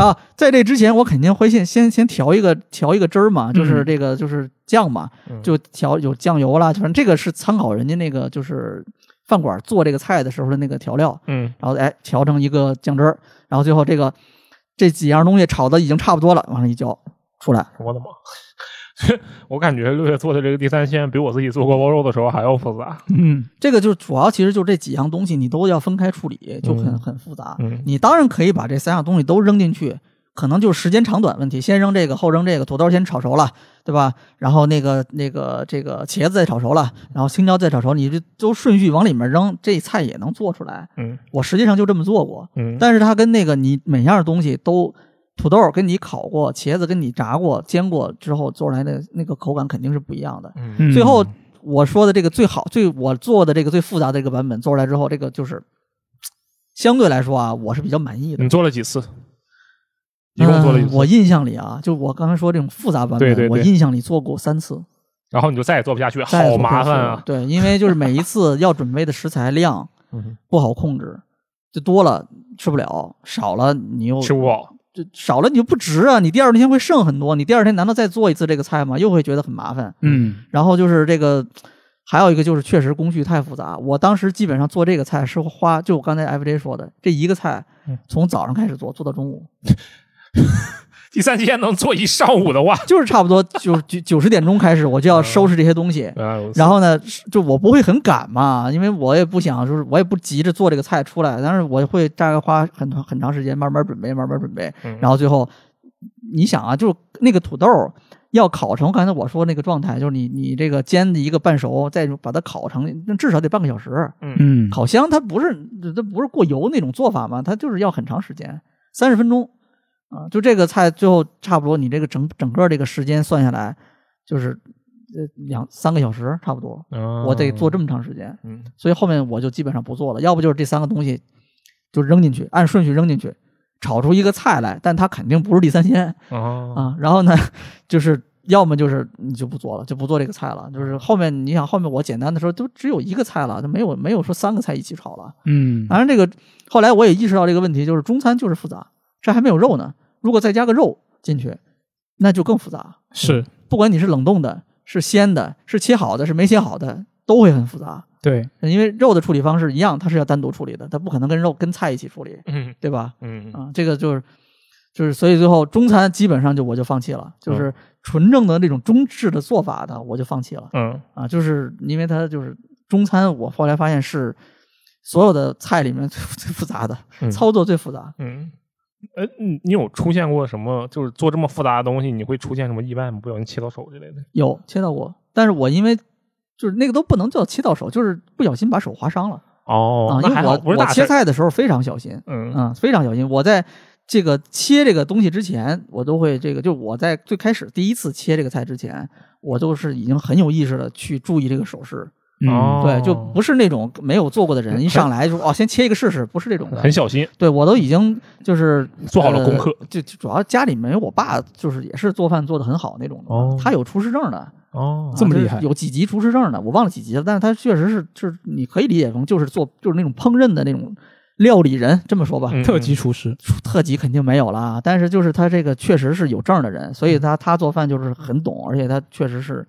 C: 啊。在这之前，我肯定会先先先调一个调一个汁儿嘛，就是这个就是酱嘛，
A: 嗯
C: 就调有酱油啦，反正这个是参考人家那个就是饭馆做这个菜的时候的那个调料，
A: 嗯
C: 然后哎调成一个酱汁儿，然后最后这个这几样东西炒的已经差不多了，往上一浇出来。
A: 我的妈！ 我感觉六月做的这个地三鲜比我自己做锅包肉的时候还要复杂。
B: 嗯
C: 这个就主要其实就这几样东西你都要分开处理，就很
A: 嗯
C: 很复杂。
A: 嗯
C: 你当然可以把这三样东西都扔进去，可能就是时间长短问题，先扔这个，后扔这个，土豆先炒熟了，对吧？然后那个那个这个茄子再炒熟了，然后青椒再炒熟，你这都顺序往里面扔，这菜也能做出来。
A: 嗯
C: 我实际上就这么做过，
A: 嗯，
C: 但是它跟那个你每样东西都。土豆跟你烤过，茄子跟你炸过、煎过之后做出来的那个口感肯定是不一样的。
A: 嗯
B: 嗯，
C: 最后我说的这个最好、最我做的这个最复杂的这个版本做出来之后，这个就是嘖相对来说啊，我是比较满意的。
A: 你做了几次？一嗯共做了几
C: 嗯
A: 次？
C: 我印象里啊，就我刚才说这种复杂版本，
A: 对对对
C: 我印象里做过三次，
A: 然后你就再也做不下去，
C: 再也
A: 好
C: 做不
A: 麻
C: 了
A: 烦啊！
C: 对，因为就是每一次要准备的食材量
A: 嗯
C: 不好控制，就多了吃不了，少了你又
A: 吃不饱。
C: 就少了你就不值啊！你第二天会剩很多，你第二天难道再做一次这个菜吗？又会觉得很麻烦。
B: 嗯
C: 然后就是这个，还有一个就是确实工序太复杂。我当时基本上做这个菜是花，就我刚才 FJ 说的，这一个菜
A: 嗯
C: 从早上开始做，做到中午，
A: 第三鲜能做一上午的话，
C: 就是差不多九九九十点钟开始，我就要收拾这些东西。
A: 原来如此
C: 然后呢，是就我不会很赶嘛，因为我也不想，就是我也不急着做这个菜出来，但是我会大概花很长很长时间慢慢准备，慢慢准备，
A: 嗯
C: 然后最后，你想啊，就是那个土豆要烤成刚才我说那个状态，就是你你这个煎的一个半熟，再把它烤成，那至少得半个小时。
B: 嗯，
C: 烤箱它不是它不是过油那种做法嘛，它就是要很长时间，三十分钟啊。就这个菜最后差不多，你这个整整个这个时间算下来，就是呃两三个小时差不多。
A: 嗯
C: 我得做这么长时间，
A: 嗯
C: 所以后面我就基本上不做了。要不就是这三个东西就扔进去，按顺序扔进去，炒出一个菜来，但它肯定不是地三鲜
A: 啊
C: 啊。然后呢，就是要么就是你就不做了，就不做这个菜了。就是后面你想，后面我简单的时候都只有一个菜了，就没有没有说三个菜一起炒了。
B: 嗯
C: 当然，这个后来我也意识到这个问题，就是中餐就是复杂，这还没有肉呢。如果再加个肉进去，那就更复杂。
B: 是
C: 不管你是冷冻的、是鲜的、是切好的、是没切好的，都会很复杂。
B: 对，
C: 因为肉的处理方式一样，它是要单独处理的，它不可能跟肉跟菜一起处理，
A: 嗯
C: 对吧？
A: 嗯
C: 啊，这个就是就是，所以最后中餐基本上就我就放弃了，就是纯正的那种中式的做法的，我就放弃了
A: 嗯
C: 啊，就是因为它就是中餐，我后来发现是所有的菜里面最 最复杂的，
A: 嗯
C: 操作最复杂。
A: 嗯。呃，你你有出现过什么？就是做这么复杂的东西，你会出现什么意外吗？不小心切到手之类的？
C: 有切到过，但是我因为就是那个都不能叫切到手，就是不小心把手划伤了
A: 哦
C: 啊，，
A: 那
C: 因为
A: 还
C: 我
A: 好，不是
C: 我
A: 大事
C: 切
A: 儿。
C: 菜的时候非常小心。
A: 嗯
C: 嗯，非常小心。我在这个切这个东西之前，我都会这个，就我在最开始第一次切这个菜之前，我都是已经很有意识的去注意这个手势。
B: 嗯
A: 哦
C: 对，就不是那种没有做过的人一上来就哦，先切一个试试，不是这种的
A: 很。小心，
C: 对我都已经就是
A: 做好了功课。
C: 呃就就主要家里没有我爸，就是也是做饭做的很好那种的，
A: 哦
C: 他有厨师证的，
A: 哦
B: 这么
C: 啊
B: 厉
C: 就是
B: 害
C: 有几级厨师证的，我忘了几级了，但是他确实是就是你可以理解成就是做就是那种烹饪的那种料理人，这么说
A: 嗯
C: 吧，
B: 特级厨师，
C: 特级肯定没有啦，但是就是他这个确实是有证儿的人，
A: 嗯
C: 所以他他做饭就是很懂，而且他确实是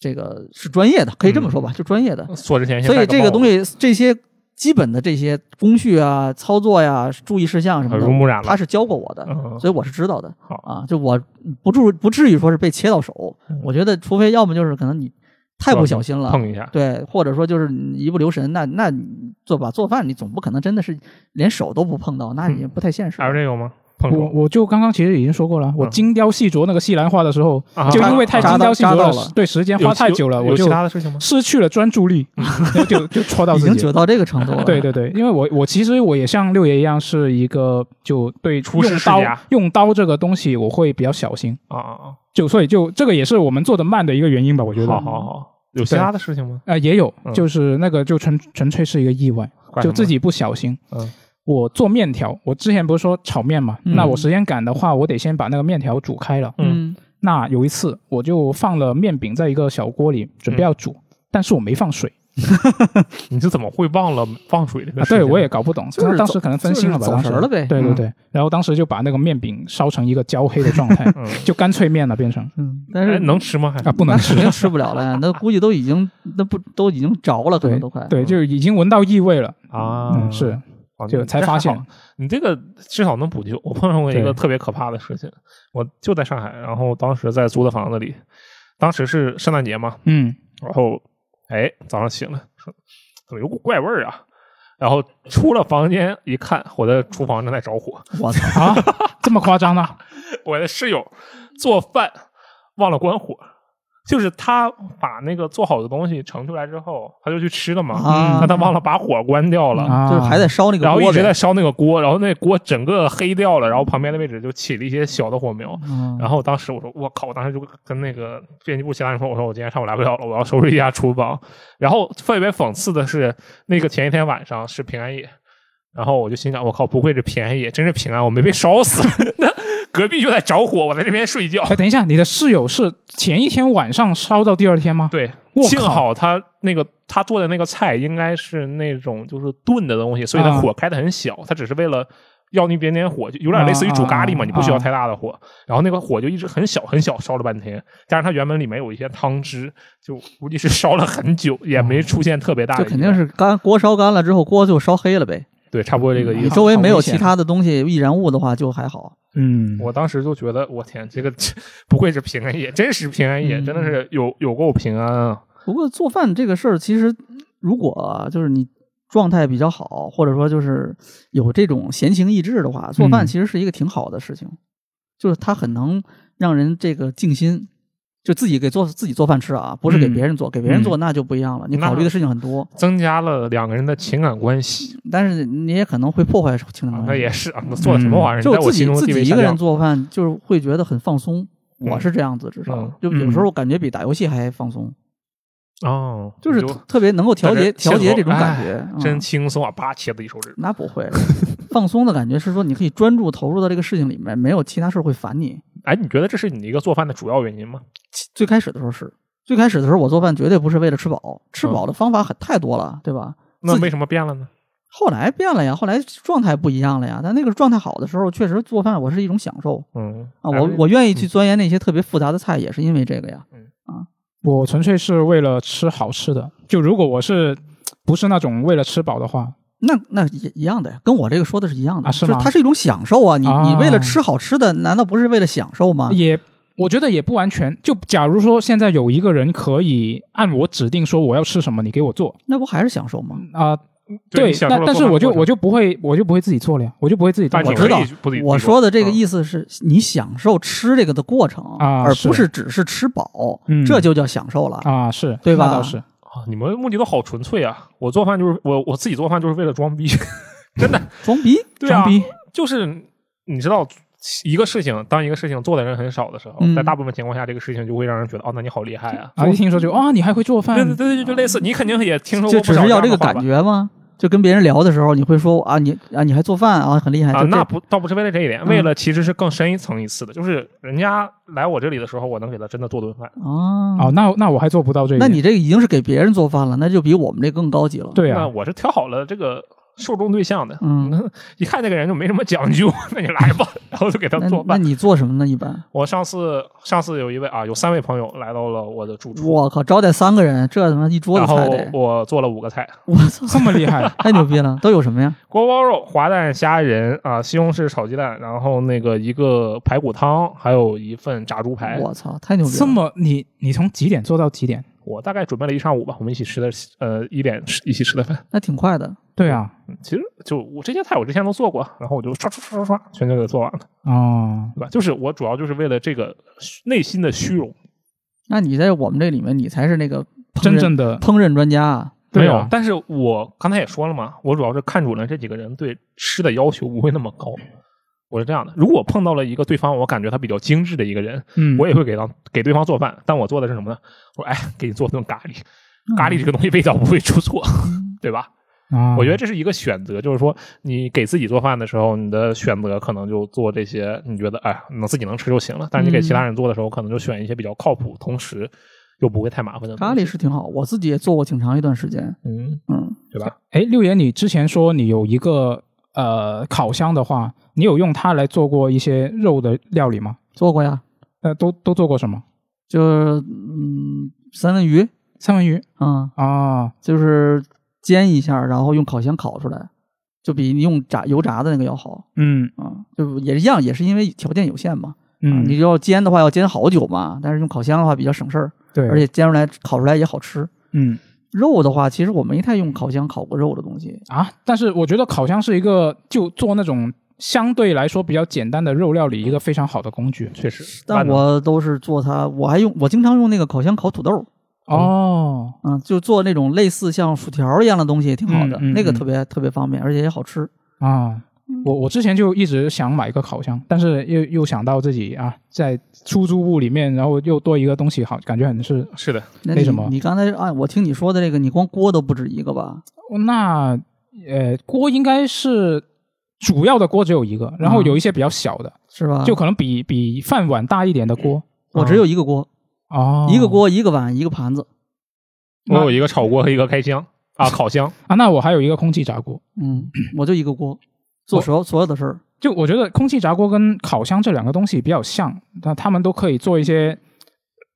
C: 这个是专业的，可以
A: 嗯
C: 这么说吧，就专业的。
A: 做之前先
C: 所
A: 戴
C: 以这个
A: 帽
C: 东
A: 子
C: 西这些基本的这些工序啊、操作呀、注意事项什么
A: 耳濡目染
C: 的，
A: 了
C: 他是教过我的，
A: 嗯
C: 所以我是知道的
A: 好。
C: 啊，就我不至不至于说是被切到手
A: 嗯，
C: 我觉得除非要么就是可能你太不小心了，
A: 碰一 下，
C: 对，或者说就是你一不留神，那
B: 嗯
C: 那你做吧做饭，你总不可能真的是连手都不碰到，那也不太现实。
A: 还有这有吗？碰
B: 我
A: 手
B: 我就刚刚其实已经说过了，我
A: 嗯
B: 精雕细琢那个西兰花的时候，
A: 啊
B: 就因为太
C: 扎
B: 精
C: 到
B: 雕细琢
C: 扎到
B: 了
C: 了，
B: 对时间
A: 有
B: 花太
A: 有
B: 久了，
A: 有
B: 我就
A: 其他的事情吗？
B: 失去了专注力， 就就戳到
C: 已
B: 自
C: 经
B: 己了。
C: 折到这个程
A: 哦
C: 度 了。
B: 对对对，因为我我其实我也像六爷一样，是一个就对
A: 厨师
B: 用
A: 世
B: 刀
A: 家
B: 用刀这个东西我会比较小心，
A: 啊啊啊！
B: 就所以就这个也是我们做的慢的一个原因吧，我觉得。嗯
A: 好好好，有其他的事情吗？
B: 呃，也有
A: 嗯，
B: 就是那个就纯纯粹是一个意外，
A: 怪什
B: 就
A: 么
B: 自己不小心。
A: 嗯
B: 我做面条，我之前不是说炒面嘛，
C: 嗯
B: 那我时间赶的话，我得先把那个面条煮开了。
C: 嗯，
B: 那有一次，我就放了面饼在一个小锅里，
A: 嗯
B: 准备要煮，但是我没放水
A: 你是怎么会忘了放水这
B: 啊
A: 个，事情？哎
B: 对我也搞不懂，
C: 就是
B: 可能当时
C: 走
B: 可能分心了吧，
C: 就是走
B: 当时
C: 神了呗
B: 对对
A: 嗯，
B: 对，然后当时就把那个面饼烧成一个焦黑的状态
A: 嗯，
B: 就干脆面了，变成
C: 嗯，但
A: 哎
C: 是
A: 能吃吗？还
B: 啊不
C: 那
B: 能吃
C: 肯。定吃不了了呀，那估计都已经那不都已经着了，可能都快。嗯
B: 对，就已经闻到异味了，
A: 啊，
B: 嗯，是，
A: 啊
B: 就才发现，
A: 你这个至少能补救。我碰上过一个
B: 对
A: 特别可怕的事情，我就在上海，然后当时在租的房子里，当时是圣诞节嘛，
B: 嗯，
A: 然后哎早上醒了，说怎么有股怪味儿啊？然后出了房间一看，我的厨房正在着火，
C: 我操，
B: 啊，这么夸张 呢？
A: 我的室友做饭忘了关火。就是他把那个做好的东西盛出来之后，他就去吃了嘛，
C: 啊
A: 那他忘了把火关掉了，
B: 啊，
C: 就是还在烧那个
A: 然后
C: 锅
A: 一直
C: 呗
A: 在烧那个锅，然后那锅整个黑掉了，然后旁边的位置就起了一些小的火苗。
C: 嗯
A: 然后当时我说我靠，我当时就跟那个编辑部其他人说，我说我今天上午来不了了，我要收拾一下厨房。然后特别讽刺的是，那个前一天晚上是平安夜，然后我就心想，我靠，不会是平安夜，真是平安，我没被烧死， 那隔壁就在着火，我在这边睡觉。
B: 哎，等一下，你的室友是前一天晚上烧到第二天吗？
A: 对，
B: 我靠
A: 幸好他那个他做的那个菜应该是那种就是炖的东西，所以他
B: 啊
A: 火开的很小，他只是为了要那一点点火，就有点类似于煮咖喱嘛，
B: 啊啊
A: 你不需要太大的火，然后那个火就一直很小很小，烧了半天，加上它原本里面有一些汤汁，就估计是烧了很久，也
B: 哦
A: 没出现特别大的意外，
C: 就肯定是干锅烧干了之后，锅就烧黑了呗。
A: 对，差不多这个意
C: 你
A: 思。
C: 周围没
B: 好
C: 有
B: 危险
C: 其他的东西易燃物的话，就还好。
B: 嗯，
A: 我当时就觉得，我天，这个不愧是平安夜，真是平安夜，
C: 嗯
A: 真的是有有够平安啊！
C: 不过做饭这个事儿，其实如果就是你状态比较好，或者说就是有这种闲情逸致的话，做
B: 嗯
C: 饭其实是一个挺好的事情，就是它很能让人这个静心。就自己给做自己做饭吃啊，不是给
B: 嗯
C: 别人做，给别人做那就不一样了。你
A: 那
C: 考虑的事情很多，
A: 增加了两个人的情感关系，
C: 但是你也可能会破坏情
A: 啊
C: 感，
A: 那
C: 关系。
A: 也是啊，那做了什么玩意儿？
C: 就
A: 你在我
C: 自己
A: 心中
C: 自
A: 地
C: 己
A: 位
C: 一
A: 下
C: 个
A: 降
C: 人做饭，就是会觉得很放松。
A: 嗯
C: 我是这样子，至少
A: 嗯
C: 就有时候我感觉比打游戏还放松，
A: 哦，
C: 就是
A: 你
C: 特特别能够调
A: 在
C: 节
A: 这
C: 调节
A: 现
C: 这种
A: 头
C: 感觉。嗯
A: 哎真轻松啊！叭切自己手指，
C: 那不会，放松的感觉是说你可以专注投入到这个事情里面，没有其他事儿会烦你。
A: 哎，你觉得这是你一个做饭的主要原因吗？
C: 其最开始的时候是，最开始的时候我做饭绝对不是为了吃饱，吃
B: 嗯
C: 饱的方法很太多了，对吧？
A: 那
C: 自己
A: 为什么变了呢？
C: 后来变了呀，后来状态不一样了呀。但那个状态好的时候，确实做饭我是一种享受
A: 嗯
C: 啊，
A: 咱
C: 我
A: 们
C: 我愿意去钻研那些特别复杂的菜，也是因为这个呀。
B: 我纯粹是为了吃好吃的。就如果我是不是那种为了吃饱的话，
C: 那那也一样的呀，跟我这个说的是一样的，
B: 啊是
C: 就
B: 吗
C: 它是一种享受啊！你你
B: 啊
C: 为了吃好吃的，难道不是为了享受吗？
B: 也我觉得也不完全。就假如说现在有一个人可以按我指定说我要吃什么，你给我做
C: 那不还是享受吗？
B: 啊、
A: 对
B: 对
A: 你，享受
B: 那
A: 了
B: 但
A: 做
B: 是
A: 饭
B: 我
A: 的
B: 就
A: 过程
B: 我就不会我就不会自己做了呀，我就不会自己做
A: 但
B: 了。
A: 你
C: 我
A: 可
C: 知道
A: 以不自己嗯
C: 我说的这个
A: 思，
C: 意思是你享受吃这个的过程，
B: 啊
C: 而
B: 是
C: 不是只是吃饱，
B: 嗯
C: 这就叫享受了。
B: 啊，是
C: 对吧
B: 那倒是，
A: 啊你们目的都好纯粹啊！我做饭就是我我自己做饭就是为了装逼， 真的
C: 装逼，
A: 对啊
B: 装逼，
A: 就是你知道。一个事情，当一个事情做的人很少的时候，
C: 嗯
A: 在大部分情况下，这个事情就会让人觉得，哦，那你好厉害啊！
B: 啊，一听说就啊，你还会做
A: 对
B: 饭
A: 对，对，对就类似，你肯定也听说
C: 就
A: 过不
C: 只
A: 少
C: 是要
A: 样的
C: 这个
A: 话吧
C: 感觉吗？就跟别人聊的时候，你会说啊，你啊，你还做饭啊，很厉害。
A: 啊，
C: 就这
A: 那不倒不是为了这一点，
C: 嗯
A: 为了其实是更深一层一次的，就是人家来我这里的时候，我能给他真的做顿饭。
B: 哦
C: 啊，，
B: 那那我还做不到这一点。
C: 那你这个已经是给别人做饭了，那就比我们这更高级了。，
B: 对
A: 那
B: 啊，
A: 我是挑好了这个受众对象的，
C: 嗯，
A: 那一看这个人就没什么讲究，那你来吧，然后就给他
C: 那
A: 做
C: 那
A: 饭。
C: 你做什么呢？一般，
A: 我上次上次有一位啊，有三位朋友来到了我的住处，
C: 我靠，招待三个人，这他妈一桌
A: 然
C: 子
A: 后
C: 菜得，
A: 我做了五个菜：
C: 我操，
B: 这么厉 害
C: 太牛逼了！都有什么呀？
A: 锅包肉、滑蛋虾仁啊、西红柿炒鸡蛋，然后那个一个排骨汤，还有一份炸猪排。
C: 我操，太牛逼了！
B: 这么你你从几点做到几点？
A: 我大概准备了一上午吧，我们一起吃的，呃，一点吃一起吃的饭。
C: 那挺快的。
B: 对啊，
A: 嗯其实就我这些菜我之前都做过，然后我就刷刷刷刷刷全就给做完了，
B: 哦，
A: 对吧？就是我主要就是为了这个虚内心的虚荣，
C: 那你在我们这里面，你才是那个烹饪
B: 真正的
C: 烹饪专家啊。
B: 没有
A: 啊但是我刚才也说了嘛，我主要是看准了这几个人对吃的要求不会那么高。我是这样的，如果碰到了一个对方我感觉他比较精致的一个人，
B: 嗯，
A: 我也会给到给对方做饭，但我做的是什么呢？我说哎，给你做顿咖喱，咖喱这个东西味道不会出错，对吧？
B: 啊，
A: 我觉得这是一个选择，就是说你给自己做饭的时候，你的选择可能就做这些，你觉得哎，能自己能吃就行了。但是你给其他人做的时候，可能就选一些比较靠谱，同时又不会太麻烦的
C: 咖喱，是挺好，我自己也做过挺长一段时间。
A: 嗯，
C: 嗯，
A: 对吧？
B: 哎，六爷，你之前说你有一个呃烤箱的话，你有用它来做过一些肉的料理吗？
C: 做过呀，
B: 呃，都都做过什么？
C: 就是嗯，三文鱼，
B: 三文鱼
C: 嗯，
B: 啊，
C: 就是煎一下，然后用烤箱烤出来，就比你用炸油炸的那个要好。
B: 嗯
C: 嗯，就也一样，也是因为条件有限嘛。啊
B: 嗯，
C: 你要煎的话要煎好久嘛，但是用烤箱的话比较省事儿，
B: 对，
C: 而且煎出来烤出来也好吃。
B: 嗯
C: 肉的话，其实我没太用烤箱烤过肉的东西。
B: 啊，但是我觉得烤箱是一个就做那种相对来说比较简单的肉料理一个非常好的工具
A: 确实，
C: 但我都是做它，我还用我经常用那个烤箱烤土豆，
B: 哦。
C: 嗯，就做那种类似像薯条一样的东西，也挺好的，
B: 嗯嗯
C: 那个
B: 嗯
C: 特别特别方便，而且也好吃。
B: 啊，我我之前就一直想买一个烤箱，但是又又想到自己啊，在出租屋里面，然后又多一个东西好，感觉很是
A: 是的，
C: 那
B: 为
C: 你
B: 什么
C: 你刚才按我听你说的这个，你光锅都不止一个吧？
B: 那呃锅应该是。主要的锅只有一个，然后
C: 嗯
B: 有一些比较小的，
C: 是吧？
B: 就可能比比饭碗大一点的锅
C: 我只有一个锅，
B: 哦，
C: 一个锅，哦一个碗，一个盘子。
A: 我有一个炒锅和一个开箱啊，烤箱。
B: 啊，那我还有一个空气炸锅。
C: 嗯，我就一 个锅，做
B: 我
C: 所有所有的事儿。
B: 就我觉得空气炸锅跟烤箱这两个东西比较像，那他们都可以做一些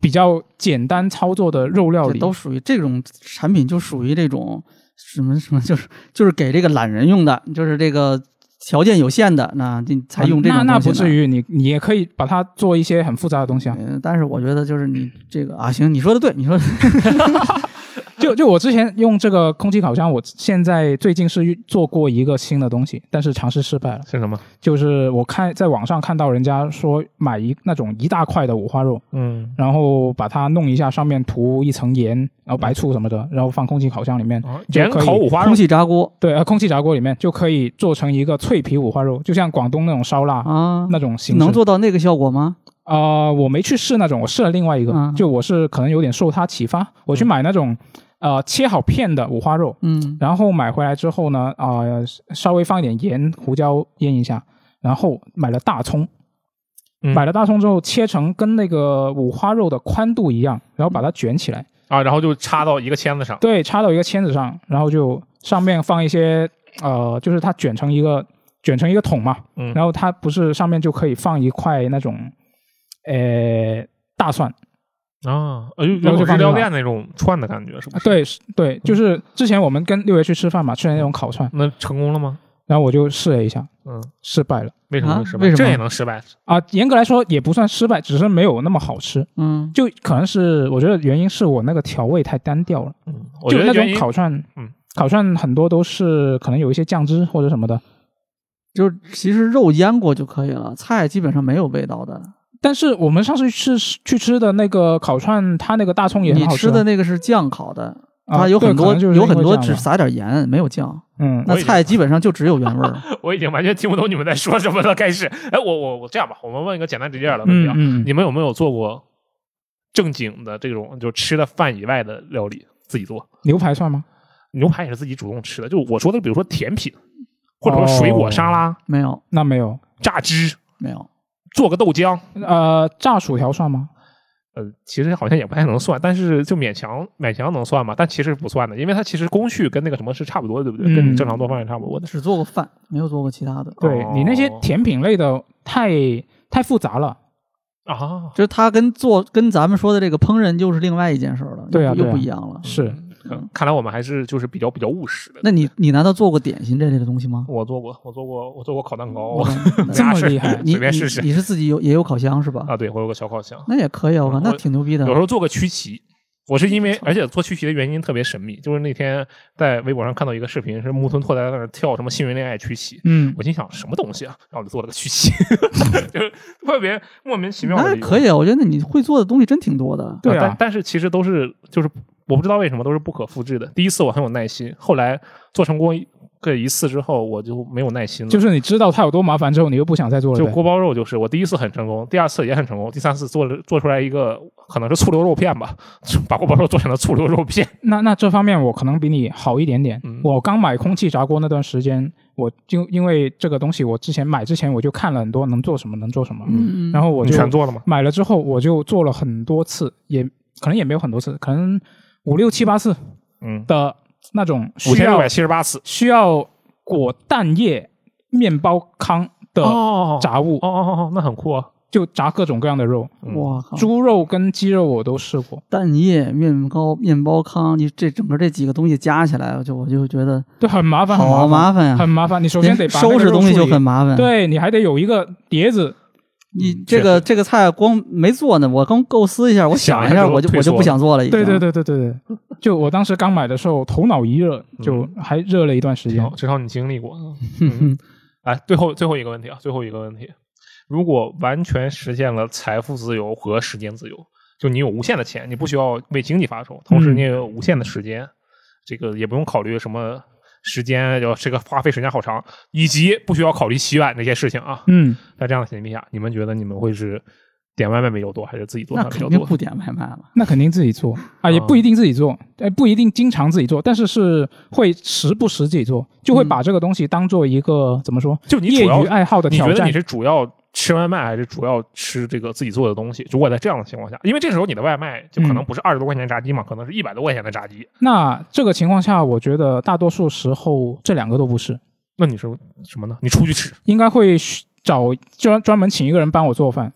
B: 比较简单操作的肉料
C: 这
B: 理，
C: 都属于这种产品，就属于这种什么什么，就是就是给这个懒人用的，就是这个条件有限的，那你才用这种
B: 啊那那不
C: 东西呢
B: 至于，你你也可以把它做一些很复杂的东西啊。
C: 嗯，但是我觉得就是你这个啊，行，你说的对，你说的
B: 就就我之前用这个空气烤箱，我现在最近是做过一个新的东西，但是尝试失败了。
A: 是什么？
B: 就是我看在网上看到人家说买一那种一大块的五花肉，
A: 嗯，
B: 然后把它弄一下，上面涂一层盐，然后白醋什么的，然后放空气烤箱里面。就
A: 啊盐
B: 可以
A: 烤五花肉
C: 空，气炸锅
B: 对，呃，空气炸锅里面就可以做成一个脆皮五花肉，就像广东那种烧腊、
C: 啊，
B: 那种形式。
C: 能做到那个效果吗？
B: 啊，我没去试那种，我试了另外一个，
C: 嗯
B: 就我是可能有点受它启发，我去买那种、呃切好片的五花肉，
C: 嗯，
B: 然后买回来之后呢，啊、稍微放一点盐、胡椒腌一下，然后买了大葱，
A: 嗯
B: 买了大葱之后切成跟那个五花肉的宽度一样，然后把它卷起来，
A: 啊，然后就插到一个签子上。
B: 对，插到一个签子上，然后就上面放一些呃，就是它卷成一个卷成一个桶嘛，
A: 嗯
B: 然后它不是上面就可以放一块那种呃大蒜。
A: 啊，哎呦，
B: 然
A: 有
B: 后就
A: 种
B: 放
A: 日料
B: 进来
A: 店那种串的感觉，是不是？，
B: 啊对是
A: 嗯
B: 对，就是之前我们跟六爷去吃饭嘛，吃的那种烤串，
A: 那成功了吗？
B: 然后我就试了一下，
A: 嗯，
B: 失败了
A: 为什么
C: 啊
A: 能失败？
C: 为什么
A: 这也能失败？
B: 啊。严格来说也不算失败，只是没有那么好吃，
C: 嗯，
B: 就可能是我觉得原因是我那个调味太单调了，
A: 嗯，我
B: 就
A: 觉得
B: 那
A: 原
B: 种
A: 因
B: 烤串，
A: 嗯，
B: 烤串很多都是可能有一些酱汁或者什么的，
C: 就是其实肉腌过就可以了，菜基本上没有味道的。
B: 但是我们上次去吃去吃的那个烤串，它那个大葱也
C: 你
B: 很好
C: 吃
B: 啊
C: 的那个是酱烤的，
B: 啊
C: 它有
B: 对
C: 很
B: 可
C: 多
B: 能就是
C: 有
B: 因为
C: 很
B: 这
C: 多
B: 样
C: 只
B: 吧
C: 撒点盐，没有酱，
B: 嗯
C: 那
A: 我已经
C: 菜基本上就只有原 味儿。
A: 我已经完全听不懂你们在说什么了。开始，哎，我我我这样吧，我们问一个简单直接点的问题
B: 嗯
A: 啊，
B: 嗯，
A: 你们有没有做过正经的这种就吃的饭以外的料理自己做？
B: 牛排算吗？
A: 牛排也是自己主动吃的，就我说的，比如说甜品，或者说水果沙拉、
C: 没有，
B: 那没有，
A: 榨汁，
C: 没有，
A: 做个豆浆。
B: 呃，炸薯条算吗？
A: 呃，其实好像也不太能算，但是就勉强勉强能算吧，但其实不算的，因为它其实工序跟那个什么是差不多的，对不对？
B: 嗯
A: 跟你正常做饭是差不多的。
C: 只做过饭，没有做过其他的。
B: 对你那些
A: 哦
B: 甜品类的太太复杂了。
A: 啊，
C: 就是它跟做跟咱们说的这个烹饪又是另外一件事儿了，
B: 对啊
C: 又不
B: 对啊
C: 又不一样了。
B: 是
A: 嗯看来我们还是就是比较比较务实的。
C: 那你你难道做过点心这类的东西吗？
A: 我做过，我做过，我做过烤蛋糕，
C: 我看
A: 没
B: 这
A: 啥
B: 么
A: 事儿
B: 厉害
C: 你
A: 随便
C: 你
A: 试试啊
C: 你是自己有也有烤箱是吧？
A: 啊。对，我有个小烤箱，
C: 那也可以啊，我看
A: 我
B: 嗯
C: 那挺牛逼的
A: 有时。候做个曲奇，我是因为，而且做曲奇的原因特别神秘，就是那天在微博上看到一个视频，是木村拓哉在那儿跳什么幸运恋爱曲奇，
B: 嗯，
A: 我心想什么东西啊，然后我就做了个曲奇， 就是特别莫名其妙的
C: 那
A: 理由。
C: 可以啊，我觉得你会做的东西真挺多的。
B: 对啊
A: 但，但是其实都是就是我不知道为什么都是不可复制的。第一次我很有耐心，后来做成过个一次之后，我就没有耐心了。
B: 就是你知道它有多麻烦之后，你又不想再做了
A: 就
B: 呗。
A: 锅包肉，就是我第一次很成功，第二次也很成功，第三次做了做出来一个可能是醋溜肉片吧，把锅包肉做成了醋溜肉片。
B: 那那这方面我可能比你好一点点。
A: 嗯
B: 我刚买空气炸锅那段时间，我就因为这个东西，我之前买之前我就看了很多能做什么能做什么，
C: 嗯
B: 然后我
A: 你
B: 就
A: 全做了吗？
B: 买了之后我就做了很多次，也可能也没有很多次，可能五六七八次
A: 嗯，
B: 的那种
A: 五
B: 需
A: 千六
B: 要
A: 百七十八次。
B: 需要裹蛋液、面包糠的
A: 哦
B: 炸物，
A: 哦哦哦，那很酷啊！
B: 就炸各种各样的肉，
A: 嗯
C: 我靠，
B: 猪肉跟鸡肉我都试过。
C: 蛋液、面包、面包糠，你这整个这几个东西加起来，我就我就觉得
B: 对，很麻烦，很麻
C: 好麻烦呀、
B: 很麻烦。你首先得把那个
C: 收拾
B: 肉
C: 东西
B: 处
C: 就
B: 理
C: 很麻烦。，
B: 对你还得有一个碟子，
C: 你这个这个菜光没做呢，我刚构思一下，我
A: 想
C: 想
A: 一
C: 一
A: 下
C: 下，
A: 就
C: 我就
A: 退
C: 我就
A: 缩
C: 不想做了。已经
B: 对对，对对对对。就我当时刚买的时候，头脑一热，
C: 嗯
B: 就还热了一段时
A: 至
B: 间
A: 少。至少你经历过。 嗯哎，最后最后一个问题啊，最后一个问题，如果完全实现了财富自由和时间自由，就你有无限的钱，你不需要为经济发愁，同时
B: 嗯
A: 你也有无限的时间，这个也不用考虑什么时间要这个花费时间好长，以及不需要考虑洗碗这些事情啊。
B: 嗯，
A: 在这样的前提下，你们觉得你们会是点外卖比较多，还是自己做
C: 那
A: 饭比
C: 肯
A: 较
C: 定
A: 多？
C: 不点外卖了。
B: 那肯定自己做啊，
A: 嗯
B: 也不一定自己做，哎，不一定经常自己做，但是是会时不时自己做，就会
C: 嗯
B: 把这个东西当做一个怎么说
A: 就你
B: 业
A: 主要
B: 余爱好的
A: 你
B: 挑
A: 觉得
B: 战
A: 你。是主要吃外卖还是主要吃这个自己做的东西？如果在这样的情况下，因为这时候你的外卖就
B: 嗯
A: 可能不是二十多块钱炸鸡嘛，可能是一百多块钱的炸鸡。
B: 那这个情况下，我觉得大多数时候这两个都不是，
A: 那你是什么呢？你出去 吃
B: 应该会去找专专门请一个人帮我做 饭。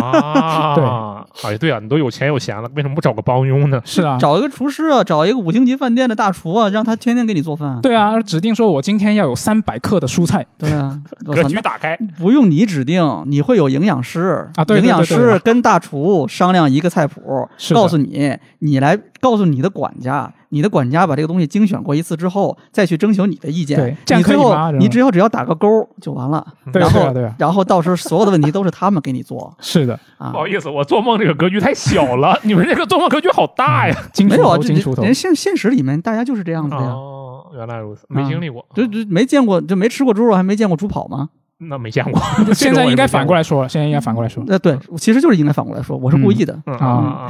A: 啊？对，哎，对啊，你都有钱有闲了，为什么不找个帮佣呢？
B: 是啊，
C: 找一个厨师啊，找一个五星级饭店的大厨啊，让他天天给你做饭。
B: 对啊，指定说我今天要有三百克的蔬菜。
C: 对啊， 我
A: 格
C: 操，
A: 局
C: 那
A: 打开，
C: 不用你指定，你会有营养师
B: 啊对对
C: 营养
B: 对对
C: 师跟大厨商量一个菜谱，
B: 是的
C: 告诉你，你来告诉你的管家，你的管家把这个东西精选过一次之后，再去征求你的意
B: 对
C: 见。
B: 这样
C: 你最
B: 可以
C: 后
B: 吗
C: 你只要只要打个勾就完了，
A: 嗯
B: 对啊，
C: 然
B: 对
C: 后
B: 啊，对啊，
C: 然后到时候所有的问题都是他们给你做
B: 是的，
C: 啊
A: 不。好意思，我做梦这个格局太小了， 你们这个做梦格局好大呀！
B: 金
C: 没
B: 锄
C: 有啊，
B: 头，
C: 这
B: 金锄头
C: 人。现现实里面大家就是这样子的呀，
A: 哦，原来如此，没经历过，
C: 就就没见过，就没吃过猪肉，还没见过猪跑吗？
A: 那没见 过。
B: 现在应该反过来说了，现在应该反过来说。
C: 呃，对，其实就是应该反过来说，我是故意的。
A: 嗯
B: 啊
A: 啊啊！啊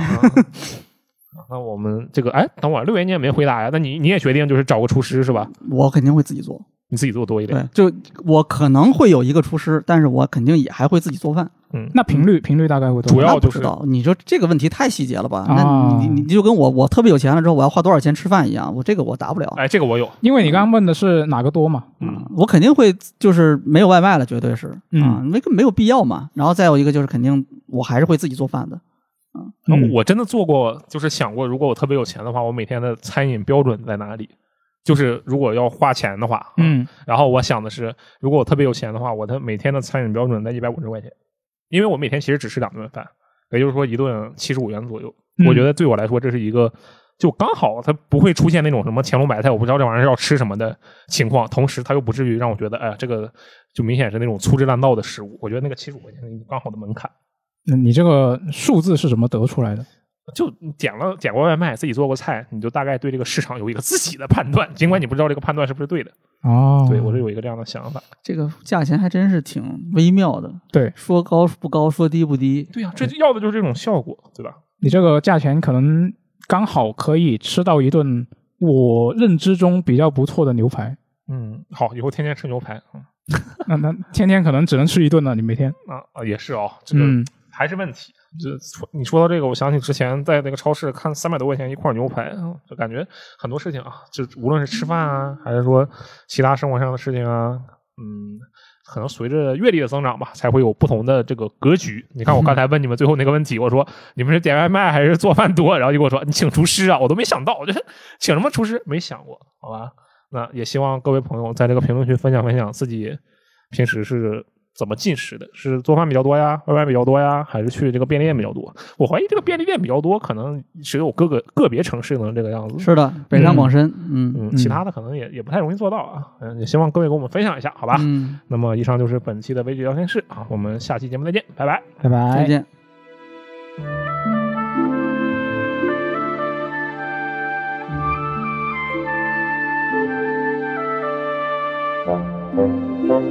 A: 那我们这个，哎，等会儿六爷你也没回答呀？那你你也决定就是找个厨师是吧？
C: 我肯定会自己做。
A: 你自己做多一点。
C: 对，就我可能会有一个厨师，但是我肯定也还会自己做饭。
A: 嗯，
B: 那频率频率大概会多少？
A: 主要
C: 那不
A: 就
C: 知
A: 是
C: 道，你说这个问题太细节了吧？
B: 啊
C: 那你你你就跟我我特别有钱了之后，我要花多少钱吃饭一样，我这个我答不了。
A: 哎，这个我有。
B: 因为你刚刚问的是哪个多嘛？
C: 嗯，我肯定会就是没有外卖了，绝对是
B: 嗯
C: 啊，那个没有必要嘛。然后再有一个就是肯定我还是会自己做饭的。
B: 嗯
A: 我真的做过，就是想过，如果我特别有钱的话，我每天的餐饮标准在哪里？就是如果要花钱的话，，
B: 嗯，
A: 然后我想的是，如果我特别有钱的话，我的每天的餐饮标准在一百五十块钱，因为我每天其实只吃两顿饭，也就是说一顿七十五元左右。
B: 嗯
A: 我觉得对我来说，这是一个就刚好，它不会出现那种什么乾隆白菜，我不知道这玩意儿要吃什么的情况，同时它又不至于让我觉得，哎呀，这个就明显是那种粗制滥造的食物。我觉得那个七十五块钱是一个刚好的门槛。
B: 那你这个数字是怎么得出来的？
A: 就你点了点过外卖，自己做过菜，你就大概对这个市场有一个自己的判断，尽管你不知道这个判断是不是对的。
B: 哦，
A: 对我是有一个这样的想法。
C: 这个价钱还真是挺微妙的，
B: 对
C: 说高不高，说低不低。
A: 对呀、这要的就是这种效果，对吧？
B: 你这个价钱可能刚好可以吃到一顿我认知中比较不错的牛排。
A: 嗯，好，以后天天吃牛排，嗯
B: 那那天天可能只能吃一顿了，你每天。
A: 啊啊也是哦，这个
B: 嗯，
A: 还是问题。这说你说到这个，我想起之前在那个超市看三百多块钱一块牛排，嗯就感觉很多事情啊，就无论是吃饭啊，还是说其他生活上的事情啊，嗯，可能随着阅历的增长吧，才会有不同的这个格局。你看我刚才问你们最后那个问题，我说你们是点外卖还是做饭多？然后就跟我说你请厨师啊，我都没想到，我就是请什么厨师没想过，好吧？那也希望各位朋友在这个评论区分享分享自己平时是怎么进食的？是做饭比较多呀，外卖比较多呀，还是去这个便利店比较多？我怀疑这个便利店比较多，可能只有各个个别城市能这个样子。
C: 是的，北上广深，嗯
A: 嗯，其他的可能也也不太容易做到啊。嗯，也希望各位给我们分享一下，好吧？
C: 嗯，
A: 那么以上就是本期的微局聊天室啊，我们下期节目再见，拜拜。
B: 拜拜
C: 再见。
D: Thank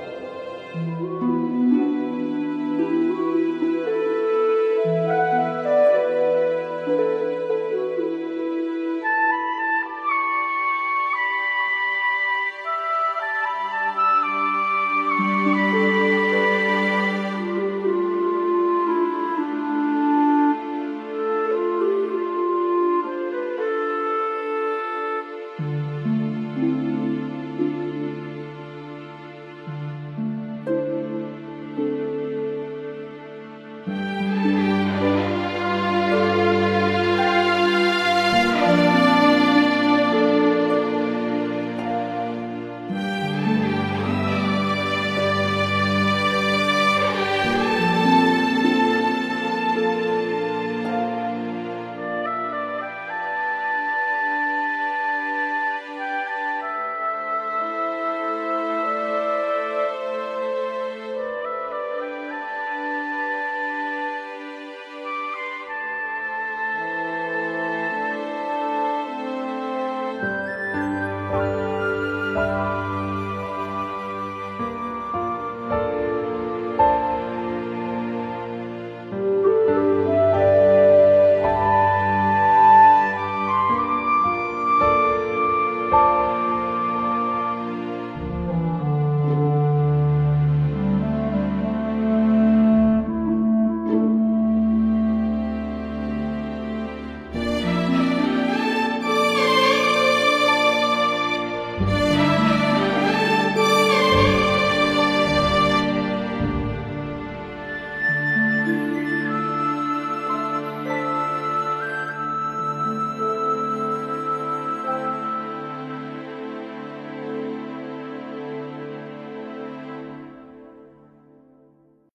D: you.